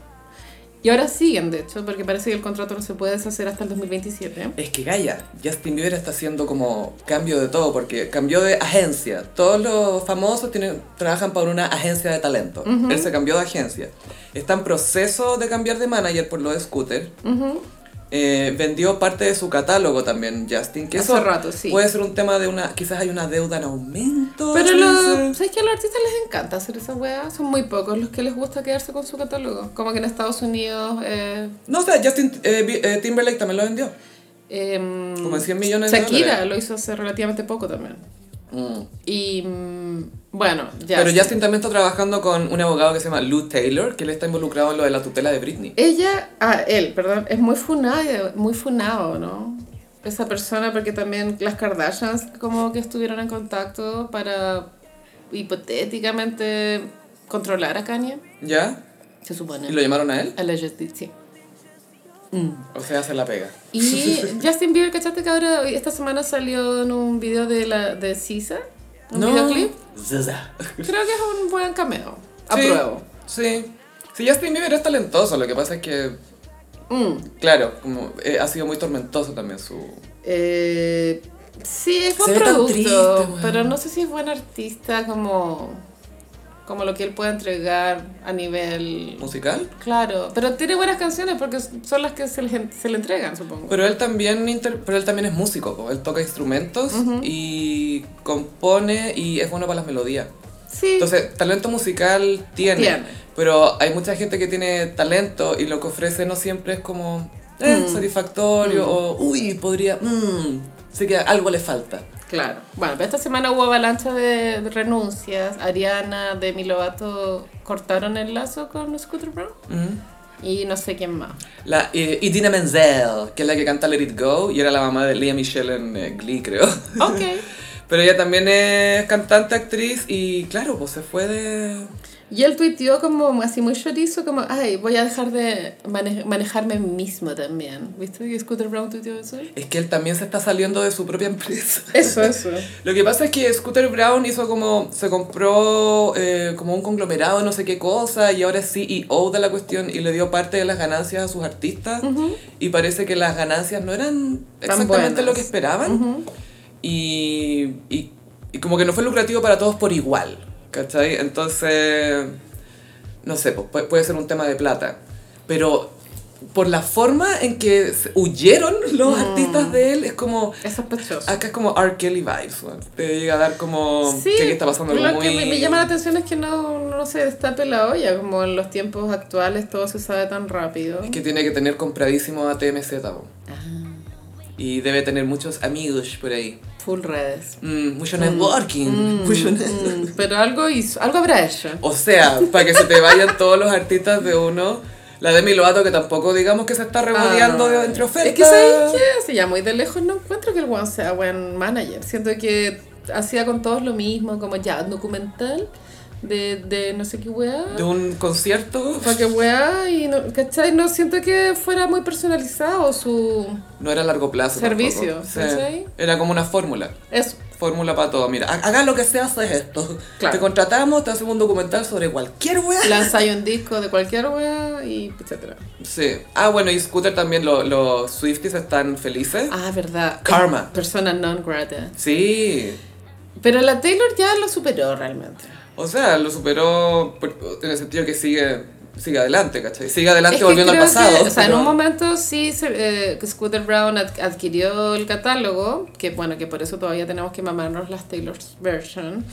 Speaker 2: Y ahora siguen, de hecho, porque parece que el contrato no se puede deshacer hasta el 2027.
Speaker 1: es que Gaia, Justin Bieber está haciendo como cambio de todo, porque cambió de agencia. Todos los famosos tienen, trabajan para una agencia de talento. Él se cambió de agencia. Está en proceso de cambiar de manager por lo de Scooter. Eh, vendió parte de su catálogo también, Justin. Que
Speaker 2: Hace
Speaker 1: eso
Speaker 2: rato, sí.
Speaker 1: Puede ser un tema de una. Quizás hay una deuda en aumento.
Speaker 2: Pero lo,
Speaker 1: influencers.
Speaker 2: ¿sabes que a los artistas les encanta hacer esa weá? Son muy pocos los que les gusta quedarse con su catálogo. Como que en Estados Unidos... Eh,
Speaker 1: No sé, Justin eh, Bi- eh, Timberlake también lo vendió.
Speaker 2: em,
Speaker 1: Como en 100 millones de
Speaker 2: Shakira
Speaker 1: dólares.
Speaker 2: lo hizo hace relativamente poco también.
Speaker 1: Mm.
Speaker 2: Y mm, bueno, ya.
Speaker 1: Pero Justin también está trabajando con un abogado que se llama Lou Taylor, que él está involucrado en lo de la tutela de Britney.
Speaker 2: Ella, ah, él, perdón, es muy funado, muy funado, ¿no? Esa persona, porque también las Kardashians como que estuvieron en contacto para hipotéticamente controlar a Kanye,
Speaker 1: ¿Ya?
Speaker 2: se supone.
Speaker 1: ¿Y lo llamaron a él?
Speaker 2: Allegedly, sí.
Speaker 1: O sea, hace la pega.
Speaker 2: Y Justin Bieber, ¿cachaste que ahora hoy- esta semana salió en un video de la de Sisa? ¿Un videoclip?
Speaker 1: Zaza.
Speaker 2: Creo que es un buen cameo.
Speaker 1: Sí,
Speaker 2: Apruebo.
Speaker 1: Sí. Sí, Justin Bieber es talentoso, lo que pasa es que,
Speaker 2: Mm.
Speaker 1: claro, como, eh, ha sido muy tormentoso también su...
Speaker 2: Eh, sí, es buen
Speaker 1: Se ve tan
Speaker 2: producto,
Speaker 1: triste, weón.
Speaker 2: pero no sé si es buen artista como, como lo que él puede entregar a nivel...
Speaker 1: musical.
Speaker 2: Claro, pero tiene buenas canciones porque son las que se le, se le entregan, supongo.
Speaker 1: Pero él también, inter- pero él también es músico, po. él toca instrumentos y compone y es bueno para las melodías.
Speaker 2: sí,
Speaker 1: Entonces, talento musical tiene,
Speaker 2: Tiene.
Speaker 1: Pero hay mucha gente que tiene talento y lo que ofrece no siempre es como eh, satisfactorio o uy, podría. mm, Así que algo le falta.
Speaker 2: claro. Bueno, pero esta semana hubo avalancha de renuncias. Ariana, Demi Lovato cortaron el lazo con Scooter Brown y no sé
Speaker 1: [laughs]
Speaker 2: quién más.
Speaker 1: La eh, Idina Menzel, que es la que canta Let It Go y era la mamá de Lea Michelle en eh, Glee, creo. [laughs]
Speaker 2: Ok.
Speaker 1: Pero ella también es cantante, actriz y claro, pues se fue de.
Speaker 2: Y él tuiteó como así muy chorizo, como, ay, voy a dejar de mane- manejarme mismo también. ¿Viste que Scooter Brown tuiteó eso?
Speaker 1: Es que él también se está saliendo de su propia [laughs] empresa.
Speaker 2: Eso, eso.
Speaker 1: Lo que pasa es que Scooter Brown hizo como, se compró eh, como un conglomerado de no sé qué cosa y ahora es CEO de la cuestión y le dio parte de las ganancias a sus artistas y parece que las ganancias no eran
Speaker 2: Tan
Speaker 1: exactamente
Speaker 2: buenas.
Speaker 1: lo que esperaban y, y- y como que no fue lucrativo para todos por igual. ¿Cachai? Entonces, no sé, pues, puede, puede ser un tema de plata. Pero por la forma en que se- huyeron
Speaker 2: Mm.
Speaker 1: los artistas de él, es como...
Speaker 2: Es sospechoso.
Speaker 1: Acá es como R. Kelly vibes, weón. te llega a dar Ah, como
Speaker 2: Sí,
Speaker 1: que aquí está pasando algo
Speaker 2: lo
Speaker 1: muy...
Speaker 2: que me, me llama la atención es que no, no se destape la olla, como en los tiempos actuales todo se sabe tan rápido. Ah,
Speaker 1: Es que tiene que tener compradísimo a TMZ, po. Y debe tener muchos amigos por ahí.
Speaker 2: Full redes.
Speaker 1: Mm, mucho networking. mucho net-
Speaker 2: Mm, [laughs] pero algo hizo, algo habrá hecho.
Speaker 1: O sea, para que se te vayan todos los artistas de uno. La de Milovato que tampoco digamos que se está rebodeando de
Speaker 2: Ah.
Speaker 1: entre ofertas.
Speaker 2: Es que sabes que si ya muy de lejos no encuentro que el Juan sea buen manager. Siento que hacía con todos lo mismo, como ya documental de, de no sé qué weá.
Speaker 1: De un concierto
Speaker 2: Para qué weá y no, ¿cachai? No siento que fuera muy personalizado su
Speaker 1: no era a largo plazo.
Speaker 2: Servicio,
Speaker 1: tampoco. Sí.
Speaker 2: ¿cachai?
Speaker 1: Era como una fórmula.
Speaker 2: eso.
Speaker 1: Fórmula para todo. Mira, ha- haga lo que se hace esto.
Speaker 2: Claro.
Speaker 1: Te contratamos, te hacemos un documental sobre cualquier weá.
Speaker 2: Lanzáis un disco de cualquier weá y etcétera.
Speaker 1: Sí. Ah, bueno, y Scooter también, lo- los Swifties están felices.
Speaker 2: Ah, verdad.
Speaker 1: Karma.
Speaker 2: Persona non grata.
Speaker 1: Sí.
Speaker 2: Pero la Taylor ya lo superó realmente.
Speaker 1: O sea, lo superó por- en el sentido que sigue, sigue adelante, ¿cachai? Sigue adelante
Speaker 2: Es que
Speaker 1: volviendo al
Speaker 2: creo
Speaker 1: pasado.
Speaker 2: que, o sea, en
Speaker 1: pero-
Speaker 2: un momento sí se- eh, que Scooter Brown ad- adquirió el catálogo, que bueno, que por eso todavía tenemos que mamarnos las Taylor's version.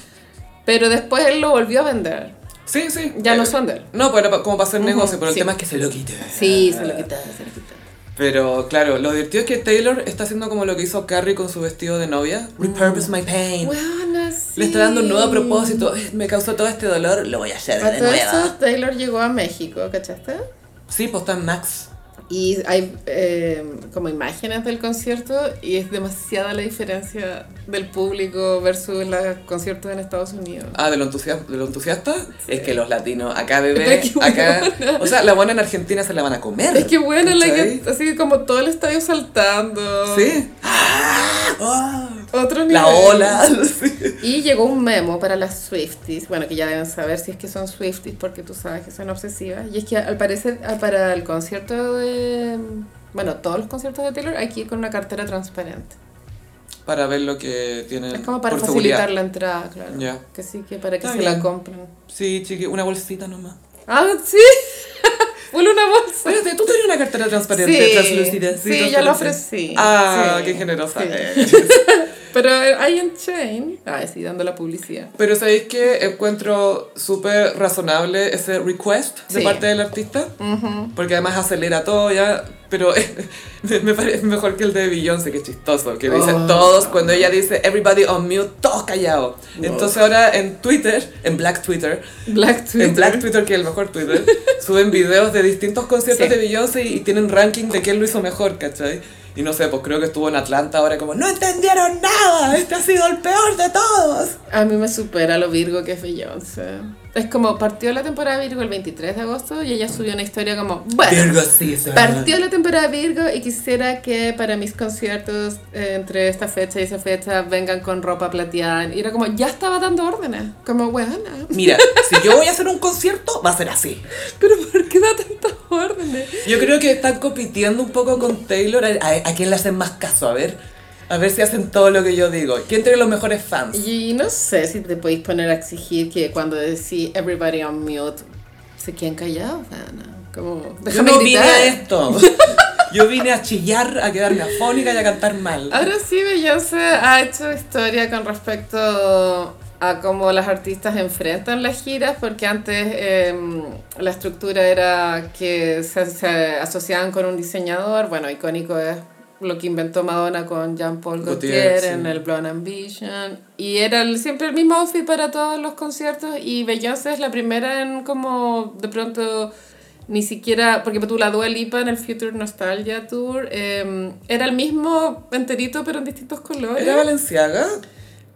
Speaker 2: Pero después él lo volvió a vender.
Speaker 1: Sí, sí.
Speaker 2: Ya
Speaker 1: Eh,
Speaker 2: no son de él.
Speaker 1: No, pero era pa- como para hacer negocio, pero el
Speaker 2: sí.
Speaker 1: tema es que se lo quite. Ah.
Speaker 2: Sí, se lo quitó, se lo quitó.
Speaker 1: Pero claro, lo divertido es que Taylor está haciendo como lo que hizo Carrie con su vestido de novia. Repurpose my pain.
Speaker 2: Weona, sí.
Speaker 1: Le está dando un nuevo propósito. "Eh, Me causó todo este dolor, lo voy a hacer
Speaker 2: A
Speaker 1: de
Speaker 2: todo
Speaker 1: nuevo.
Speaker 2: eso, Taylor llegó a México, ¿cachaste?
Speaker 1: Sí, pues está en Max.
Speaker 2: Y hay eh, como imágenes del concierto y es demasiada la diferencia del público versus los conciertos en Estados Unidos.
Speaker 1: Ah, de lo, entusias- de lo entusiasta. Es que los latinos, acá
Speaker 2: Pero
Speaker 1: bebé,
Speaker 2: qué
Speaker 1: acá.
Speaker 2: buena.
Speaker 1: O sea, la buena en Argentina se la van a comer.
Speaker 2: Es que bueno, la
Speaker 1: ¿cachai?
Speaker 2: que, así como todo el estadio saltando.
Speaker 1: Sí. Ah,
Speaker 2: Otro nivel.
Speaker 1: La ola. [laughs] sí.
Speaker 2: Y llegó un memo para las Swifties, bueno, que ya deben saber si es que son Swifties, porque tú sabes que son obsesivas. Y es que al parecer ah, para el concierto de... Bueno, todos los conciertos de Taylor hay que ir con una cartera transparente.
Speaker 1: Para ver lo que tienen.
Speaker 2: Es como para
Speaker 1: por
Speaker 2: facilitar
Speaker 1: seguridad.
Speaker 2: la entrada, claro.
Speaker 1: Ya.
Speaker 2: Que sí, que para que
Speaker 1: Está
Speaker 2: se la
Speaker 1: bien.
Speaker 2: compren.
Speaker 1: Sí, chiqui, una bolsita nomás.
Speaker 2: Ah, sí. [laughs] Full una bolsa.
Speaker 1: Espérate, tú tenías una cartera transparente,
Speaker 2: Sí.
Speaker 1: translúcida.
Speaker 2: Sí,
Speaker 1: transparente.
Speaker 2: yo la ofrecí.
Speaker 1: Ah,
Speaker 2: Sí.
Speaker 1: qué generosa.
Speaker 2: Sí.
Speaker 1: eres.
Speaker 2: Pero eh, hay en Chain. Ah, sí, dando la publicidad.
Speaker 1: Pero ¿sabéis que encuentro súper razonable ese request de
Speaker 2: Sí.
Speaker 1: parte del artista? Porque además acelera todo ya, pero [laughs] me parece mejor que el de Beyoncé, que es chistoso, que dice
Speaker 2: Oh.
Speaker 1: todos, cuando ella dice everybody on mute, todos callados. Entonces ahora en Twitter, en Black Twitter,
Speaker 2: Black Twitter.
Speaker 1: en Black Twitter, que es el mejor
Speaker 2: [laughs]
Speaker 1: Twitter, suben videos de distintos conciertos
Speaker 2: Sí.
Speaker 1: de Beyoncé y, y tienen ranking de quién lo hizo mejor, ¿cachai? Y no sé, pues creo que estuvo en Atlanta ahora como, no entendieron nada, este ha sido el peor de todos.
Speaker 2: A mí me supera lo Virgo que es Beyoncé. Es como partió la temporada Virgo el 23 de agosto y ella subió una historia como, bueno,
Speaker 1: Virgo season.
Speaker 2: partió la temporada Virgo y quisiera que para mis conciertos eh, entre esta fecha y esa fecha vengan con ropa plateada. Y era como, ya estaba dando órdenes. Como, bueno,
Speaker 1: Mira, si yo voy a hacer un concierto, va a ser así.
Speaker 2: pero ¿por qué da tantas órdenes?
Speaker 1: Yo creo que están compitiendo un poco con Taylor a, a- a quién le hacen más caso, a ver. A ver si hacen todo lo que yo digo. ¿Quién tiene los mejores fans?
Speaker 2: Y no sé si te podéis poner a exigir que cuando decís everybody on mute se queden callados, Ana. Como, déjame
Speaker 1: yo no
Speaker 2: gritar.
Speaker 1: vine a
Speaker 2: [laughs]
Speaker 1: esto. Yo vine a chillar, a quedarme afónica y a cantar mal.
Speaker 2: Ahora sí, Beyoncé ha hecho historia con respecto a cómo las artistas enfrentan las giras, porque antes eh, la estructura era que se, se asociaban con un diseñador, bueno, icónico es lo que inventó Madonna con Jean-Paul Gaultier,
Speaker 1: Gaultier, sí.
Speaker 2: en el Blonde Ambition, y era el- siempre el mismo outfit para todos los conciertos, y Beyoncé es la primera en como de pronto ni siquiera, porque tú la Dua Lipa en el Future Nostalgia Tour, eh, era el mismo enterito pero en distintos colores.
Speaker 1: ¿Era Valenciaga?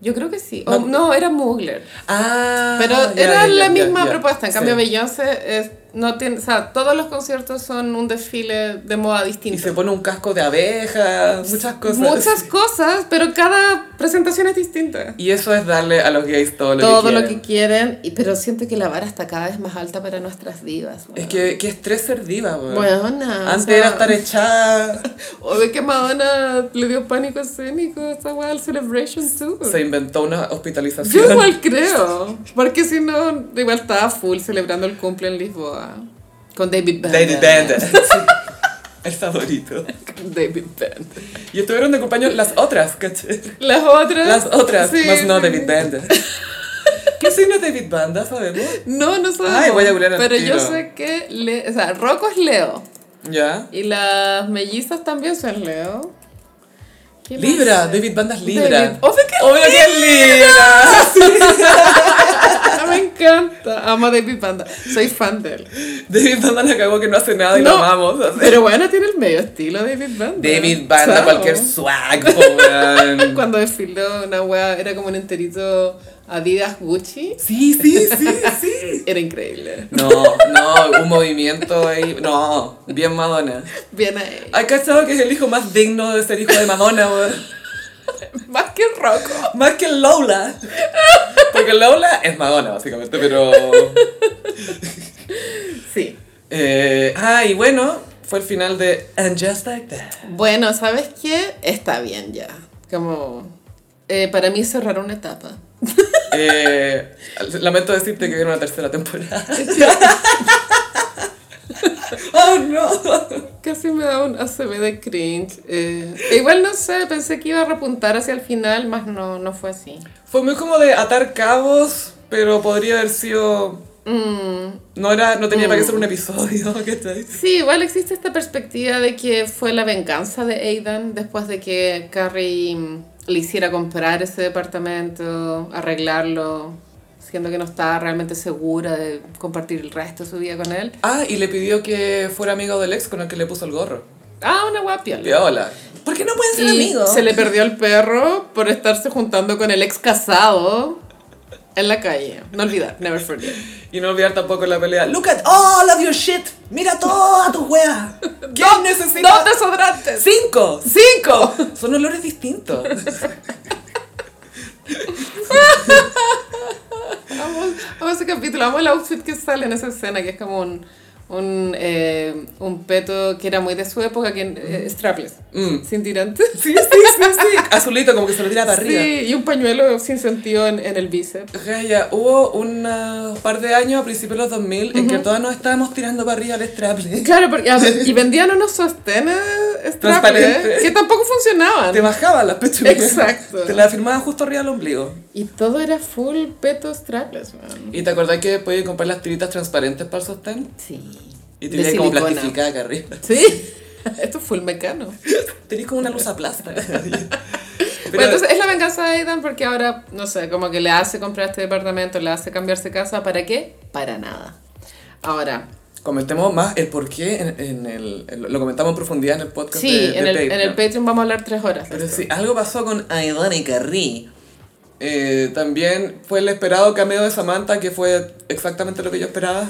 Speaker 2: Yo creo que sí.
Speaker 1: No.
Speaker 2: O, no, era Mugler.
Speaker 1: Ah.
Speaker 2: Pero
Speaker 1: ya,
Speaker 2: era
Speaker 1: ya, ya,
Speaker 2: la
Speaker 1: ya,
Speaker 2: misma
Speaker 1: ya.
Speaker 2: propuesta. En
Speaker 1: Sí.
Speaker 2: cambio, Beyoncé es no tiene, o sea, todos los conciertos son un desfile de moda
Speaker 1: Y se
Speaker 2: distinto.
Speaker 1: pone un casco de abeja, muchas cosas.
Speaker 2: Muchas cosas, pero cada presentación es distinta.
Speaker 1: Y eso es darle a los gays todo lo
Speaker 2: Todo
Speaker 1: que
Speaker 2: lo
Speaker 1: quieren.
Speaker 2: que quieren, y- pero siento que la vara está cada vez más alta para nuestras divas.
Speaker 1: Es que, que estrés ser diva, weón.
Speaker 2: Bueno, nada.
Speaker 1: Antes era estar echada.
Speaker 2: O ve oh, que Madonna le dio pánico escénico a esa weá al Celebration Tour.
Speaker 1: Se inventó una hospitalización.
Speaker 2: Yo igual creo. Porque si no, igual estaba full celebrando el cumple en Lisboa. Con David Bennett.
Speaker 1: Lady Bender. Sí. [laughs] El favorito.
Speaker 2: Con David Bennett.
Speaker 1: Y estuvieron de cumpleaños las otras, ¿caché?
Speaker 2: Las otras.
Speaker 1: Las otras,
Speaker 2: Ah, Sí,
Speaker 1: más no
Speaker 2: sí.
Speaker 1: David Bender. ¿Qué signo es David Banda, sabemos?
Speaker 2: No, no sabemos.
Speaker 1: Ay, voy a googlear al
Speaker 2: Pero yo
Speaker 1: tiro.
Speaker 2: sé que. Le- o sea, Rocco es Leo.
Speaker 1: Ya.
Speaker 2: Y las mellizas también son Leo. ¿Qué más
Speaker 1: Libra,
Speaker 2: sé?
Speaker 1: David Banda es Libra.
Speaker 2: David- Oh, O sea que
Speaker 1: Obvio que es Libra.
Speaker 2: Ah, me encanta. Amo a David Banda. Soy fan de él.
Speaker 1: David Banda la cagó que no hace nada y lo
Speaker 2: No.
Speaker 1: amamos. así.
Speaker 2: Pero bueno, tiene el medio estilo David Banda.
Speaker 1: David Banda,
Speaker 2: Chao.
Speaker 1: cualquier swag, po, weón.
Speaker 2: Cuando desfiló una wea, era como un enterito Adidas Gucci.
Speaker 1: Sí, sí, sí, sí.
Speaker 2: Era increíble.
Speaker 1: No, no, un movimiento ahí. No, bien Madonna.
Speaker 2: Bien ahí.
Speaker 1: ¿Has cachado que es el hijo más digno de ser hijo de Madonna, weón?
Speaker 2: Más que Rocco.
Speaker 1: Más que Lola. Porque Lola es Madonna, básicamente, pero.
Speaker 2: Sí.
Speaker 1: Eh, ah, y bueno, fue el final de And Just Like That.
Speaker 2: Bueno, ¿sabes qué? Está bien ya. Como. eh, para mí es cerrar
Speaker 1: [laughs]
Speaker 2: una etapa.
Speaker 1: Eh, lamento decirte que viene una tercera temporada. [laughs] oh no.
Speaker 2: Casi me da un ACB de cringe. eh. E igual no sé, pensé que iba a repuntar hacia el final, más no, no fue así.
Speaker 1: Fue muy como de atar cabos, pero podría haber sido. No, era, no tenía para qué ser un episodio, [laughs] ¿cachai?
Speaker 2: Mm, Sí, igual existe esta perspectiva de que fue la venganza de Aidan después de que Carrie mm, le hiciera comprar ese departamento, arreglarlo, siendo que no estaba realmente segura de compartir el resto de su vida con él.
Speaker 1: Ah, y le pidió que fuera amigo del ex con el que le puso el gorro.
Speaker 2: Ah, una guapia.
Speaker 1: Viola. ¿Por qué no pueden ser amigos?
Speaker 2: se le perdió el perro por estarse juntando con el ex casado en la calle. No olvidar, never forget.
Speaker 1: Y no olvidar tampoco la pelea. Look at all of your shit. Mira toda tu
Speaker 2: [laughs]
Speaker 1: wea. ¿Quién necesita?
Speaker 2: ¡No desodorantes!
Speaker 1: Cinco.
Speaker 2: ¡Cinco!
Speaker 1: Son olores distintos. [laughs]
Speaker 2: Amo, amo ese capítulo, amo el outfit que sale en esa escena, que es como un, un, eh, un peto que era muy de su época, que eh, strapless,
Speaker 1: Mm.
Speaker 2: sin tirantes.
Speaker 1: Sí, sí, sí, sí. Azulito, como que se lo tira para arriba.
Speaker 2: Sí, y un pañuelo sin sentido en, en el bíceps.
Speaker 1: Gaya, hubo un ah, par de años a principios de los 2000 en que todos nos estábamos tirando para arriba al strapless.
Speaker 2: Claro, porque, a ver, y vendían unos sostenes strapless
Speaker 1: Transparente.
Speaker 2: que tampoco
Speaker 1: [laughs]
Speaker 2: funcionaban.
Speaker 1: Te bajaban las pechugas.
Speaker 2: Exacto.
Speaker 1: Te las firmaban justo arriba del ombligo.
Speaker 2: Y todo era full peto strapless, man.
Speaker 1: ¿Y te acordás que podías comprar las tiritas transparentes para el sostén?
Speaker 2: Sí.
Speaker 1: Y
Speaker 2: De
Speaker 1: tenías como
Speaker 2: silicona.
Speaker 1: plastificada acá arriba. [laughs]
Speaker 2: Sí. [laughs] Esto es full mecano.
Speaker 1: Tenías como una luz aplasta. [laughs] Pero-
Speaker 2: Bueno, entonces es la venganza de Aidan porque ahora, no sé, como que le hace comprar este departamento, le hace cambiarse casa, ¿para qué? Para nada. Ahora,
Speaker 1: Comentemos más el por qué en, en el, en- lo comentamos en profundidad en el podcast
Speaker 2: sí,
Speaker 1: de- de
Speaker 2: en, el, en
Speaker 1: Patreon.
Speaker 2: el Patreon vamos a hablar tres horas.
Speaker 1: Pero sí, algo pasó con Aidan y Carrie. Eh, también fue el esperado cameo de Samantha, que fue exactamente lo que yo esperaba.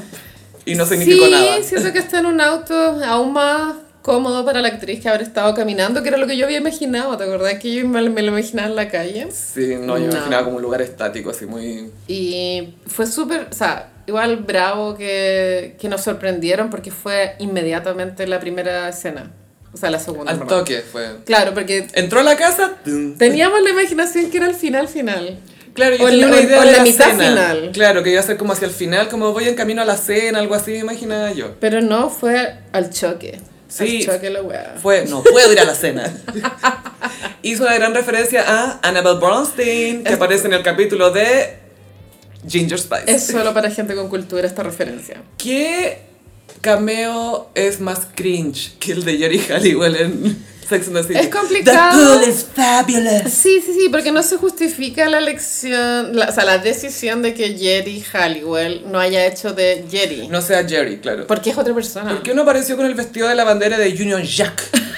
Speaker 1: Y no significó
Speaker 2: sí,
Speaker 1: nada.
Speaker 2: siento que está en un auto aún más cómodo para la actriz que haber estado caminando, que era lo que yo había imaginado, ¿te acordás? Que yo me, me lo imaginaba en la calle.
Speaker 1: Sí, no, yo
Speaker 2: No.
Speaker 1: imaginaba como un lugar estático, así muy...
Speaker 2: Y fue súper, o sea, igual bravo que, que nos sorprendieron porque fue inmediatamente la primera escena. O sea, la segunda.
Speaker 1: Al
Speaker 2: perdón.
Speaker 1: toque fue.
Speaker 2: Claro, porque
Speaker 1: Entró a la casa... tum.
Speaker 2: Teníamos la imaginación que era el final final.
Speaker 1: Claro, yo
Speaker 2: O
Speaker 1: tenía
Speaker 2: la-
Speaker 1: una
Speaker 2: o-
Speaker 1: idea
Speaker 2: o
Speaker 1: de
Speaker 2: la
Speaker 1: la
Speaker 2: mitad
Speaker 1: cena.
Speaker 2: final.
Speaker 1: Claro, que iba a ser como hacia el final, como voy en camino a la cena, algo así, imaginaba yo.
Speaker 2: Pero no, fue al choque.
Speaker 1: Sí.
Speaker 2: Al choque la weá.
Speaker 1: Fue, no puedo ir a la cena. Hizo una gran referencia a Annabelle Bronstein, que aparece en el capítulo de Ginger Spice.
Speaker 2: Es solo para gente con cultura esta referencia.
Speaker 1: ¿Qué cameo es más cringe que el de Jerry Halliwell en Sex and the City?
Speaker 2: Es complicado.
Speaker 3: is fabulous.
Speaker 2: Sí, sí, sí, porque no se justifica la elección, la- o sea, la decisión de que Jerry Halliwell no haya hecho de Jerry.
Speaker 1: No sea Jerry, claro.
Speaker 2: Porque es otra persona.
Speaker 1: ¿Por qué uno apareció con el vestido de la bandera de Union Jack?
Speaker 2: [laughs]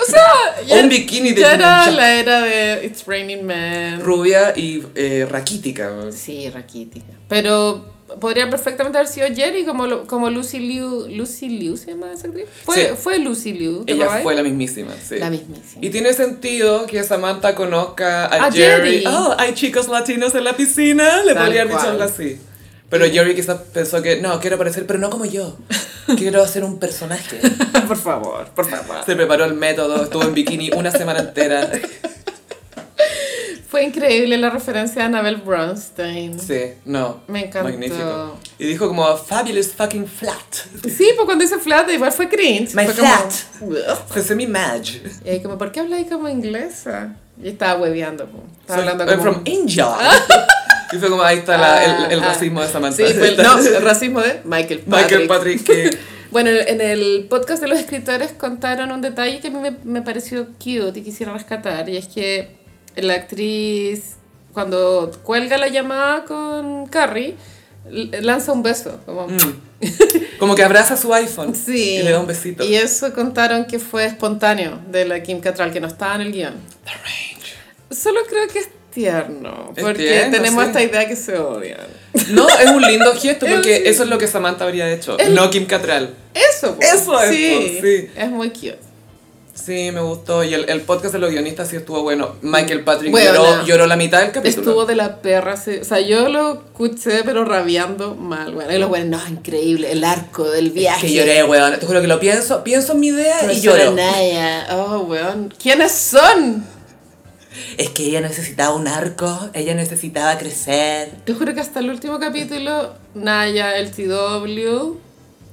Speaker 2: O sea,
Speaker 1: O un bikini de
Speaker 2: ya era
Speaker 1: ninja.
Speaker 2: la era de It's Raining Man.
Speaker 1: Rubia y eh, raquítica.
Speaker 2: Sí, raquítica. Pero podría perfectamente haber sido Jerry como, lo- como Lucy Liu. ¿Lucy Liu se llama esa actriz? Fue,
Speaker 1: Sí.
Speaker 2: fue Lucy Liu. ¿te
Speaker 1: Ella
Speaker 2: acordás?
Speaker 1: fue la mismísima, sí.
Speaker 2: La mismísima.
Speaker 1: Y tiene sentido que Samantha conozca a,
Speaker 2: A
Speaker 1: Jerry.
Speaker 2: Jerry.
Speaker 1: Oh, hay chicos latinos en la piscina. Le
Speaker 2: Tal
Speaker 1: podría haber dicho
Speaker 2: cual.
Speaker 1: algo así. Pero Jerry quizás pensó que, no, quiero aparecer, pero no como
Speaker 2: [laughs]
Speaker 1: yo. Quiero hacer un personaje. [laughs]
Speaker 2: por favor, por favor.
Speaker 1: Se preparó el método, estuvo en bikini una semana entera.
Speaker 2: Fue increíble la referencia a Annabelle Bronstein. Sí.
Speaker 1: Sí, no.
Speaker 2: [laughs] Me encantó.
Speaker 1: Magnífico. Y dijo como, fabulous fucking flat.
Speaker 2: pues cuando dice flat, igual fue cringe.
Speaker 1: My
Speaker 2: fue como,
Speaker 1: flat.
Speaker 2: [laughs] "Ugh".
Speaker 1: José mi Madge.
Speaker 2: Y ahí como, ¿por qué habláis como inglesa? Y estaba hueveando, po. Estaba
Speaker 1: Soy-
Speaker 2: hablando
Speaker 1: I'm
Speaker 2: como... [laughs]
Speaker 1: from India. y fue como, ahí está la- el, el
Speaker 2: Ah, ah.
Speaker 1: racismo de Samantha.
Speaker 2: Sí, fue el- no, el racismo de Michael Patrick.
Speaker 1: [laughs] Michael Patrick, que-
Speaker 2: Bueno, en el podcast de los escritores contaron un detalle que a mí me, me pareció cute y quisiera rescatar, y es que la actriz, cuando cuelga la llamada con Carrie, l- lanza un beso, como...
Speaker 1: Mm. Como que abraza su iPhone
Speaker 2: Sí.
Speaker 1: y le da un besito.
Speaker 2: Y eso contaron que fue espontáneo de la Kim Cattrall, que no estaba en el guión.
Speaker 1: The range.
Speaker 2: Solo creo que es tierno,
Speaker 1: Es
Speaker 2: porque
Speaker 1: tierno,
Speaker 2: tenemos
Speaker 1: sí.
Speaker 2: esta idea que se odian.
Speaker 1: No, es un lindo gesto
Speaker 2: Es-
Speaker 1: porque eso es lo que Samantha habría hecho,
Speaker 2: Es-
Speaker 1: no Kim Cattrall.
Speaker 2: Eso, po.
Speaker 1: Eso es,
Speaker 2: sí,
Speaker 1: po, sí.
Speaker 2: Es muy cute.
Speaker 1: Sí, me gustó. Y el, el podcast de los guionistas sí estuvo bueno. Michael Patrick
Speaker 2: Bueno,
Speaker 1: lloró,
Speaker 2: no.
Speaker 1: lloró la mitad del capítulo.
Speaker 2: Estuvo de la perra, sí. o sea, yo lo escuché, pero rabiando mal, bueno, y los buenos, no, increíble, el arco del
Speaker 1: Es
Speaker 2: viaje.
Speaker 1: que lloré, weón. Te juro que lo pienso, pienso en mi idea y
Speaker 2: Profesora
Speaker 1: lloro.
Speaker 2: Naya. Oh, weón, ¿quiénes son?
Speaker 3: Es que ella necesitaba un arco, ella necesitaba crecer.
Speaker 2: Te juro que hasta el último capítulo, Naya, el TW,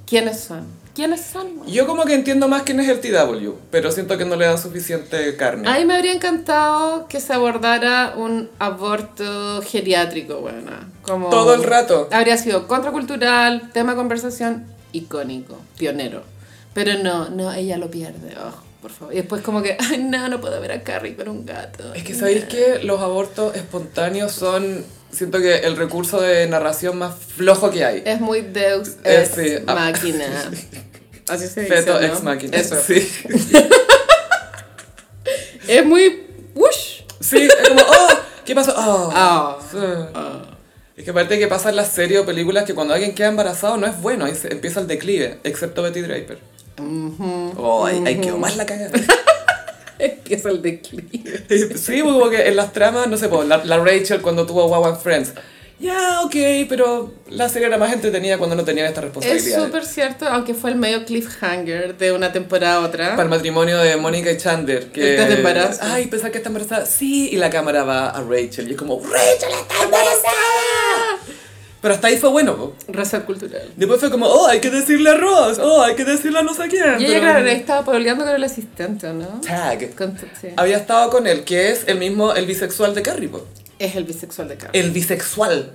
Speaker 2: ¿quiénes son? ¿Quiénes son? weón?
Speaker 1: Yo como que entiendo más quién es el TW, pero siento que no le dan suficiente carne.
Speaker 2: A mí me habría encantado que se abordara un aborto geriátrico, bueno, como
Speaker 1: Todo el rato.
Speaker 2: Habría sido contracultural, tema de conversación icónico, pionero. Pero no, no, ella lo pierde, oh, por favor. Y después como que, ay, no, no puedo ver a Carrie con un gato.
Speaker 1: Es que sabéis que los abortos espontáneos son, siento que el recurso de narración más flojo que hay.
Speaker 2: Es muy Deus
Speaker 1: Eh,
Speaker 2: ex
Speaker 1: sí, ah. [laughs]
Speaker 2: máquina. Así se dice,
Speaker 1: Feto
Speaker 2: ¿no?
Speaker 1: ex máquina.
Speaker 2: Eso.
Speaker 1: Sí.
Speaker 2: Es muy, whoosh.
Speaker 1: Sí, es como, oh, ¿qué pasó? Oh.
Speaker 2: Ah.
Speaker 1: Sí. Es que aparte que pasa en las series o películas que cuando alguien queda embarazado no es bueno, ahí se- empieza el declive, excepto Betty Draper. Oh, ahí, ahí quedó más la cagada.
Speaker 2: Empieza el declive.
Speaker 1: [laughs] Sí, pues como que en las tramas, no sé, pues, la, la Rachel cuando tuvo Wow and Friends. Ya, ok, pero la serie era más entretenida cuando no tenían esta
Speaker 2: Es
Speaker 1: responsabilidad.
Speaker 2: súper cierto, aunque fue el medio cliffhanger de una temporada a otra.
Speaker 1: Para el matrimonio de Mónica y Chandler. Que,
Speaker 2: Ah. Estás de embarazo.
Speaker 1: Ay, pensar que está embarazada. Sí, y la cámara va a Rachel y es como, ¡Rachel está embarazada! Pero hasta ahí fue bueno, po.
Speaker 2: Raza cultural.
Speaker 1: Después fue como, oh, hay que decirle a Ross, oh, hay que decirle a no sé quién.
Speaker 2: Y
Speaker 1: pero-
Speaker 2: ella, claro, ahí estaba pololeando con el asistente, ¿no?
Speaker 1: Tag.
Speaker 2: Con tu- sí.
Speaker 1: Había estado con él, que es el mismo, el bisexual de Carrie, po.
Speaker 2: Es el bisexual de Carrie.
Speaker 1: El bisexual.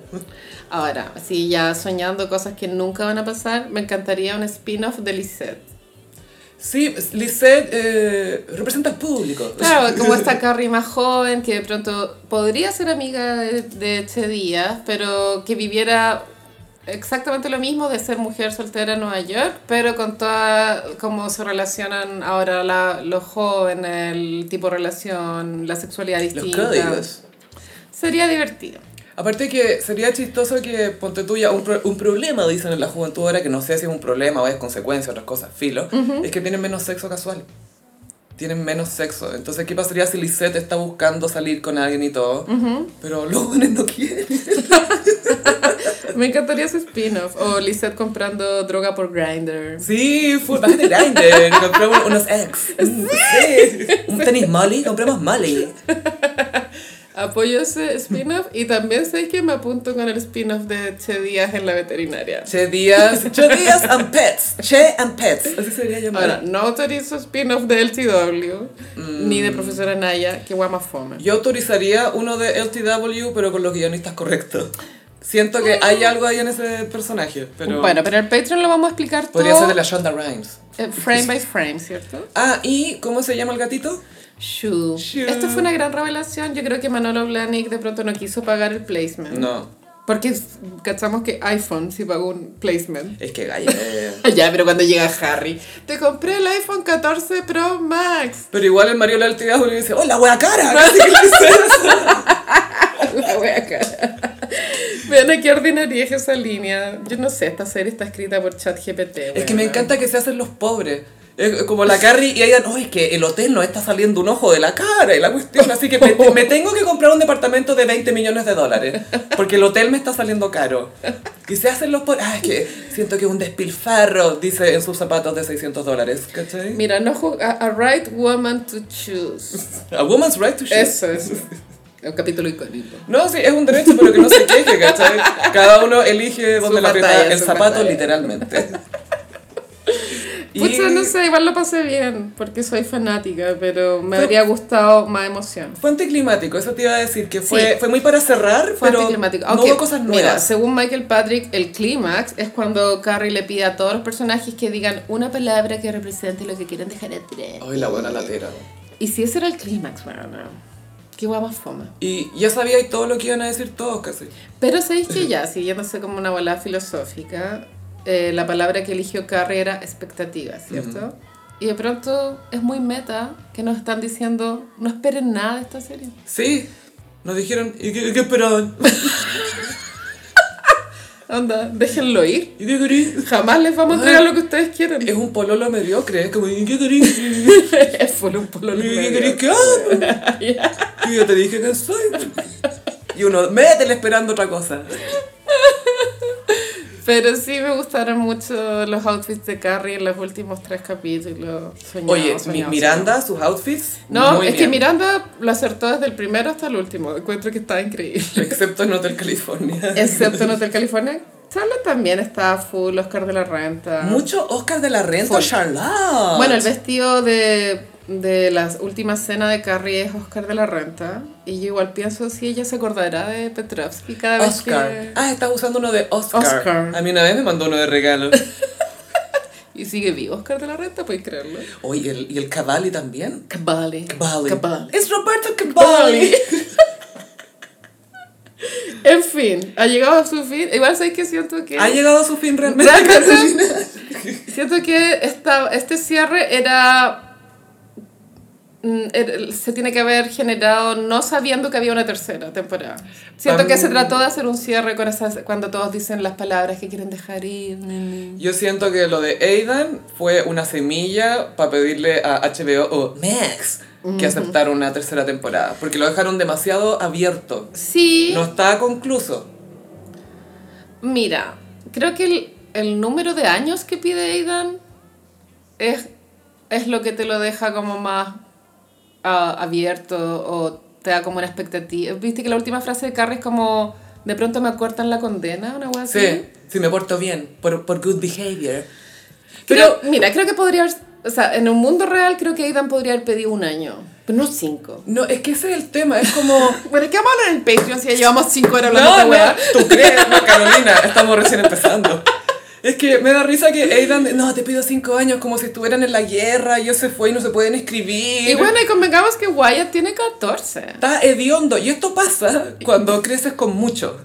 Speaker 2: Ahora, sí, ya soñando cosas que nunca van a pasar, me encantaría un spin-off de Lisette.
Speaker 1: Sí, Lisette eh, representa al público.
Speaker 2: Claro,
Speaker 1: [laughs]
Speaker 2: como esta Carrie más joven, que de pronto podría ser amiga de, de Che Díaz, pero que viviera exactamente lo mismo de ser mujer soltera en Nueva York, pero con toda cómo se relacionan ahora la- los jóvenes, el tipo de relación, la sexualidad
Speaker 1: Los
Speaker 2: distinta.
Speaker 1: códigos.
Speaker 2: Sería divertido.
Speaker 1: Aparte que sería chistoso que, ponte tuya, un, pro- un problema, dicen en la juventud ahora, que no sé si es un problema o es consecuencia, otras cosas, filo, es que tienen menos sexo casual. Tienen menos sexo. Entonces, ¿qué pasaría si Lisette está buscando salir con alguien y todo? Pero los jóvenes no quieren.
Speaker 2: Me encantaría su spin-off. O Lisette comprando droga por Grindr.
Speaker 1: Sí, fue bastante grande. [laughs] Compramos unos ex. Mm, sí.
Speaker 3: Un tenis Molly, compremos Molly.
Speaker 2: Apoyo ese spin-off y también sé que me apunto con el spin-off de Che Díaz en la veterinaria.
Speaker 1: Che Díaz. Che Díaz.
Speaker 3: Días and pets, che and pets.
Speaker 1: Así sería
Speaker 2: Ahora,
Speaker 1: llamada.
Speaker 2: no autorizo spin-off de LTW
Speaker 1: Mm.
Speaker 2: ni de profesora Naya, que guama fome.
Speaker 1: Yo autorizaría uno de LTW, pero con los guionistas correctos. Siento que hay algo ahí en ese personaje, pero...
Speaker 2: Bueno, pero en el Patreon lo vamos a explicar
Speaker 1: Podría
Speaker 2: todo
Speaker 1: ser de la Shonda Rhimes.
Speaker 2: eh, frame by frame, ¿cierto?
Speaker 1: Ah, ¿y cómo se llama el gatito?
Speaker 2: Shoo.
Speaker 1: Shoo.
Speaker 2: Esto fue una gran revelación. Yo creo que Manolo Blahnik de pronto no quiso pagar el placement.
Speaker 1: No,
Speaker 2: Porque cachamos que iPhone sí pagó un
Speaker 1: [laughs]
Speaker 2: placement.
Speaker 1: es que Gaia... eh.
Speaker 2: Ya, pero cuando llega Harry, te compré el iPhone 14 Pro Max.
Speaker 1: Pero igual el Mario del LTW le dice, ¡Oh, [laughs] la wea cara!
Speaker 2: La wea cara. Vean a qué ordinaria es esa línea. Yo no sé, esta serie está escrita por ChatGPT.
Speaker 1: Es que me encanta que se hacen los pobres. Es como la Carrie y ella, no, es que el hotel no está saliendo un ojo de la cara y la cuestión, así que me, me tengo que comprar un departamento de 20 millones de dólares, porque el hotel me está saliendo caro. Y se hacen los pobres, ah, es que siento que es un despilfarro, dice en sus zapatos de 600 dólares, ¿cachai?
Speaker 2: Mira, no ju- a, a right woman to
Speaker 1: [laughs]
Speaker 2: choose.
Speaker 1: A woman's right to choose.
Speaker 2: Eso es. Un capítulo icónico.
Speaker 1: No, sí, es un derecho, pero que no se queje, ¿cachai? Cada uno elige dónde le aprieta
Speaker 2: batalla,
Speaker 1: el
Speaker 2: su
Speaker 1: zapato,
Speaker 2: batalla.
Speaker 1: literalmente. Y-
Speaker 2: Pucha, no sé, igual lo pasé bien, porque soy fanática, pero me habría gustado más emoción.
Speaker 1: Fue anticlimático, eso te iba a decir, que fue,
Speaker 2: Sí.
Speaker 1: fue muy para cerrar,
Speaker 2: Fue
Speaker 1: pero
Speaker 2: anticlimático.
Speaker 1: no
Speaker 2: Aunque,
Speaker 1: hubo cosas nuevas.
Speaker 2: Mira, según Michael Patrick, el clímax es cuando Carrie le pide a todos los personajes que digan una palabra que represente lo que quieren dejar atrás.
Speaker 1: Ay, la buena latera.
Speaker 2: Y si ese era el clímax, bueno, no. Qué guapa más fome.
Speaker 1: Y ya sabía y todo lo que iban a decir todos casi.
Speaker 2: Pero sabéis que ya, siguiéndose como una bola filosófica, eh, la palabra que eligió Carrie era expectativa, ¿cierto? Y de pronto es muy meta que nos están diciendo, no esperen nada de esta serie.
Speaker 1: Sí, nos dijeron, ¿y qué, qué esperaban?
Speaker 2: Anda, déjenlo ir.
Speaker 1: ¿Y qué querí?
Speaker 2: Jamás les vamos a entregar lo que ustedes quieren.
Speaker 1: Es un pololo mediocre, es como, ¿y qué querí? ¿Y
Speaker 2: [laughs] Es full un polo
Speaker 1: qué querí que haga? Y yo te dije que soy. Y uno, métele esperando otra cosa.
Speaker 2: [laughs] Pero sí me gustaron mucho los outfits de Carrie en los últimos tres capítulos. Soñado,
Speaker 1: Oye, mi-
Speaker 2: soñado, soñado.
Speaker 1: Miranda, sus outfits.
Speaker 2: No,
Speaker 1: muy
Speaker 2: es que
Speaker 1: bien.
Speaker 2: Miranda lo acertó desde el primero hasta el último. Encuentro que está increíble.
Speaker 1: Excepto en Hotel California.
Speaker 2: Excepto en Hotel California. Charlotte también estaba full, Oscar de la Renta.
Speaker 1: Mucho Oscar de la Renta,
Speaker 2: Full.
Speaker 1: Charlotte.
Speaker 2: Bueno, el vestido de, de la última cena de Carrie es Oscar de la Renta. Y yo igual pienso si ella se acordará de Petrovsky cada vez
Speaker 1: Oscar.
Speaker 2: que...
Speaker 1: Ah, estás usando uno de Oscar.
Speaker 2: Oscar.
Speaker 1: A mí una vez me mandó uno de regalo. [laughs]
Speaker 2: Y sigue vivo Oscar de la Renta, podéis creerlo.
Speaker 1: Oye, ¿y el, y el Cavalli también.
Speaker 2: Caballi.
Speaker 1: Cavalli.
Speaker 2: Caballi.
Speaker 1: Es Roberto Cavalli.
Speaker 2: [laughs] En fin, ha llegado a su fin. Igual sabéis que siento que...
Speaker 1: Ha llegado a su fin realmente.
Speaker 2: Realmente, siento que esta, este cierre era, mm, era- Se tiene que haber generado no sabiendo que había una tercera temporada. Siento
Speaker 1: Para
Speaker 2: que
Speaker 1: mí-
Speaker 2: se trató de hacer un cierre con esas, cuando todos dicen las palabras que quieren dejar ir. mm,
Speaker 1: [laughs]
Speaker 2: mm.
Speaker 1: Yo siento que lo de Aidan fue una semilla para pedirle a HBO o Max que aceptara una tercera temporada. Porque lo dejaron demasiado abierto.
Speaker 2: Sí,
Speaker 1: No está concluso.
Speaker 2: mira, creo que el, el número de años que pide Aidan es, es lo que te lo deja como más ah, abierto o te da como una expectativa. Viste que la última frase de Carrie es como, de pronto me acortan la condena, una hueá así.
Speaker 1: Sí, sí me porto bien. Por, por good behavior.
Speaker 2: Pero mira, creo que podría haber, o sea, en un mundo real creo que Aidan podría haber pedido un año, pero no cinco.
Speaker 1: No, es que ese es el tema. Es como...
Speaker 2: Bueno, ¿qué vamos a hablar en el Patreon si ya llevamos cinco horas hablando de
Speaker 1: No, no,
Speaker 2: esta hueá?
Speaker 1: tú crees, no, Carolina, estamos recién empezando. Es que me da risa que Aidan, no, te pido cinco años, como si estuvieran en la guerra, y él se fue y no se pueden escribir.
Speaker 2: Y bueno, y convengamos que Wyatt tiene 14.
Speaker 1: Está hediondo, y esto pasa cuando creces con mucho.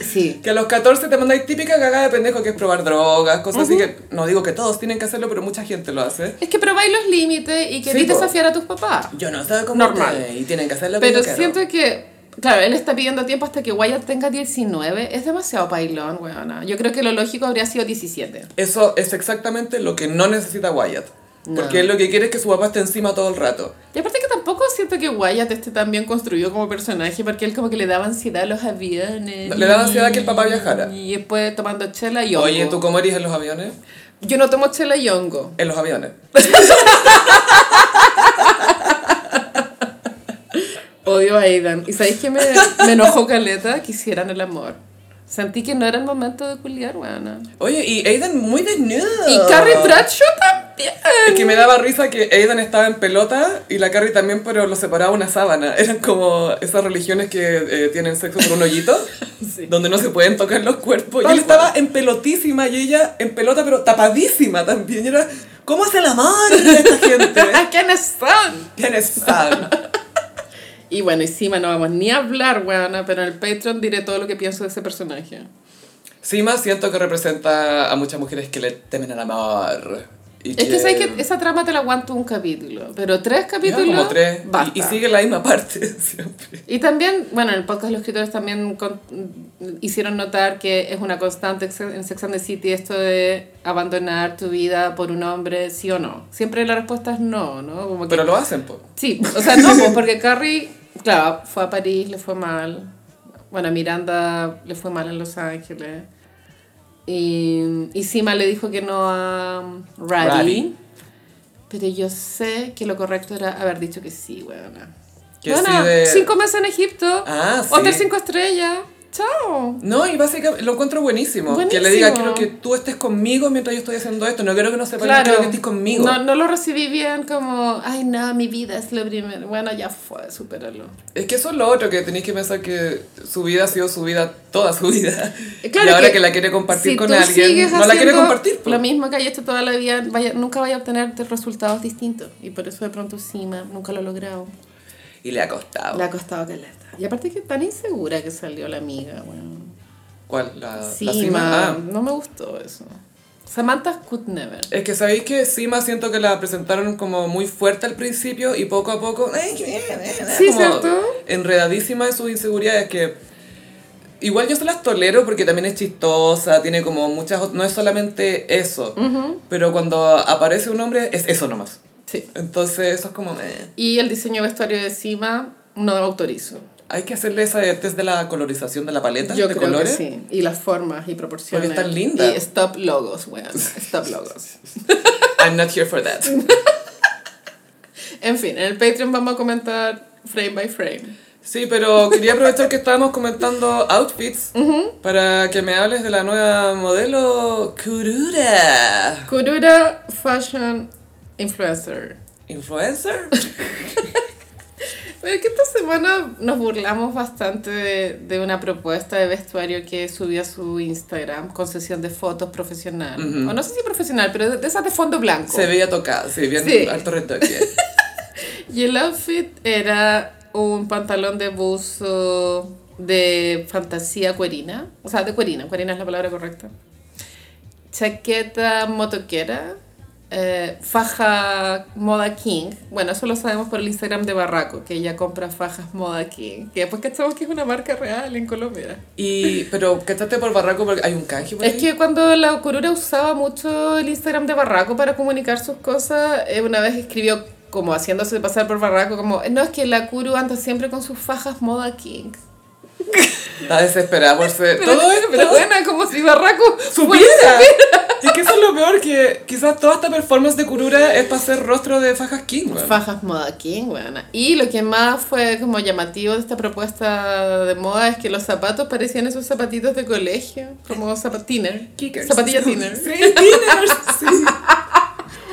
Speaker 2: Sí.
Speaker 1: Que a los 14 te mandáis típica cagada de pendejo que es probar drogas, cosas así que no digo que todos tienen que hacerlo, pero mucha gente lo hace.
Speaker 2: Es que probáis los límites y queréis
Speaker 1: po.
Speaker 2: desafiar a tus papás.
Speaker 1: Yo no estaba como
Speaker 2: Normal.
Speaker 1: ustedes, y tienen que hacerlo
Speaker 2: Pero
Speaker 1: quiero.
Speaker 2: siento que, claro, él está pidiendo tiempo hasta que Wyatt tenga 19. Es demasiado pailón, weona. Yo creo que lo lógico habría sido 17.
Speaker 1: Eso es exactamente lo que no necesita Wyatt.
Speaker 2: No.
Speaker 1: Porque él lo que quiere es que su papá esté encima todo el rato.
Speaker 2: Y aparte que tampoco siento que Wyatt esté tan bien construido como personaje, porque él como que le daba ansiedad a los aviones.
Speaker 1: Le daba ansiedad que el papá viajara.
Speaker 2: Y después tomando chela y hongo.
Speaker 1: Oye, ¿tú cómo eres en los aviones?
Speaker 2: Yo no tomo chela y hongo.
Speaker 1: En los aviones.
Speaker 2: Odio a Aidan. ¿Y sabéis que me, me enojó Caleta? Que hicieran el amor. Sentí que no era el momento de culiar, weona.
Speaker 1: Oye, y Aidan muy desnudo.
Speaker 2: Y Carrie Bradshaw también.
Speaker 1: Es que me daba risa que Aidan estaba en pelota y la Carrie también, pero los separaba una sábana. [laughs] Eran como esas religiones que eh, tienen sexo por un hoyito,
Speaker 2: [laughs] Sí.
Speaker 1: donde no se pueden tocar los cuerpos.
Speaker 2: Tal
Speaker 1: y él estaba en pelotísima y ella en pelota, pero tapadísima también. Y era, ¿cómo es el amor de esta
Speaker 2: [laughs]
Speaker 1: gente?
Speaker 2: ¿Quiénes son?
Speaker 1: ¿Quiénes son?
Speaker 2: Y bueno, encima no vamos ni a hablar, weona, pero en el Patreon diré todo lo que pienso de ese personaje.
Speaker 1: Sima siento que representa a muchas mujeres que le temen al amor. y
Speaker 2: Es que sabes que esa trama te la aguanto un capítulo, pero tres
Speaker 1: Ya,
Speaker 2: capítulos.
Speaker 1: como tres. Y-
Speaker 2: basta.
Speaker 1: Y, sigue la misma parte [laughs] siempre.
Speaker 2: Y también, bueno, en el podcast los escritores también con- hicieron notar que es una constante ex- en Sex and the City esto de abandonar tu vida por un hombre, sí o no. Siempre la respuesta es no, ¿no? Como que,
Speaker 1: Pero lo hacen, po.
Speaker 2: Sí, o sea, no, pues, porque Carrie, claro, fue a París, le fue mal. Bueno, a Miranda le fue mal en Los Ángeles. Y, y Sima le dijo que no a Raddy.
Speaker 1: Radi.
Speaker 2: Pero yo sé que lo correcto era haber dicho que sí, weona.
Speaker 1: Que
Speaker 2: Weona,
Speaker 1: sí de-
Speaker 2: cinco meses en Egipto,
Speaker 1: Ah, sí.
Speaker 2: hotel cinco estrellas, chao.
Speaker 1: No, y básicamente lo encuentro buenísimo. Que le diga, quiero
Speaker 2: Buenísimo.
Speaker 1: que tú estés conmigo mientras yo estoy haciendo esto. No quiero que nos separemos, quiero que estés conmigo.
Speaker 2: No, no lo recibí bien como, ay no, mi vida es lo primero. Bueno, ya fue, supéralo.
Speaker 1: Es que eso es lo otro, que tenéis que pensar que su vida ha sido su vida toda su vida.
Speaker 2: Eh, claro
Speaker 1: y ahora que, la quiere compartir
Speaker 2: si
Speaker 1: con
Speaker 2: tú
Speaker 1: alguien,
Speaker 2: sigues
Speaker 1: no la quiere
Speaker 2: haciendo
Speaker 1: compartir. pues. po.
Speaker 2: Lo mismo que hay hecho toda la vida, vaya- nunca vaya a obtener de- resultados distintos. Y por eso de pronto Sima nunca lo ha logrado.
Speaker 1: Y le ha costado.
Speaker 2: Le ha costado caleta. Y aparte que tan insegura que salió la amiga, bueno.
Speaker 1: ¿Cuál? La, la
Speaker 2: Sima,
Speaker 1: cima. Ah.
Speaker 2: no me gustó eso. Samantha could never.
Speaker 1: Es que sabéis que Sima siento que la presentaron como muy fuerte al principio y poco a poco.
Speaker 2: Sí,
Speaker 1: como
Speaker 2: ¿cierto?
Speaker 1: Enredadísima en sus inseguridades que. Igual yo se las tolero porque también es chistosa, tiene como muchas. ot- No es solamente eso. Pero cuando aparece un hombre, es eso nomás.
Speaker 2: Sí.
Speaker 1: Entonces, eso es como. eh.
Speaker 2: Y el diseño de vestuario de Sima no lo autorizo.
Speaker 1: Hay que hacerle esa de test de la colorización de la paleta
Speaker 2: Yo
Speaker 1: de
Speaker 2: creo
Speaker 1: colores.
Speaker 2: que sí. Y las formas y proporciones.
Speaker 1: Porque es tan linda.
Speaker 2: Y stop logos, weón.
Speaker 1: [laughs]
Speaker 2: Stop logos.
Speaker 1: [laughs] I'm not here for that.
Speaker 2: En fin, en el Patreon vamos a comentar frame by frame.
Speaker 1: Sí, pero quería aprovechar que estábamos comentando outfits para que me hables de la nueva modelo Kurura.
Speaker 2: Kurura Fashion Influencer.
Speaker 1: ¿Influencer?
Speaker 2: Pero es que esta semana nos burlamos bastante de, de una propuesta de vestuario que subió a su Instagram con sesión de fotos profesional. O no sé si profesional, pero de, de esas de fondo blanco.
Speaker 1: Se veía tocada, sí, bien
Speaker 2: Sí.
Speaker 1: harto retoque.
Speaker 2: Y el outfit era un pantalón de buzo de fantasía cuerina. O sea, de cuerina. Cuerina es la palabra correcta. Chaqueta motoquera. eh, faja moda king. Bueno, eso lo sabemos por el Instagram de Barraco, que ella compra fajas moda king. Que después cachamos que es una marca real en Colombia.
Speaker 1: Y, pero, ¿cachaste por barraco? Porque hay un canje por
Speaker 2: Es
Speaker 1: ahí?
Speaker 2: que cuando la Curura usaba mucho el Instagram de Barraco para comunicar sus cosas, eh, una vez escribió como haciéndose pasar por Barraco, como, no, es que la Curu anda siempre con sus fajas moda king.
Speaker 1: Está desesperada por ser...
Speaker 2: Pero,
Speaker 1: Todo esto,
Speaker 2: pero bueno, como si Barraco
Speaker 1: supiera. Es que eso es lo peor, que quizás toda esta performance de Kurura es para hacer rostro de fajas king, weón.
Speaker 2: Fajas moda king, weona. Y lo que más fue como llamativo de esta propuesta de moda es que los zapatos parecían esos zapatitos de colegio, como zapatiner.
Speaker 1: Kickers.
Speaker 2: Zapatilla
Speaker 1: [laughs]
Speaker 2: tiner.
Speaker 1: Sí, tinners, sí.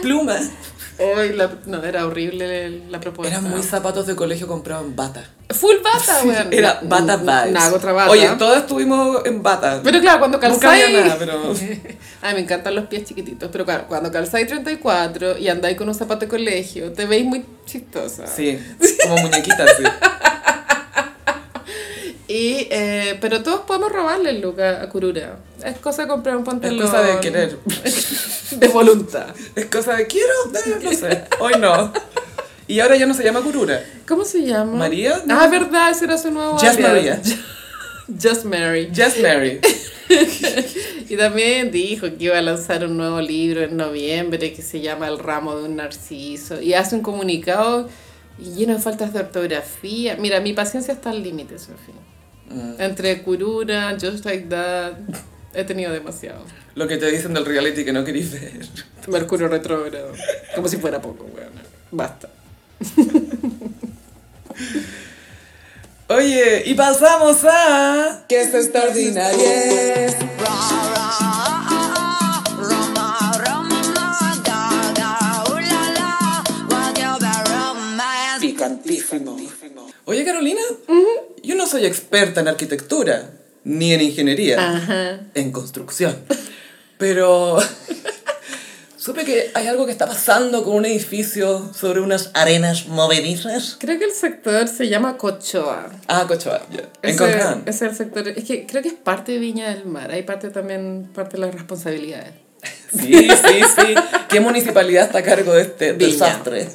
Speaker 1: Pluma.
Speaker 2: Hoy la- no, era horrible la propuesta.
Speaker 1: Eran muy zapatos de colegio comprados en bata.
Speaker 2: Full bata, weón.
Speaker 1: Era bata vibes.
Speaker 2: Nada, otra bata.
Speaker 1: Oye, todas estuvimos en bata.
Speaker 2: Pero claro, cuando
Speaker 1: Nunca había
Speaker 2: calzáis...
Speaker 1: nada, pero...
Speaker 2: [laughs] Ay, me encantan los pies chiquititos, pero claro, cuando calzáis 34 y andáis con un zapato de colegio, te veis muy chistosa.
Speaker 1: Sí, como muñequitas, sí.
Speaker 2: Y, eh, pero todos podemos robarle el look a, a Kurura. Es cosa de comprar un
Speaker 1: Es
Speaker 2: pantalón.
Speaker 1: cosa de querer.
Speaker 2: [laughs] De voluntad.
Speaker 1: Es cosa de quiero, eh, no sé. Hoy no. Y ahora ya no se llama Kurura.
Speaker 2: ¿Cómo se llama?
Speaker 1: María, ¿no?
Speaker 2: Ah, verdad, ese era su nuevo
Speaker 1: Just
Speaker 2: alias.
Speaker 1: María.
Speaker 2: Just Mary.
Speaker 1: Just Mary.
Speaker 2: Y también dijo que iba a lanzar un nuevo libro en noviembre que se llama El ramo de un narciso. Y hace un comunicado lleno de faltas de ortografía. Mira, mi paciencia está al límite, Sofía.
Speaker 1: Mm.
Speaker 2: Entre Kurura, Just Like That, he tenido demasiado.
Speaker 1: Lo que te dicen del reality que no querís ver.
Speaker 2: Mercurio retrógrado. Como si fuera poco, weón. Basta.
Speaker 1: Oye, y pasamos a... Que es extraordinario.
Speaker 3: Picantísimo.
Speaker 1: Oye, Carolina, yo no soy experta en arquitectura, ni en ingeniería,
Speaker 2: Ajá.
Speaker 1: en construcción. Pero [laughs] supe que hay algo que está pasando con un edificio sobre unas arenas movedizas.
Speaker 2: Creo que el sector se llama Cochoa.
Speaker 1: Ah, Cochoa, ya. En
Speaker 2: Ese-
Speaker 1: Concán.
Speaker 2: ese es el sector. Es que creo que es parte de Viña del Mar. Hay parte también, parte de las responsabilidades. [laughs]
Speaker 1: Sí, sí, sí. ¿Qué municipalidad está a cargo de este
Speaker 3: Viña.
Speaker 1: desastre?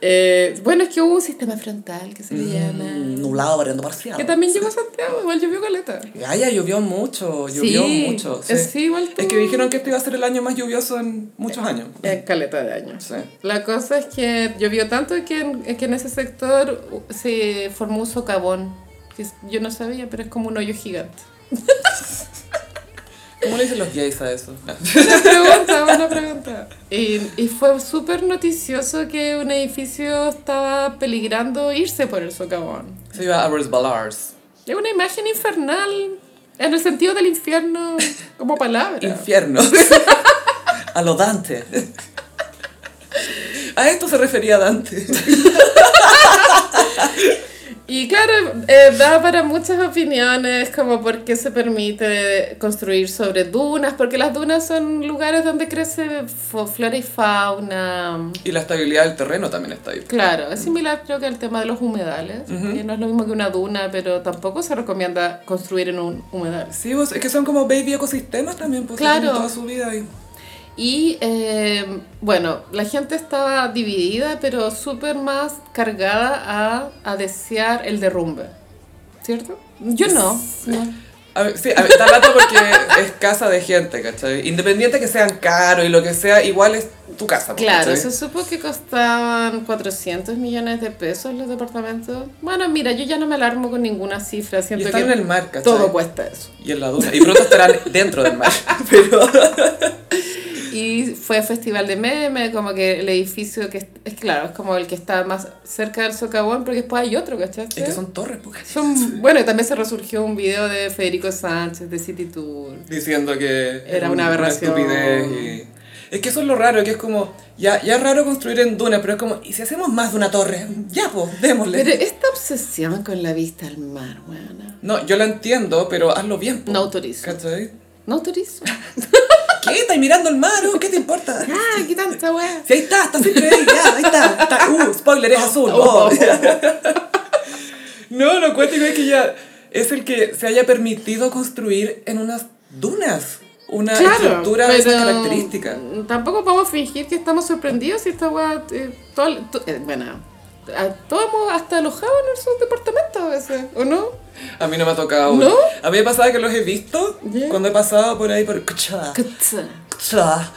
Speaker 2: Eh, bueno, es que hubo un sistema frontal que se le llama.
Speaker 3: Mm, nublado, variando
Speaker 2: Que
Speaker 3: parcial.
Speaker 2: también llegó a Santiago, igual llovió caleta.
Speaker 1: Gaya, llovió mucho, llovió
Speaker 2: Sí,
Speaker 1: mucho.
Speaker 2: es- sí, igual
Speaker 1: Es que
Speaker 2: tú-
Speaker 1: dijeron que este iba a ser el año más lluvioso en muchos años.
Speaker 2: Eh, caleta de años.
Speaker 1: Sí.
Speaker 2: La cosa es que llovió tanto que en, que en ese sector se formó un socavón. que es- yo no sabía, pero es como un hoyo gigante.
Speaker 1: ¿Cómo le dicen los gays a eso? [laughs]
Speaker 2: Una pregunta, una pregunta. Y, y fue súper noticioso que un edificio estaba peligrando irse por el socavón.
Speaker 1: Se iba a Avers Ballars.
Speaker 2: Es una imagen infernal, en el sentido del infierno como palabra.
Speaker 1: Infierno.
Speaker 3: [laughs] A lo Dante.
Speaker 1: A esto se refería Dante.
Speaker 2: Y claro, eh, da para muchas opiniones, como por qué se permite construir sobre dunas, porque las dunas son lugares donde crece fo- flora y fauna.
Speaker 1: Y la estabilidad del terreno también está ahí.
Speaker 2: Claro, es similar creo que al tema de los humedales, que no es lo mismo que una duna, pero tampoco se recomienda construir en un humedal.
Speaker 1: Sí, pues, es que son como baby ecosistemas también, pues
Speaker 2: Claro.
Speaker 1: tienen toda su vida ahí.
Speaker 2: Y eh, bueno, la gente estaba dividida, pero súper más cargada a, a desear el derrumbe. ¿Cierto? Yo no. no.
Speaker 1: A ver, sí, a ver, está lata porque es casa de gente, ¿cachai? Independiente que sean caros y lo que sea, igual es tu casa. pues,
Speaker 2: Claro,
Speaker 1: ¿cachai?
Speaker 2: se supo que costaban 400 millones de pesos los departamentos. Bueno, mira, yo ya no me alarmo con ninguna cifra,
Speaker 1: Y
Speaker 2: siento
Speaker 1: están
Speaker 2: que
Speaker 1: en el mar, ¿cachai?
Speaker 2: todo cuesta eso.
Speaker 1: Y en la duna. Y pronto estarán dentro del mar. Pero...
Speaker 2: Y fue festival de meme, como que el edificio que es, es claro, es como el que está más cerca del socavón, porque después hay otro, ¿cachaste?
Speaker 1: Es que son torres, pues.
Speaker 2: Son- bueno, y también se resurgió un video de Federico Sánchez de City Tour.
Speaker 1: Diciendo que...
Speaker 2: Era una aberración.
Speaker 1: estupidez y- Es que eso es lo raro, que es como... Ya, ya es raro construir en dunas, pero es como... ¿Y si hacemos más de una torre? [laughs] Ya, pues, démosle.
Speaker 2: Pero esta obsesión con la vista al mar, weona.
Speaker 1: No, yo la entiendo, pero hazlo bien, po,
Speaker 2: No autorizo.
Speaker 1: ¿cachai?
Speaker 2: No
Speaker 1: [laughs]
Speaker 2: autorizo.
Speaker 1: ¿Qué? ¿Estás mirando el mar? oh? ¿Qué te
Speaker 2: [laughs]
Speaker 1: importa?
Speaker 2: Ah, qué tanta wea.
Speaker 1: Si ahí está, está siempre ahí, ya, ahí está. está- uh, spoiler, es azul. oh. [laughs] No, lo cuático es que ya es el que se haya permitido construir en unas dunas una
Speaker 2: Claro,
Speaker 1: estructura de esas
Speaker 2: pero
Speaker 1: características.
Speaker 2: Tampoco podemos fingir que estamos sorprendidos si esta wea. eh, todo- to- eh, bueno, a- todos hemos hasta alojado en esos departamentos a veces, ¿o no?
Speaker 1: A mí no me ha tocado.
Speaker 2: ¿No?
Speaker 1: A mí me pasaba que los he visto
Speaker 2: Ya.
Speaker 1: cuando he pasado por ahí por
Speaker 3: Cha,
Speaker 2: Cutsa.
Speaker 3: cha.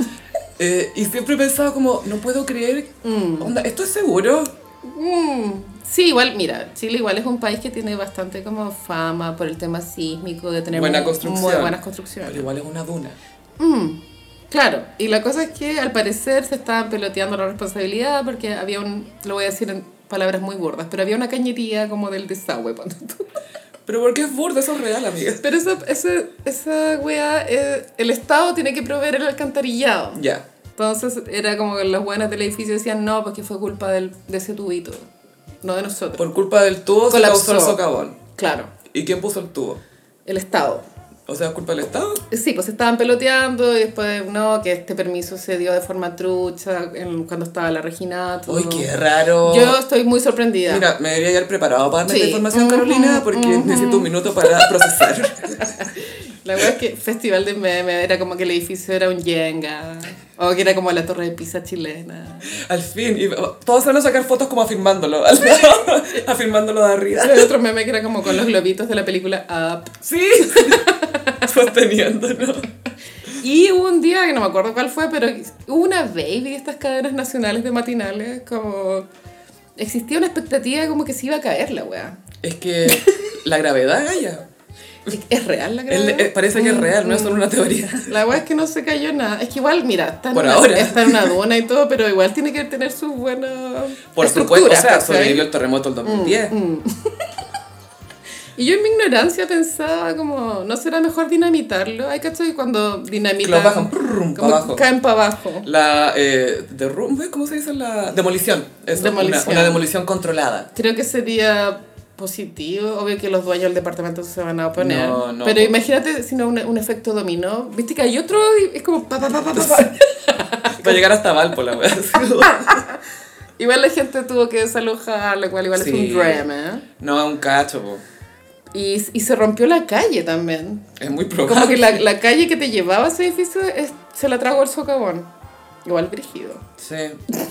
Speaker 1: eh, y siempre he pensado como no puedo creer, onda, esto es seguro.
Speaker 2: Mm, Sí, igual, mira, Chile igual es un país que tiene bastante como fama por el tema sísmico, de tener
Speaker 1: Buena
Speaker 2: muy-
Speaker 1: construcción.
Speaker 2: muy buenas
Speaker 1: Pero
Speaker 2: construcciones.
Speaker 1: igual es una duna.
Speaker 2: Mm, claro, y la cosa es que al parecer se estaban peloteando la responsabilidad porque había un, lo voy a decir en palabras muy burdas, pero había una cañería como del desagüe. ponte tú.
Speaker 1: Pero porque es burda, eso es real, amiga.
Speaker 2: Pero esa, esa, esa weá, eh, el Estado tiene que proveer el alcantarillado.
Speaker 1: Ya.
Speaker 2: Entonces era como que los buenos del edificio decían, no, porque fue culpa del, de ese tubito, no de nosotros.
Speaker 1: Por culpa del tubo se
Speaker 2: Colapsó.
Speaker 1: causó el socavón.
Speaker 2: Claro,
Speaker 1: ¿Y quién puso el tubo?
Speaker 2: el Estado.
Speaker 1: O sea, ¿es culpa del Estado?
Speaker 2: Sí, pues estaban peloteando y después, no, que este permiso se dio de forma trucha en- cuando estaba la Reginato.
Speaker 1: Uy, qué raro.
Speaker 2: Yo estoy muy sorprendida.
Speaker 1: Mira, me debería haber preparado para darme
Speaker 2: Sí.
Speaker 1: esta información,
Speaker 2: Ujú,
Speaker 1: Carolina, porque necesito un minuto para
Speaker 2: [laughs]
Speaker 1: procesar.
Speaker 2: La verdad es que festival de meme era como que el edificio era un yenga. O que era como la torre de Pisa chilena.
Speaker 1: Al fin, y todos se van a sacar fotos como afirmándolo, [laughs] afirmándolo de arriba. [laughs]
Speaker 2: Había otro meme que era como con los globitos de la película Up.
Speaker 1: Sí, sosteniéndolo.
Speaker 2: [laughs] Y hubo un día, que no me acuerdo cuál fue, pero hubo una baby de estas cadenas nacionales de matinales, como... Existía una expectativa como que se iba a caer la wea.
Speaker 1: Es que la gravedad, Gaya,
Speaker 2: ¿Es real la
Speaker 1: es-
Speaker 2: gravedad?
Speaker 1: es- eh, parece que es real, no es solo una teoría.
Speaker 2: La weá es que no se cayó nada. Es que igual, mira, está en,
Speaker 1: Por
Speaker 2: una,
Speaker 1: ahora.
Speaker 2: está en una duna y todo, pero igual tiene que tener sus buenas
Speaker 1: Por supuesto, o
Speaker 2: estructuras,
Speaker 1: sea,
Speaker 2: ¿cachai?
Speaker 1: sobrevivió el terremoto del 2010.
Speaker 2: Y yo en mi ignorancia pensaba como, ¿no será mejor dinamitarlo? Ay, ¿cachai? Cuando
Speaker 1: Que
Speaker 2: dinamitan...
Speaker 1: lo bajan prrrum, pa'
Speaker 2: como
Speaker 1: abajo.
Speaker 2: Caen para abajo.
Speaker 1: La eh, derrumbe, ¿cómo se dice? La demolición. Eso, una-
Speaker 2: Demolición.
Speaker 1: una demolición controlada.
Speaker 2: Creo que sería positivo. Obvio que los dueños del departamento se van a oponer.
Speaker 1: No, no,
Speaker 2: pero
Speaker 1: por-
Speaker 2: imagínate si no un, un efecto dominó. Viste que hay otro y es como... Pa, pa, pa, pa, pa, pa. [laughs]
Speaker 1: Va a llegar hasta Valpo la wea. [laughs]
Speaker 2: Igual la gente tuvo que desalojar, lo cual igual
Speaker 1: Sí.
Speaker 2: es un drama, ¿eh?
Speaker 1: No, es un cacho, po.
Speaker 2: Y, y se rompió la calle también.
Speaker 1: Es muy
Speaker 2: Como
Speaker 1: probable.
Speaker 2: que la, la calle que te llevaba a ese edificio es- se la tragó el socavón. Igual brígido.
Speaker 1: Sí.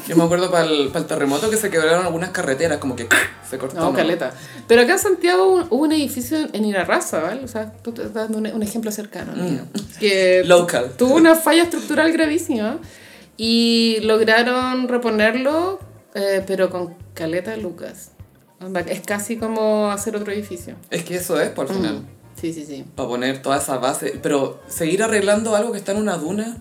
Speaker 1: Yo me acuerdo para el, terremoto que se quebraron algunas carreteras, como que [laughs] se cortó.
Speaker 2: No, caleta. Pero acá en Santiago hubo un- hubo un edificio en Irarraza, ¿vale? O sea, tú te estás dando un, un ejemplo cercano.
Speaker 1: Mm.
Speaker 2: amigo. Que
Speaker 1: [laughs] Local.
Speaker 2: tu- Tuvo una falla estructural gravísima y lograron reponerlo, eh, pero con caleta Lucas. Onda, Es casi como hacer otro edificio. Mm.
Speaker 1: Es que eso es, por el final.
Speaker 2: Sí, sí, sí.
Speaker 1: Para poner toda esa base. Pero seguir arreglando algo que está en una duna,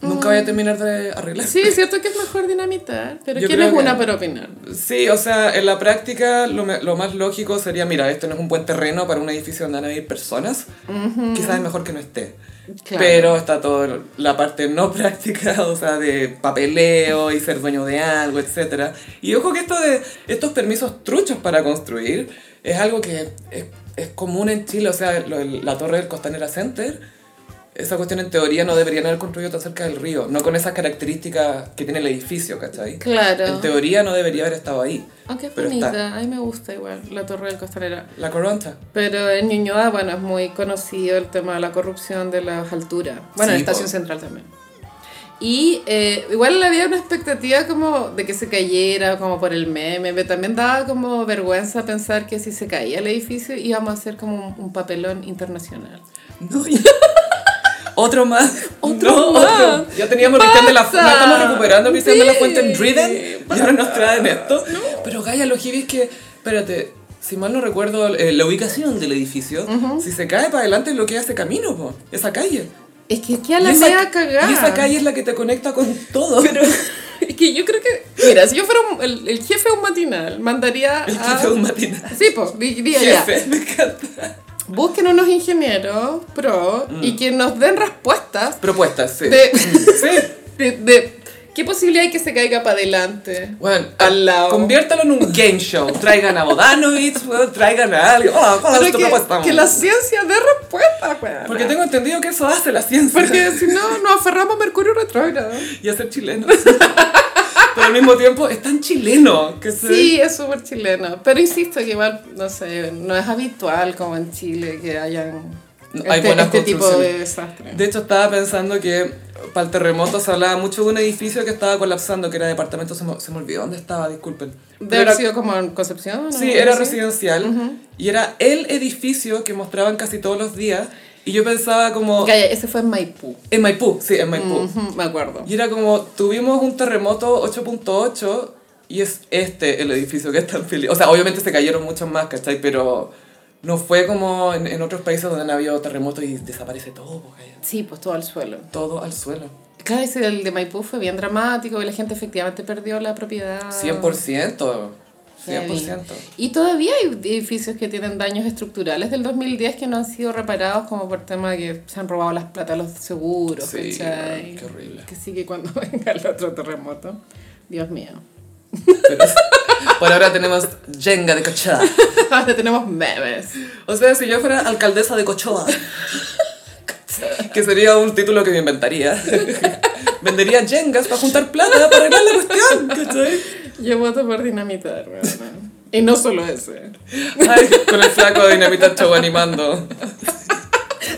Speaker 1: nunca voy a terminar de arreglar.
Speaker 2: Mm. Sí, es cierto que es mejor dinamitar, pero
Speaker 1: Yo
Speaker 2: ¿quién
Speaker 1: creo
Speaker 2: es una
Speaker 1: que-
Speaker 2: para opinar?
Speaker 1: Sí, o sea, en la práctica lo, me- lo más lógico sería, mira, esto no es un buen terreno para un edificio donde van a vivir personas, quizás es mejor que no esté.
Speaker 2: Claro.
Speaker 1: Pero está toda la parte no [laughs] práctica, o sea, de papeleo y ser dueño de algo, etc. Y ojo que esto de estos permisos truchos para construir es algo que es, es común en Chile, o sea, lo- la torre del Costanera Center, esa cuestión en teoría no deberían haber construido tan cerca del río, no con esas características que tiene el edificio, ¿cachai?
Speaker 2: Claro.
Speaker 1: En teoría no debería haber estado ahí.
Speaker 2: Aunque es
Speaker 1: pero
Speaker 2: bonita,
Speaker 1: está.
Speaker 2: a mí me gusta igual, la Torre del Costanera.
Speaker 1: La coronta.
Speaker 2: Pero en Ñuñoa, bueno, es muy conocido el tema de la corrupción de las alturas. Bueno, en
Speaker 1: Sí,
Speaker 2: Estación
Speaker 1: po.
Speaker 2: Central también. Y eh, igual había una expectativa como de que se cayera, como por el meme, pero también daba como vergüenza pensar que si se caía el edificio íbamos a hacer como un, un papelón internacional.
Speaker 1: No, ya. Otro más.
Speaker 2: Otro
Speaker 1: No,
Speaker 2: más.
Speaker 1: otro. Ya teníamos Cristian de la
Speaker 2: Pasa.
Speaker 1: Fuente. estamos recuperando a Cristian de la
Speaker 2: Sí.
Speaker 1: Fuente en Driven. Y ahora nos traen esto. Pero Gaia, lo heavy es que. Espérate, si mal no recuerdo eh, la ubicación del edificio, si se cae para adelante es lo que hace camino, po, esa calle.
Speaker 2: Es que aquí a
Speaker 1: Y
Speaker 2: la
Speaker 1: esa-
Speaker 2: media cagada.
Speaker 1: Y esa calle es la que te conecta con todo.
Speaker 2: [laughs]
Speaker 1: [laughs]
Speaker 2: Es que yo creo que, mira, si yo fuera un- el, el jefe de un matinal, mandaría
Speaker 1: el
Speaker 2: a...
Speaker 1: jefe de un matinal.
Speaker 2: ah. Sí,
Speaker 1: [laughs]
Speaker 2: pues, diría ya.
Speaker 1: Jefe, me encanta.
Speaker 2: Busquen unos ingenieros pro
Speaker 1: Mm.
Speaker 2: y que nos den respuestas
Speaker 1: Propuestas, sí. Mm. [laughs]
Speaker 2: De- [laughs]
Speaker 1: Sí.
Speaker 2: de, de qué posibilidad hay que se caiga para adelante.
Speaker 1: Bueno,
Speaker 2: Al lado.
Speaker 1: Conviértalo en un game show. Traigan a Bodanovich, weón, traigan a alguien. Hola, hola,
Speaker 2: Pero
Speaker 1: ¿tú
Speaker 2: que,
Speaker 1: cómo estamos?
Speaker 2: que la ciencia dé respuestas, weón.
Speaker 1: Porque tengo entendido que eso hace la ciencia. [laughs]
Speaker 2: [laughs] Porque si no, nos aferramos a Mercurio retrógrado.
Speaker 1: Y hacer chilenos. [laughs] Pero al mismo tiempo es tan chileno que se...
Speaker 2: Sí, es súper chileno. Pero insisto que igual, no sé, no es habitual como en Chile que hayan
Speaker 1: No, hay
Speaker 2: este,
Speaker 1: buenas
Speaker 2: este tipo
Speaker 1: construcciones.
Speaker 2: de desastres.
Speaker 1: De hecho, estaba pensando que para el terremoto se hablaba mucho de un edificio que estaba colapsando, que era departamento, se me, se me olvidó dónde estaba, disculpen.
Speaker 2: Debe
Speaker 1: Pero
Speaker 2: haber
Speaker 1: era-
Speaker 2: sido como en Concepción. ¿no?
Speaker 1: Sí, era
Speaker 2: Algo así.
Speaker 1: residencial. Y era el edificio que mostraban casi todos los días. Y yo pensaba como...
Speaker 2: Calla, ese fue en Maipú.
Speaker 1: En Maipú, sí, en Maipú.
Speaker 2: Ujú, me acuerdo.
Speaker 1: Y era como, tuvimos un terremoto 8.8 y es este el edificio que está en Fili- O sea, obviamente se cayeron muchos más, ¿cachai? Pero no fue como en, en otros países donde han habido terremotos y desaparece todo, po, calla.
Speaker 2: Sí, pues todo al suelo.
Speaker 1: todo al suelo.
Speaker 2: Claro, ese el de Maipú fue bien dramático y la gente efectivamente perdió la propiedad.
Speaker 1: 100%. 100%.
Speaker 2: Y todavía hay edificios que tienen daños estructurales del 2010 que no han sido reparados como por tema de que se han robado las plata a los seguros.
Speaker 1: Sí,
Speaker 2: ¿cachai?
Speaker 1: bueno, qué horrible.
Speaker 2: Que sí que cuando [laughs] venga el otro terremoto. Dios mío. [laughs]
Speaker 1: Pero- por ahora tenemos Jenga de Cochoa.
Speaker 2: Ahora tenemos memes.
Speaker 1: O sea, si yo fuera alcaldesa de Cochoa, que sería un título que me inventaría, [laughs] vendería Jengas para juntar plata para arreglar la cuestión, ¿cachai?
Speaker 2: Yo voto por dinamitar, weona. Y no solo ese.
Speaker 1: Ay, con el flaco de Dinamita Show animando.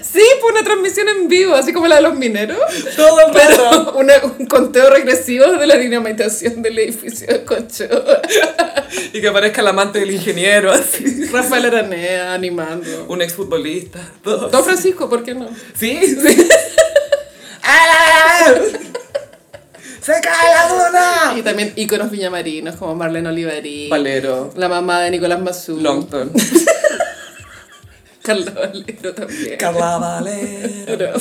Speaker 2: Sí, fue una transmisión en vivo, así como la de los mineros.
Speaker 1: Todo el rato.
Speaker 2: Pero [laughs] una- un conteo regresivo de la dinamitación del edificio de Cocho.
Speaker 1: Y que aparezca el amante del ingeniero, así.
Speaker 2: Rafael Aranea animando.
Speaker 1: Un exfutbolista. Todo.
Speaker 2: Don Francisco, ¿por qué no?
Speaker 1: [laughs] Sí, sí. ¡Ah! ¡Se cae la
Speaker 2: Y
Speaker 1: duna!
Speaker 2: también íconos viñamarinos como Marlene Oliverí,
Speaker 1: Valero.
Speaker 2: la mamá de Nicolás Mazú,
Speaker 1: Longton.
Speaker 2: Carla Valero también.
Speaker 1: Carla Valero.
Speaker 2: Pero-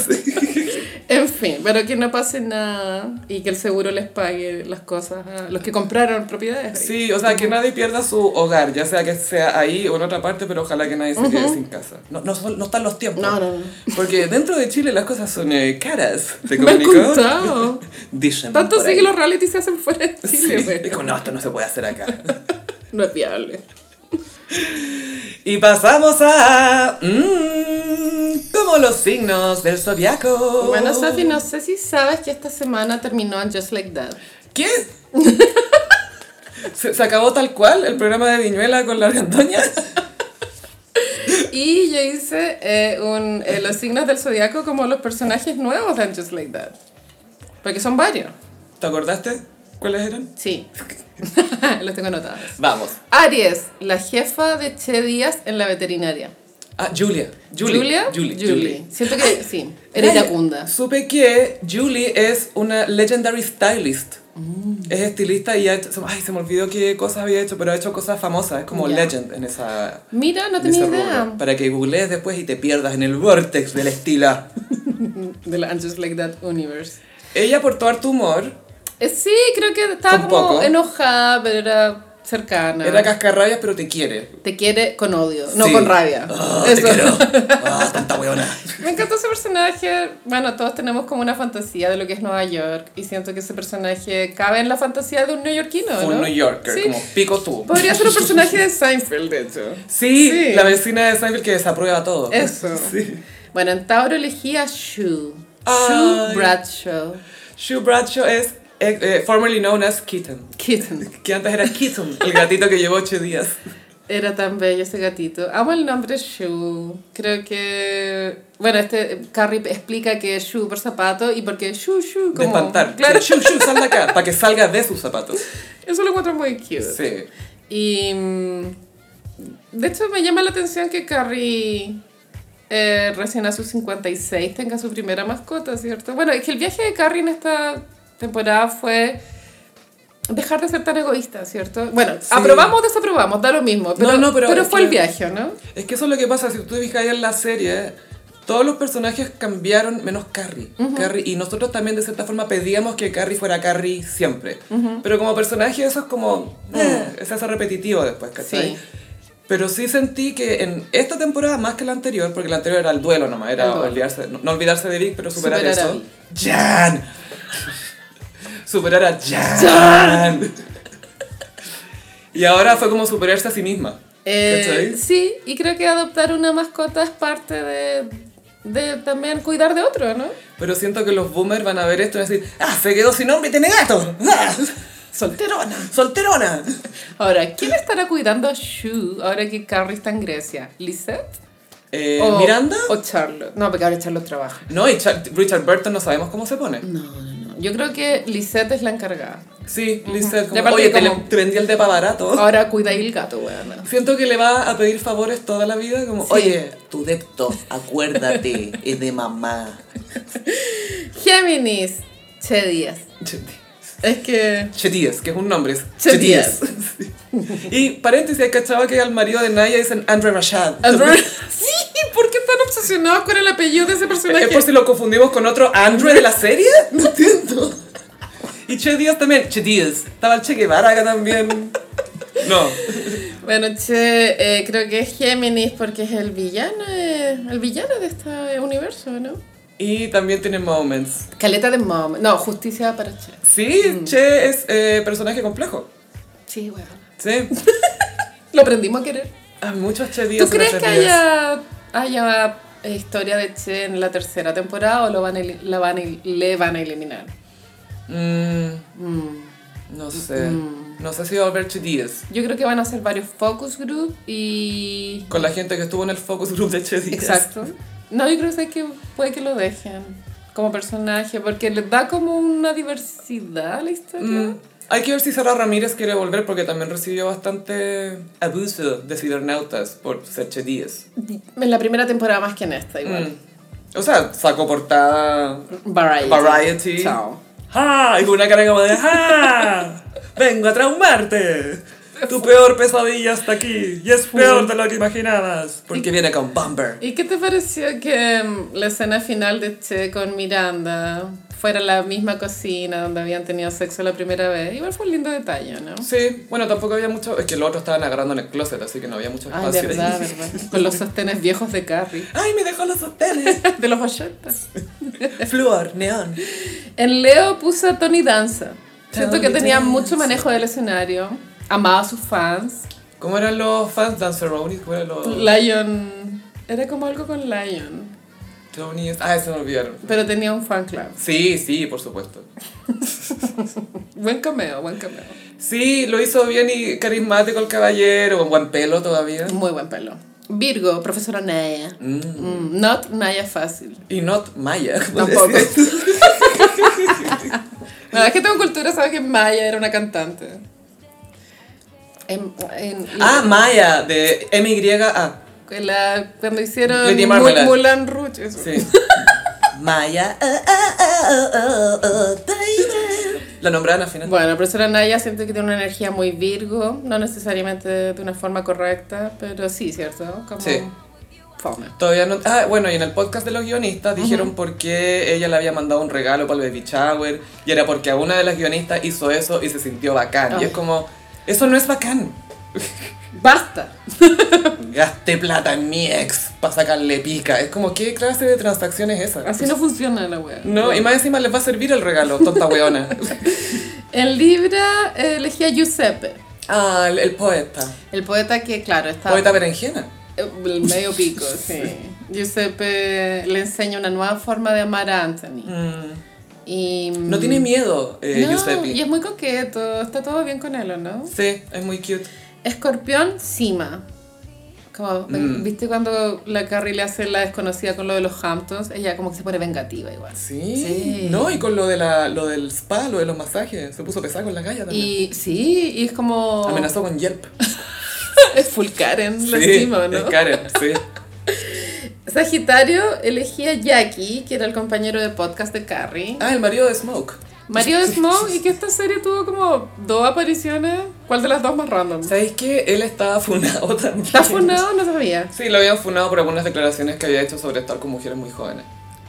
Speaker 2: en fin, pero que no pase nada y que el seguro les pague las cosas a los que compraron propiedades. ahí.
Speaker 1: Sí, o sea, que nadie pierda su hogar, ya sea que sea ahí o en otra parte, pero ojalá que nadie se quede sin casa. No, no, son- no están los tiempos.
Speaker 2: No, no, no.
Speaker 1: Porque dentro de Chile las cosas son eh, caras. ¿Te
Speaker 2: Me han
Speaker 1: comunico?
Speaker 2: contado.
Speaker 1: Dicen.
Speaker 2: Tanto
Speaker 1: por
Speaker 2: sí
Speaker 1: ahí.
Speaker 2: que los reality se hacen fuera de Chile,
Speaker 1: Sí. [laughs]
Speaker 2: pero
Speaker 1: Dijo, no, esto no se puede hacer acá.
Speaker 2: no es viable.
Speaker 1: Y pasamos a. mm, como los signos del zodiaco.
Speaker 2: Bueno, Sofi, no sé si sabes que esta semana terminó en Just Like That.
Speaker 1: ¿Qué? [laughs] ¿Se, se acabó tal cual el programa de Viñuela con la Argandoña?
Speaker 2: Y yo hice eh, un, eh, los signos del zodiaco como los personajes nuevos de And Just Like That. Porque son varios.
Speaker 1: ¿Te acordaste cuáles eran?
Speaker 2: Sí. [laughs] los tengo anotados.
Speaker 1: Vamos.
Speaker 2: Aries, la jefa de Che Díaz en la veterinaria.
Speaker 1: Ah, Julia. Julie.
Speaker 2: Julia.
Speaker 1: Julie. Julie.
Speaker 2: Siento que
Speaker 1: [laughs]
Speaker 2: sí. Era
Speaker 1: Ay,
Speaker 2: iracunda.
Speaker 1: Supe que Julie es una legendary stylist. Es estilista y ha hecho- ay, se me olvidó qué cosas había hecho, pero ha hecho cosas famosas. Es como
Speaker 2: Ya.
Speaker 1: legend en esa.
Speaker 2: Mira, no
Speaker 1: en ese
Speaker 2: tenía
Speaker 1: rubro.
Speaker 2: idea.
Speaker 1: Para que googlees después y te pierdas en el vortex del estilo.
Speaker 2: De la And Just Like That Universe.
Speaker 1: Ella aportó harto humor.
Speaker 2: Eh, sí, creo que estaba
Speaker 1: Un
Speaker 2: como
Speaker 1: poco.
Speaker 2: enojada, pero era cercana.
Speaker 1: Era cascarrabias, pero te quiere.
Speaker 2: te quiere con odio, no
Speaker 1: Sí.
Speaker 2: con rabia.
Speaker 3: Ah, te
Speaker 2: Eso. [laughs]
Speaker 3: quiero. Ah, tanta weona.
Speaker 2: Me encantó ese personaje. Bueno, todos tenemos como una fantasía de lo que es Nueva York. Y siento que ese personaje cabe en la fantasía de un neoyorquino,
Speaker 1: Fue un
Speaker 2: ¿no?
Speaker 1: New Yorker,
Speaker 2: Sí.
Speaker 1: como pico tú.
Speaker 2: Podría ser un
Speaker 1: [laughs]
Speaker 2: personaje de Seinfeld, de hecho.
Speaker 1: Sí,
Speaker 2: Sí.
Speaker 1: la vecina de Seinfeld que desaprueba todo.
Speaker 2: Eso.
Speaker 1: [laughs] Sí.
Speaker 2: Bueno, en Tauro elegí a Shu. Shu
Speaker 1: Ay.
Speaker 2: Bradshaw.
Speaker 1: Sue Bradshaw es eh, eh, formerly known as Kitten.
Speaker 2: Kitten.
Speaker 1: Que antes era Kitten, el gatito que llevó ocho días.
Speaker 2: Era tan bello ese gatito. Amo el nombre Shu. Creo que. Bueno, este Carrie explica que es Shu por zapato y porque Shu, Shu.
Speaker 1: De
Speaker 2: Como,
Speaker 1: espantar.
Speaker 2: Claro,
Speaker 1: Sí, Shu, Shu, sal de acá. Para que salga de sus
Speaker 2: [laughs]
Speaker 1: zapatos.
Speaker 2: eso lo encuentro muy cute.
Speaker 1: Sí.
Speaker 2: Y mm, de hecho me llama la atención que Carrie eh, recién a sus 56 tenga su primera mascota, ¿cierto? Bueno, es que el viaje de Carrie en esta temporada fue dejar de ser tan egoísta, ¿cierto? Bueno, aprobamos o desaprobamos, da lo mismo, pero,
Speaker 1: No, no,
Speaker 2: pero,
Speaker 1: pero es
Speaker 2: fue
Speaker 1: que-
Speaker 2: el viaje, ¿no?
Speaker 1: Es que eso es lo que pasa. Si tú te fijas ahí en la serie, todos los personajes cambiaron menos Carrie. Carrie y nosotros también, de cierta forma, pedíamos que Carrie fuera Carrie siempre. Pero como personaje, eso es como. eh, es eso repetitivo después, ¿cachai?
Speaker 2: Sí.
Speaker 1: Pero sí sentí que en esta temporada, más que la anterior, porque la anterior era el duelo nomás,
Speaker 2: El
Speaker 1: era
Speaker 2: duelo.
Speaker 1: olvidarse, no, no olvidarse de Vic, pero superar,
Speaker 2: Superar a
Speaker 1: eso.
Speaker 2: Vic.
Speaker 1: ¡Jan!
Speaker 2: [laughs]
Speaker 1: Superar a Jan. Y ahora fue como superarse a sí misma.
Speaker 2: Eh,
Speaker 1: ¿Cachai?
Speaker 2: sí, y creo que adoptar una mascota es parte de, de también cuidar de otro, ¿no?
Speaker 1: Pero siento que los boomers van a ver esto y van a decir, ¡ah, se quedó sin hombre y tiene gato! [laughs] ¡Ah! ¡Solterona! ¡Solterona! [laughs]
Speaker 2: Ahora, ¿quién estará cuidando a Shu ahora que Carrie está en Grecia? ¿Lisette?
Speaker 1: Eh, ¿Miranda?
Speaker 2: O Charlotte. No, porque ahora Charlotte trabaja.
Speaker 1: No, y Chuck- Richard Burton no sabemos cómo se pone.
Speaker 2: No, no, no. Yo creo que Lisette es la encargada.
Speaker 1: Sí, Lizeth,
Speaker 2: De
Speaker 1: como,
Speaker 2: parte
Speaker 1: oye, te,
Speaker 2: como- Ah.
Speaker 1: le- te vendí el de pa' barato.
Speaker 2: Ahora cuida ahí el gato, weón.
Speaker 1: [laughs] Siento que le va a pedir favores toda la vida, como,
Speaker 2: Sí.
Speaker 1: oye,
Speaker 3: Tu depto,
Speaker 1: [laughs]
Speaker 3: acuérdate, es de mamá.
Speaker 2: Géminis. Che Díaz. Es que.
Speaker 1: Chetíes, que es un nombre, es
Speaker 2: Che Díaz.
Speaker 1: Sí. [laughs] Y paréntesis, hay cachaba que al marido de Naya dicen Andre Rashad.
Speaker 2: Andrew- [laughs] sí, ¿por qué están obsesionados con el apellido de ese personaje?
Speaker 1: ¿Es por Eh, pues, si lo confundimos con otro Andre de la
Speaker 2: [laughs]
Speaker 1: serie? No entiendo. Y Che Díaz también, Che Díaz. Estaba el Che Guevara acá también. No. pues-
Speaker 2: Bueno, Che, eh, creo que es Géminis porque es el villano, eh, el villano de este universo, ¿no?
Speaker 1: Y también tiene Moments.
Speaker 2: Caleta de Mom. No, justicia para Che. Mm.
Speaker 1: Sí, Che es eh, personaje complejo.
Speaker 2: Sí, weón.
Speaker 1: Sí.
Speaker 2: Lo aprendimos a querer.
Speaker 1: Hay muchos Che Díaz.
Speaker 2: ¿Tú crees
Speaker 1: en
Speaker 2: que
Speaker 1: Che Díaz.
Speaker 2: haya, haya historia de Che en la tercera temporada o lo van a eli- la van a el- le van a eliminar?
Speaker 1: Mm, no sé.
Speaker 2: Mm.
Speaker 1: No sé si va a volver Che Díaz.
Speaker 2: Yo creo que van a hacer varios focus group y...
Speaker 1: Con la gente que estuvo en el focus group de Che Díaz.
Speaker 2: Exacto. No, yo creo que, sé que puede que lo dejen como personaje porque le da como una diversidad a la historia.
Speaker 1: Mm, Hay que ver si Sara Ramírez quiere volver porque también recibió bastante abuso de cibernautas por ser Che Díaz.
Speaker 2: En la primera temporada más que en esta, igual.
Speaker 1: Mm. O sea, sacó portada.
Speaker 2: Variety.
Speaker 1: Mm. Variety.
Speaker 2: Chao.
Speaker 1: ¡Ja! Y con una cara como de ¡Ja! ¡Vengo a traumarte! Tu peor pesadilla está aquí y es peor de lo que imaginabas. Porque viene con Bumper.
Speaker 2: ¿Y qué te pareció que mm, la escena final de Che con Miranda fuera la misma cocina donde habían tenido sexo la primera vez? Igual fue un lindo detalle, ¿no?
Speaker 1: Sí, bueno, tampoco había mucho. Es que los otros estaban agarrando en el closet, así que no había mucho
Speaker 2: Ay,
Speaker 1: espacio. ahí.
Speaker 2: verdad, verdad. Con los sostenes viejos de Carrie.
Speaker 1: [laughs]
Speaker 2: [laughs]
Speaker 1: ¡Ay, me dejó los hoteles!
Speaker 2: De los 80.
Speaker 1: Flúor, neón.
Speaker 2: En Leo puse a Tony Danza. Siento que
Speaker 1: Tony
Speaker 2: tenía
Speaker 1: Danza.
Speaker 2: mucho manejo del escenario. Amaba a sus fans.
Speaker 1: ¿Cómo eran los fans Danceronies? ¿Cómo eran los.?
Speaker 2: Lion. Era como algo con Lion.
Speaker 1: Tony's? Ah, se me olvidaron.
Speaker 2: Pero tenía un fan club.
Speaker 1: Sí, sí, por supuesto.
Speaker 2: Buen cameo, buen cameo.
Speaker 1: Sí, lo hizo bien y carismático el caballero, con buen pelo todavía.
Speaker 2: Muy buen pelo. Virgo, profesora Naya. Mm, not Naya fácil.
Speaker 1: Y not Maya. [laughs] como
Speaker 2: Tampoco.
Speaker 1: decía.
Speaker 2: [laughs] La verdad es que tengo cultura, sabe que Maya era una cantante. En, en-
Speaker 1: Ah, Maya, de M-Y-A.
Speaker 2: en la- cuando hicieron
Speaker 1: Lady
Speaker 2: Mul-
Speaker 1: Marmalade.
Speaker 2: Moulin Rouge. eso.
Speaker 1: Sí.
Speaker 3: [laughs] Maya. ah, ah, ah, ah, ah, ah, baby.
Speaker 1: La nombraron al final.
Speaker 2: Bueno, la profesora Naya siento que tiene una energía muy Virgo, no necesariamente de una forma correcta, pero sí, ¿cierto? Como
Speaker 1: Sí.
Speaker 2: fome.
Speaker 1: Todavía no. Ah, bueno, y en el podcast de los guionistas dijeron por qué ella le había mandado un regalo para el baby shower. Y era porque a una de las guionistas hizo eso y se sintió bacán. Y
Speaker 2: Ay.
Speaker 1: es como, eso no es bacán.
Speaker 2: ¡Basta!
Speaker 1: Gasté plata en mi ex para sacarle pica. Es como, ¿qué clase de transacción es esa?
Speaker 2: Así no funciona la wea.
Speaker 1: No, y más encima les va a servir el regalo, tonta weona.
Speaker 2: En Libra eh, elegí a Giuseppe,
Speaker 1: ah, el, el poeta.
Speaker 2: el poeta que, claro, está
Speaker 1: Poeta berenjena.
Speaker 2: eh, el medio
Speaker 1: [laughs]
Speaker 2: pico, sí. Giuseppe le enseña una nueva forma de amar a Anthony.
Speaker 1: Mm,
Speaker 2: Y,
Speaker 1: No tiene miedo, eh,
Speaker 2: Mm. No,
Speaker 1: Giuseppe.
Speaker 2: y es muy coqueto, está todo bien con él, ¿o no?
Speaker 1: Sí, es muy cute.
Speaker 2: Escorpión, cima. Como,
Speaker 1: Mm.
Speaker 2: ¿Viste cuando la Carrie le hace la desconocida con lo de los Hamptons? Ella como que se pone vengativa igual.
Speaker 1: Sí.
Speaker 2: Sí.
Speaker 1: No, y con lo, de la, lo del spa, lo de los masajes, se puso pesada con la galla también. Oh.
Speaker 2: Y sí, y es como...
Speaker 1: Amenazó con Yelp.
Speaker 2: [laughs] Es full Karen, la
Speaker 1: Sí,
Speaker 2: cima, ¿o
Speaker 1: es
Speaker 2: ¿no?
Speaker 1: Karen, sí.
Speaker 2: Sagitario elegía a Jackie, que era el compañero de podcast de Carrie.
Speaker 1: Ah, el marido de Smoke.
Speaker 2: Mario Smoke, y que esta serie tuvo como dos apariciones. ¿Cuál de las dos más random?
Speaker 1: ¿Sabéis qué? Él estaba funado [laughs] también.
Speaker 2: ¿Está funado? No sabía.
Speaker 1: Sí, lo habían funado por algunas declaraciones que había hecho sobre estar con mujeres muy jóvenes.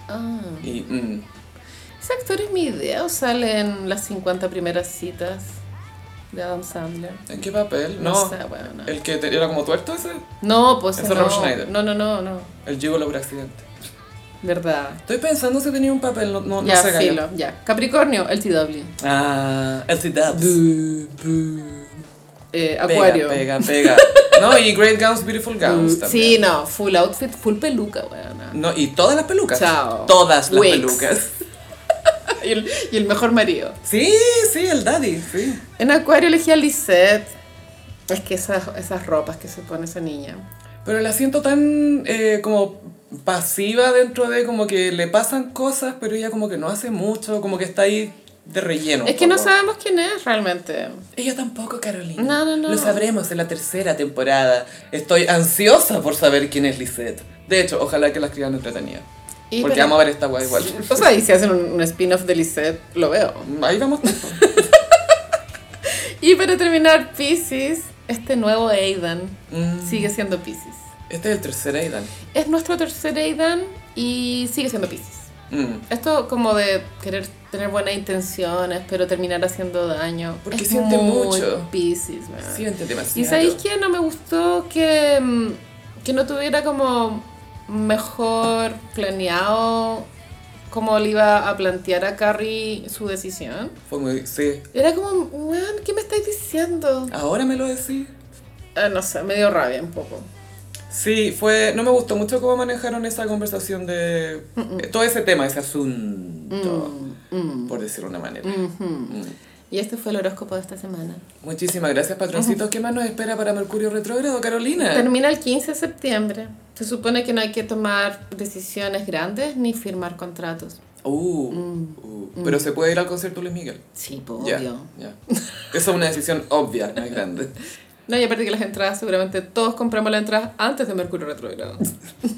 Speaker 2: Ah.
Speaker 1: Y mm,
Speaker 2: Ese actor es mi idea, o sale en las 50 primeras citas de Adam Sandler.
Speaker 1: ¿en qué papel?
Speaker 2: No
Speaker 1: No.
Speaker 2: sé, bueno, no.
Speaker 1: El que te- era como tuerto ese.
Speaker 2: No, pues
Speaker 1: Ese
Speaker 2: no.
Speaker 1: es Rob Schneider.
Speaker 2: No, no, no, no.
Speaker 1: El gigolo por accidente.
Speaker 2: Verdad.
Speaker 1: Estoy pensando si tenía un papel, no, no, no
Speaker 2: ya,
Speaker 1: sé. Gaia.
Speaker 2: filo, ya. Capricornio, LTW.
Speaker 1: Ah, Elsie Dubs.
Speaker 2: Eh,
Speaker 1: Pega,
Speaker 2: Acuario. Mm,
Speaker 1: pega,
Speaker 2: [laughs]
Speaker 1: pega. No, y Great Gowns, Beautiful Gowns también.
Speaker 2: Sí, no, full outfit, full peluca, weón.
Speaker 1: No, y todas las pelucas.
Speaker 2: Chao.
Speaker 1: Todas las
Speaker 2: Wigs.
Speaker 1: pelucas.
Speaker 2: [laughs] Y el, y el mejor marido.
Speaker 1: Sí, sí, el daddy, sí.
Speaker 2: En Acuario elegí a Lisette. Es que esas, esas ropas que se pone esa niña.
Speaker 1: Pero la siento tan eh, como pasiva dentro de como que le pasan cosas, pero ella como que no hace mucho, como que está ahí de relleno. un
Speaker 2: es que no
Speaker 1: poco.
Speaker 2: sabemos quién es realmente.
Speaker 1: Ella tampoco, Carolina.
Speaker 2: No, no, no.
Speaker 1: Lo sabremos en la tercera temporada. Estoy ansiosa por saber quién es Lisette. De hecho, ojalá que la escriban entretenida.
Speaker 2: Y
Speaker 1: Porque
Speaker 2: pero-
Speaker 1: vamos a ver esta guay igual.
Speaker 2: O sea, y si hacen un, un spin-off de Lisette, lo veo.
Speaker 1: Ahí vamos. tanto.
Speaker 2: Y para terminar, Pisces, este nuevo Aidan sigue siendo Pisces.
Speaker 1: Mm. Este es el tercer Aidan.
Speaker 2: Es nuestro tercer Aidan y sigue siendo Pisces.
Speaker 1: Mm.
Speaker 2: Esto como de querer tener buenas intenciones, pero terminar haciendo daño.
Speaker 1: Porque
Speaker 2: es
Speaker 1: siente
Speaker 2: muy
Speaker 1: mucho.
Speaker 2: Pisces, man.
Speaker 1: Siente demasiado.
Speaker 2: ¿Y sabéis qué? No me gustó que, mm, que no tuviera como mejor planeado cómo le iba a plantear a Carrie su decisión.
Speaker 1: Fue muy... Sí.
Speaker 2: Era como, weón, ¿qué me estáis diciendo?
Speaker 1: Ahora me lo decís.
Speaker 2: Ah, no sé, me dio rabia un poco.
Speaker 1: Sí, fue. No me gustó mucho cómo manejaron esa conversación de. eh, todo ese tema, ese
Speaker 2: Mm,
Speaker 1: asunto. Por decirlo de una manera. Mm.
Speaker 2: Y este fue el horóscopo de esta semana.
Speaker 1: Muchísimas gracias, patroncitos. ¿Qué más nos espera para Mercurio Retrógrado, Carolina?
Speaker 2: Termina el 15 de septiembre. Se supone que no hay que tomar decisiones grandes ni firmar contratos.
Speaker 1: Uh, uh, Pero se puede ir al concierto Luis Miguel.
Speaker 2: Sí, po,
Speaker 1: Ya.
Speaker 2: Mm. obvio.
Speaker 1: ya. Esa es una decisión obvia, no es grande.
Speaker 2: No, y aparte que las entradas, seguramente todos compramos las entradas antes de Mercurio retrógrado.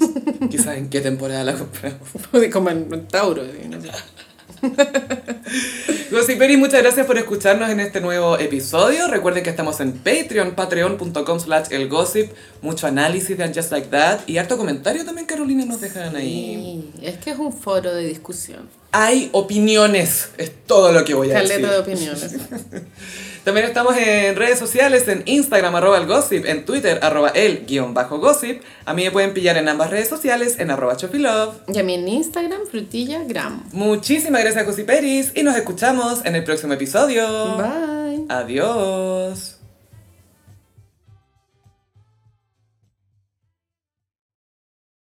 Speaker 2: [laughs]
Speaker 1: Quizás en qué temporada la compramos.
Speaker 2: Como en, en Tauro. así, no sé.
Speaker 1: Gossiperi, muchas gracias por escucharnos en este nuevo episodio. Recuerden que estamos en Patreon, patreon.com slash el gossip. Mucho análisis de And Just Like That. Y harto comentario también, Carolina, nos dejan ahí.
Speaker 2: Y es que es un foro de discusión.
Speaker 1: Hay opiniones, es todo lo que voy a
Speaker 2: Caleta de
Speaker 1: decir.
Speaker 2: opiniones. [laughs]
Speaker 1: También estamos en redes sociales, en Instagram, arroba el gossip, en Twitter, arroba el guión bajo gossip. A mí me pueden pillar en ambas redes sociales, en arroba chopilove.
Speaker 2: Y a mí en Instagram, frutilla gramo.
Speaker 1: Muchísimas gracias, Gossiperis, y nos escuchamos en el próximo episodio.
Speaker 2: Bye.
Speaker 1: Adiós.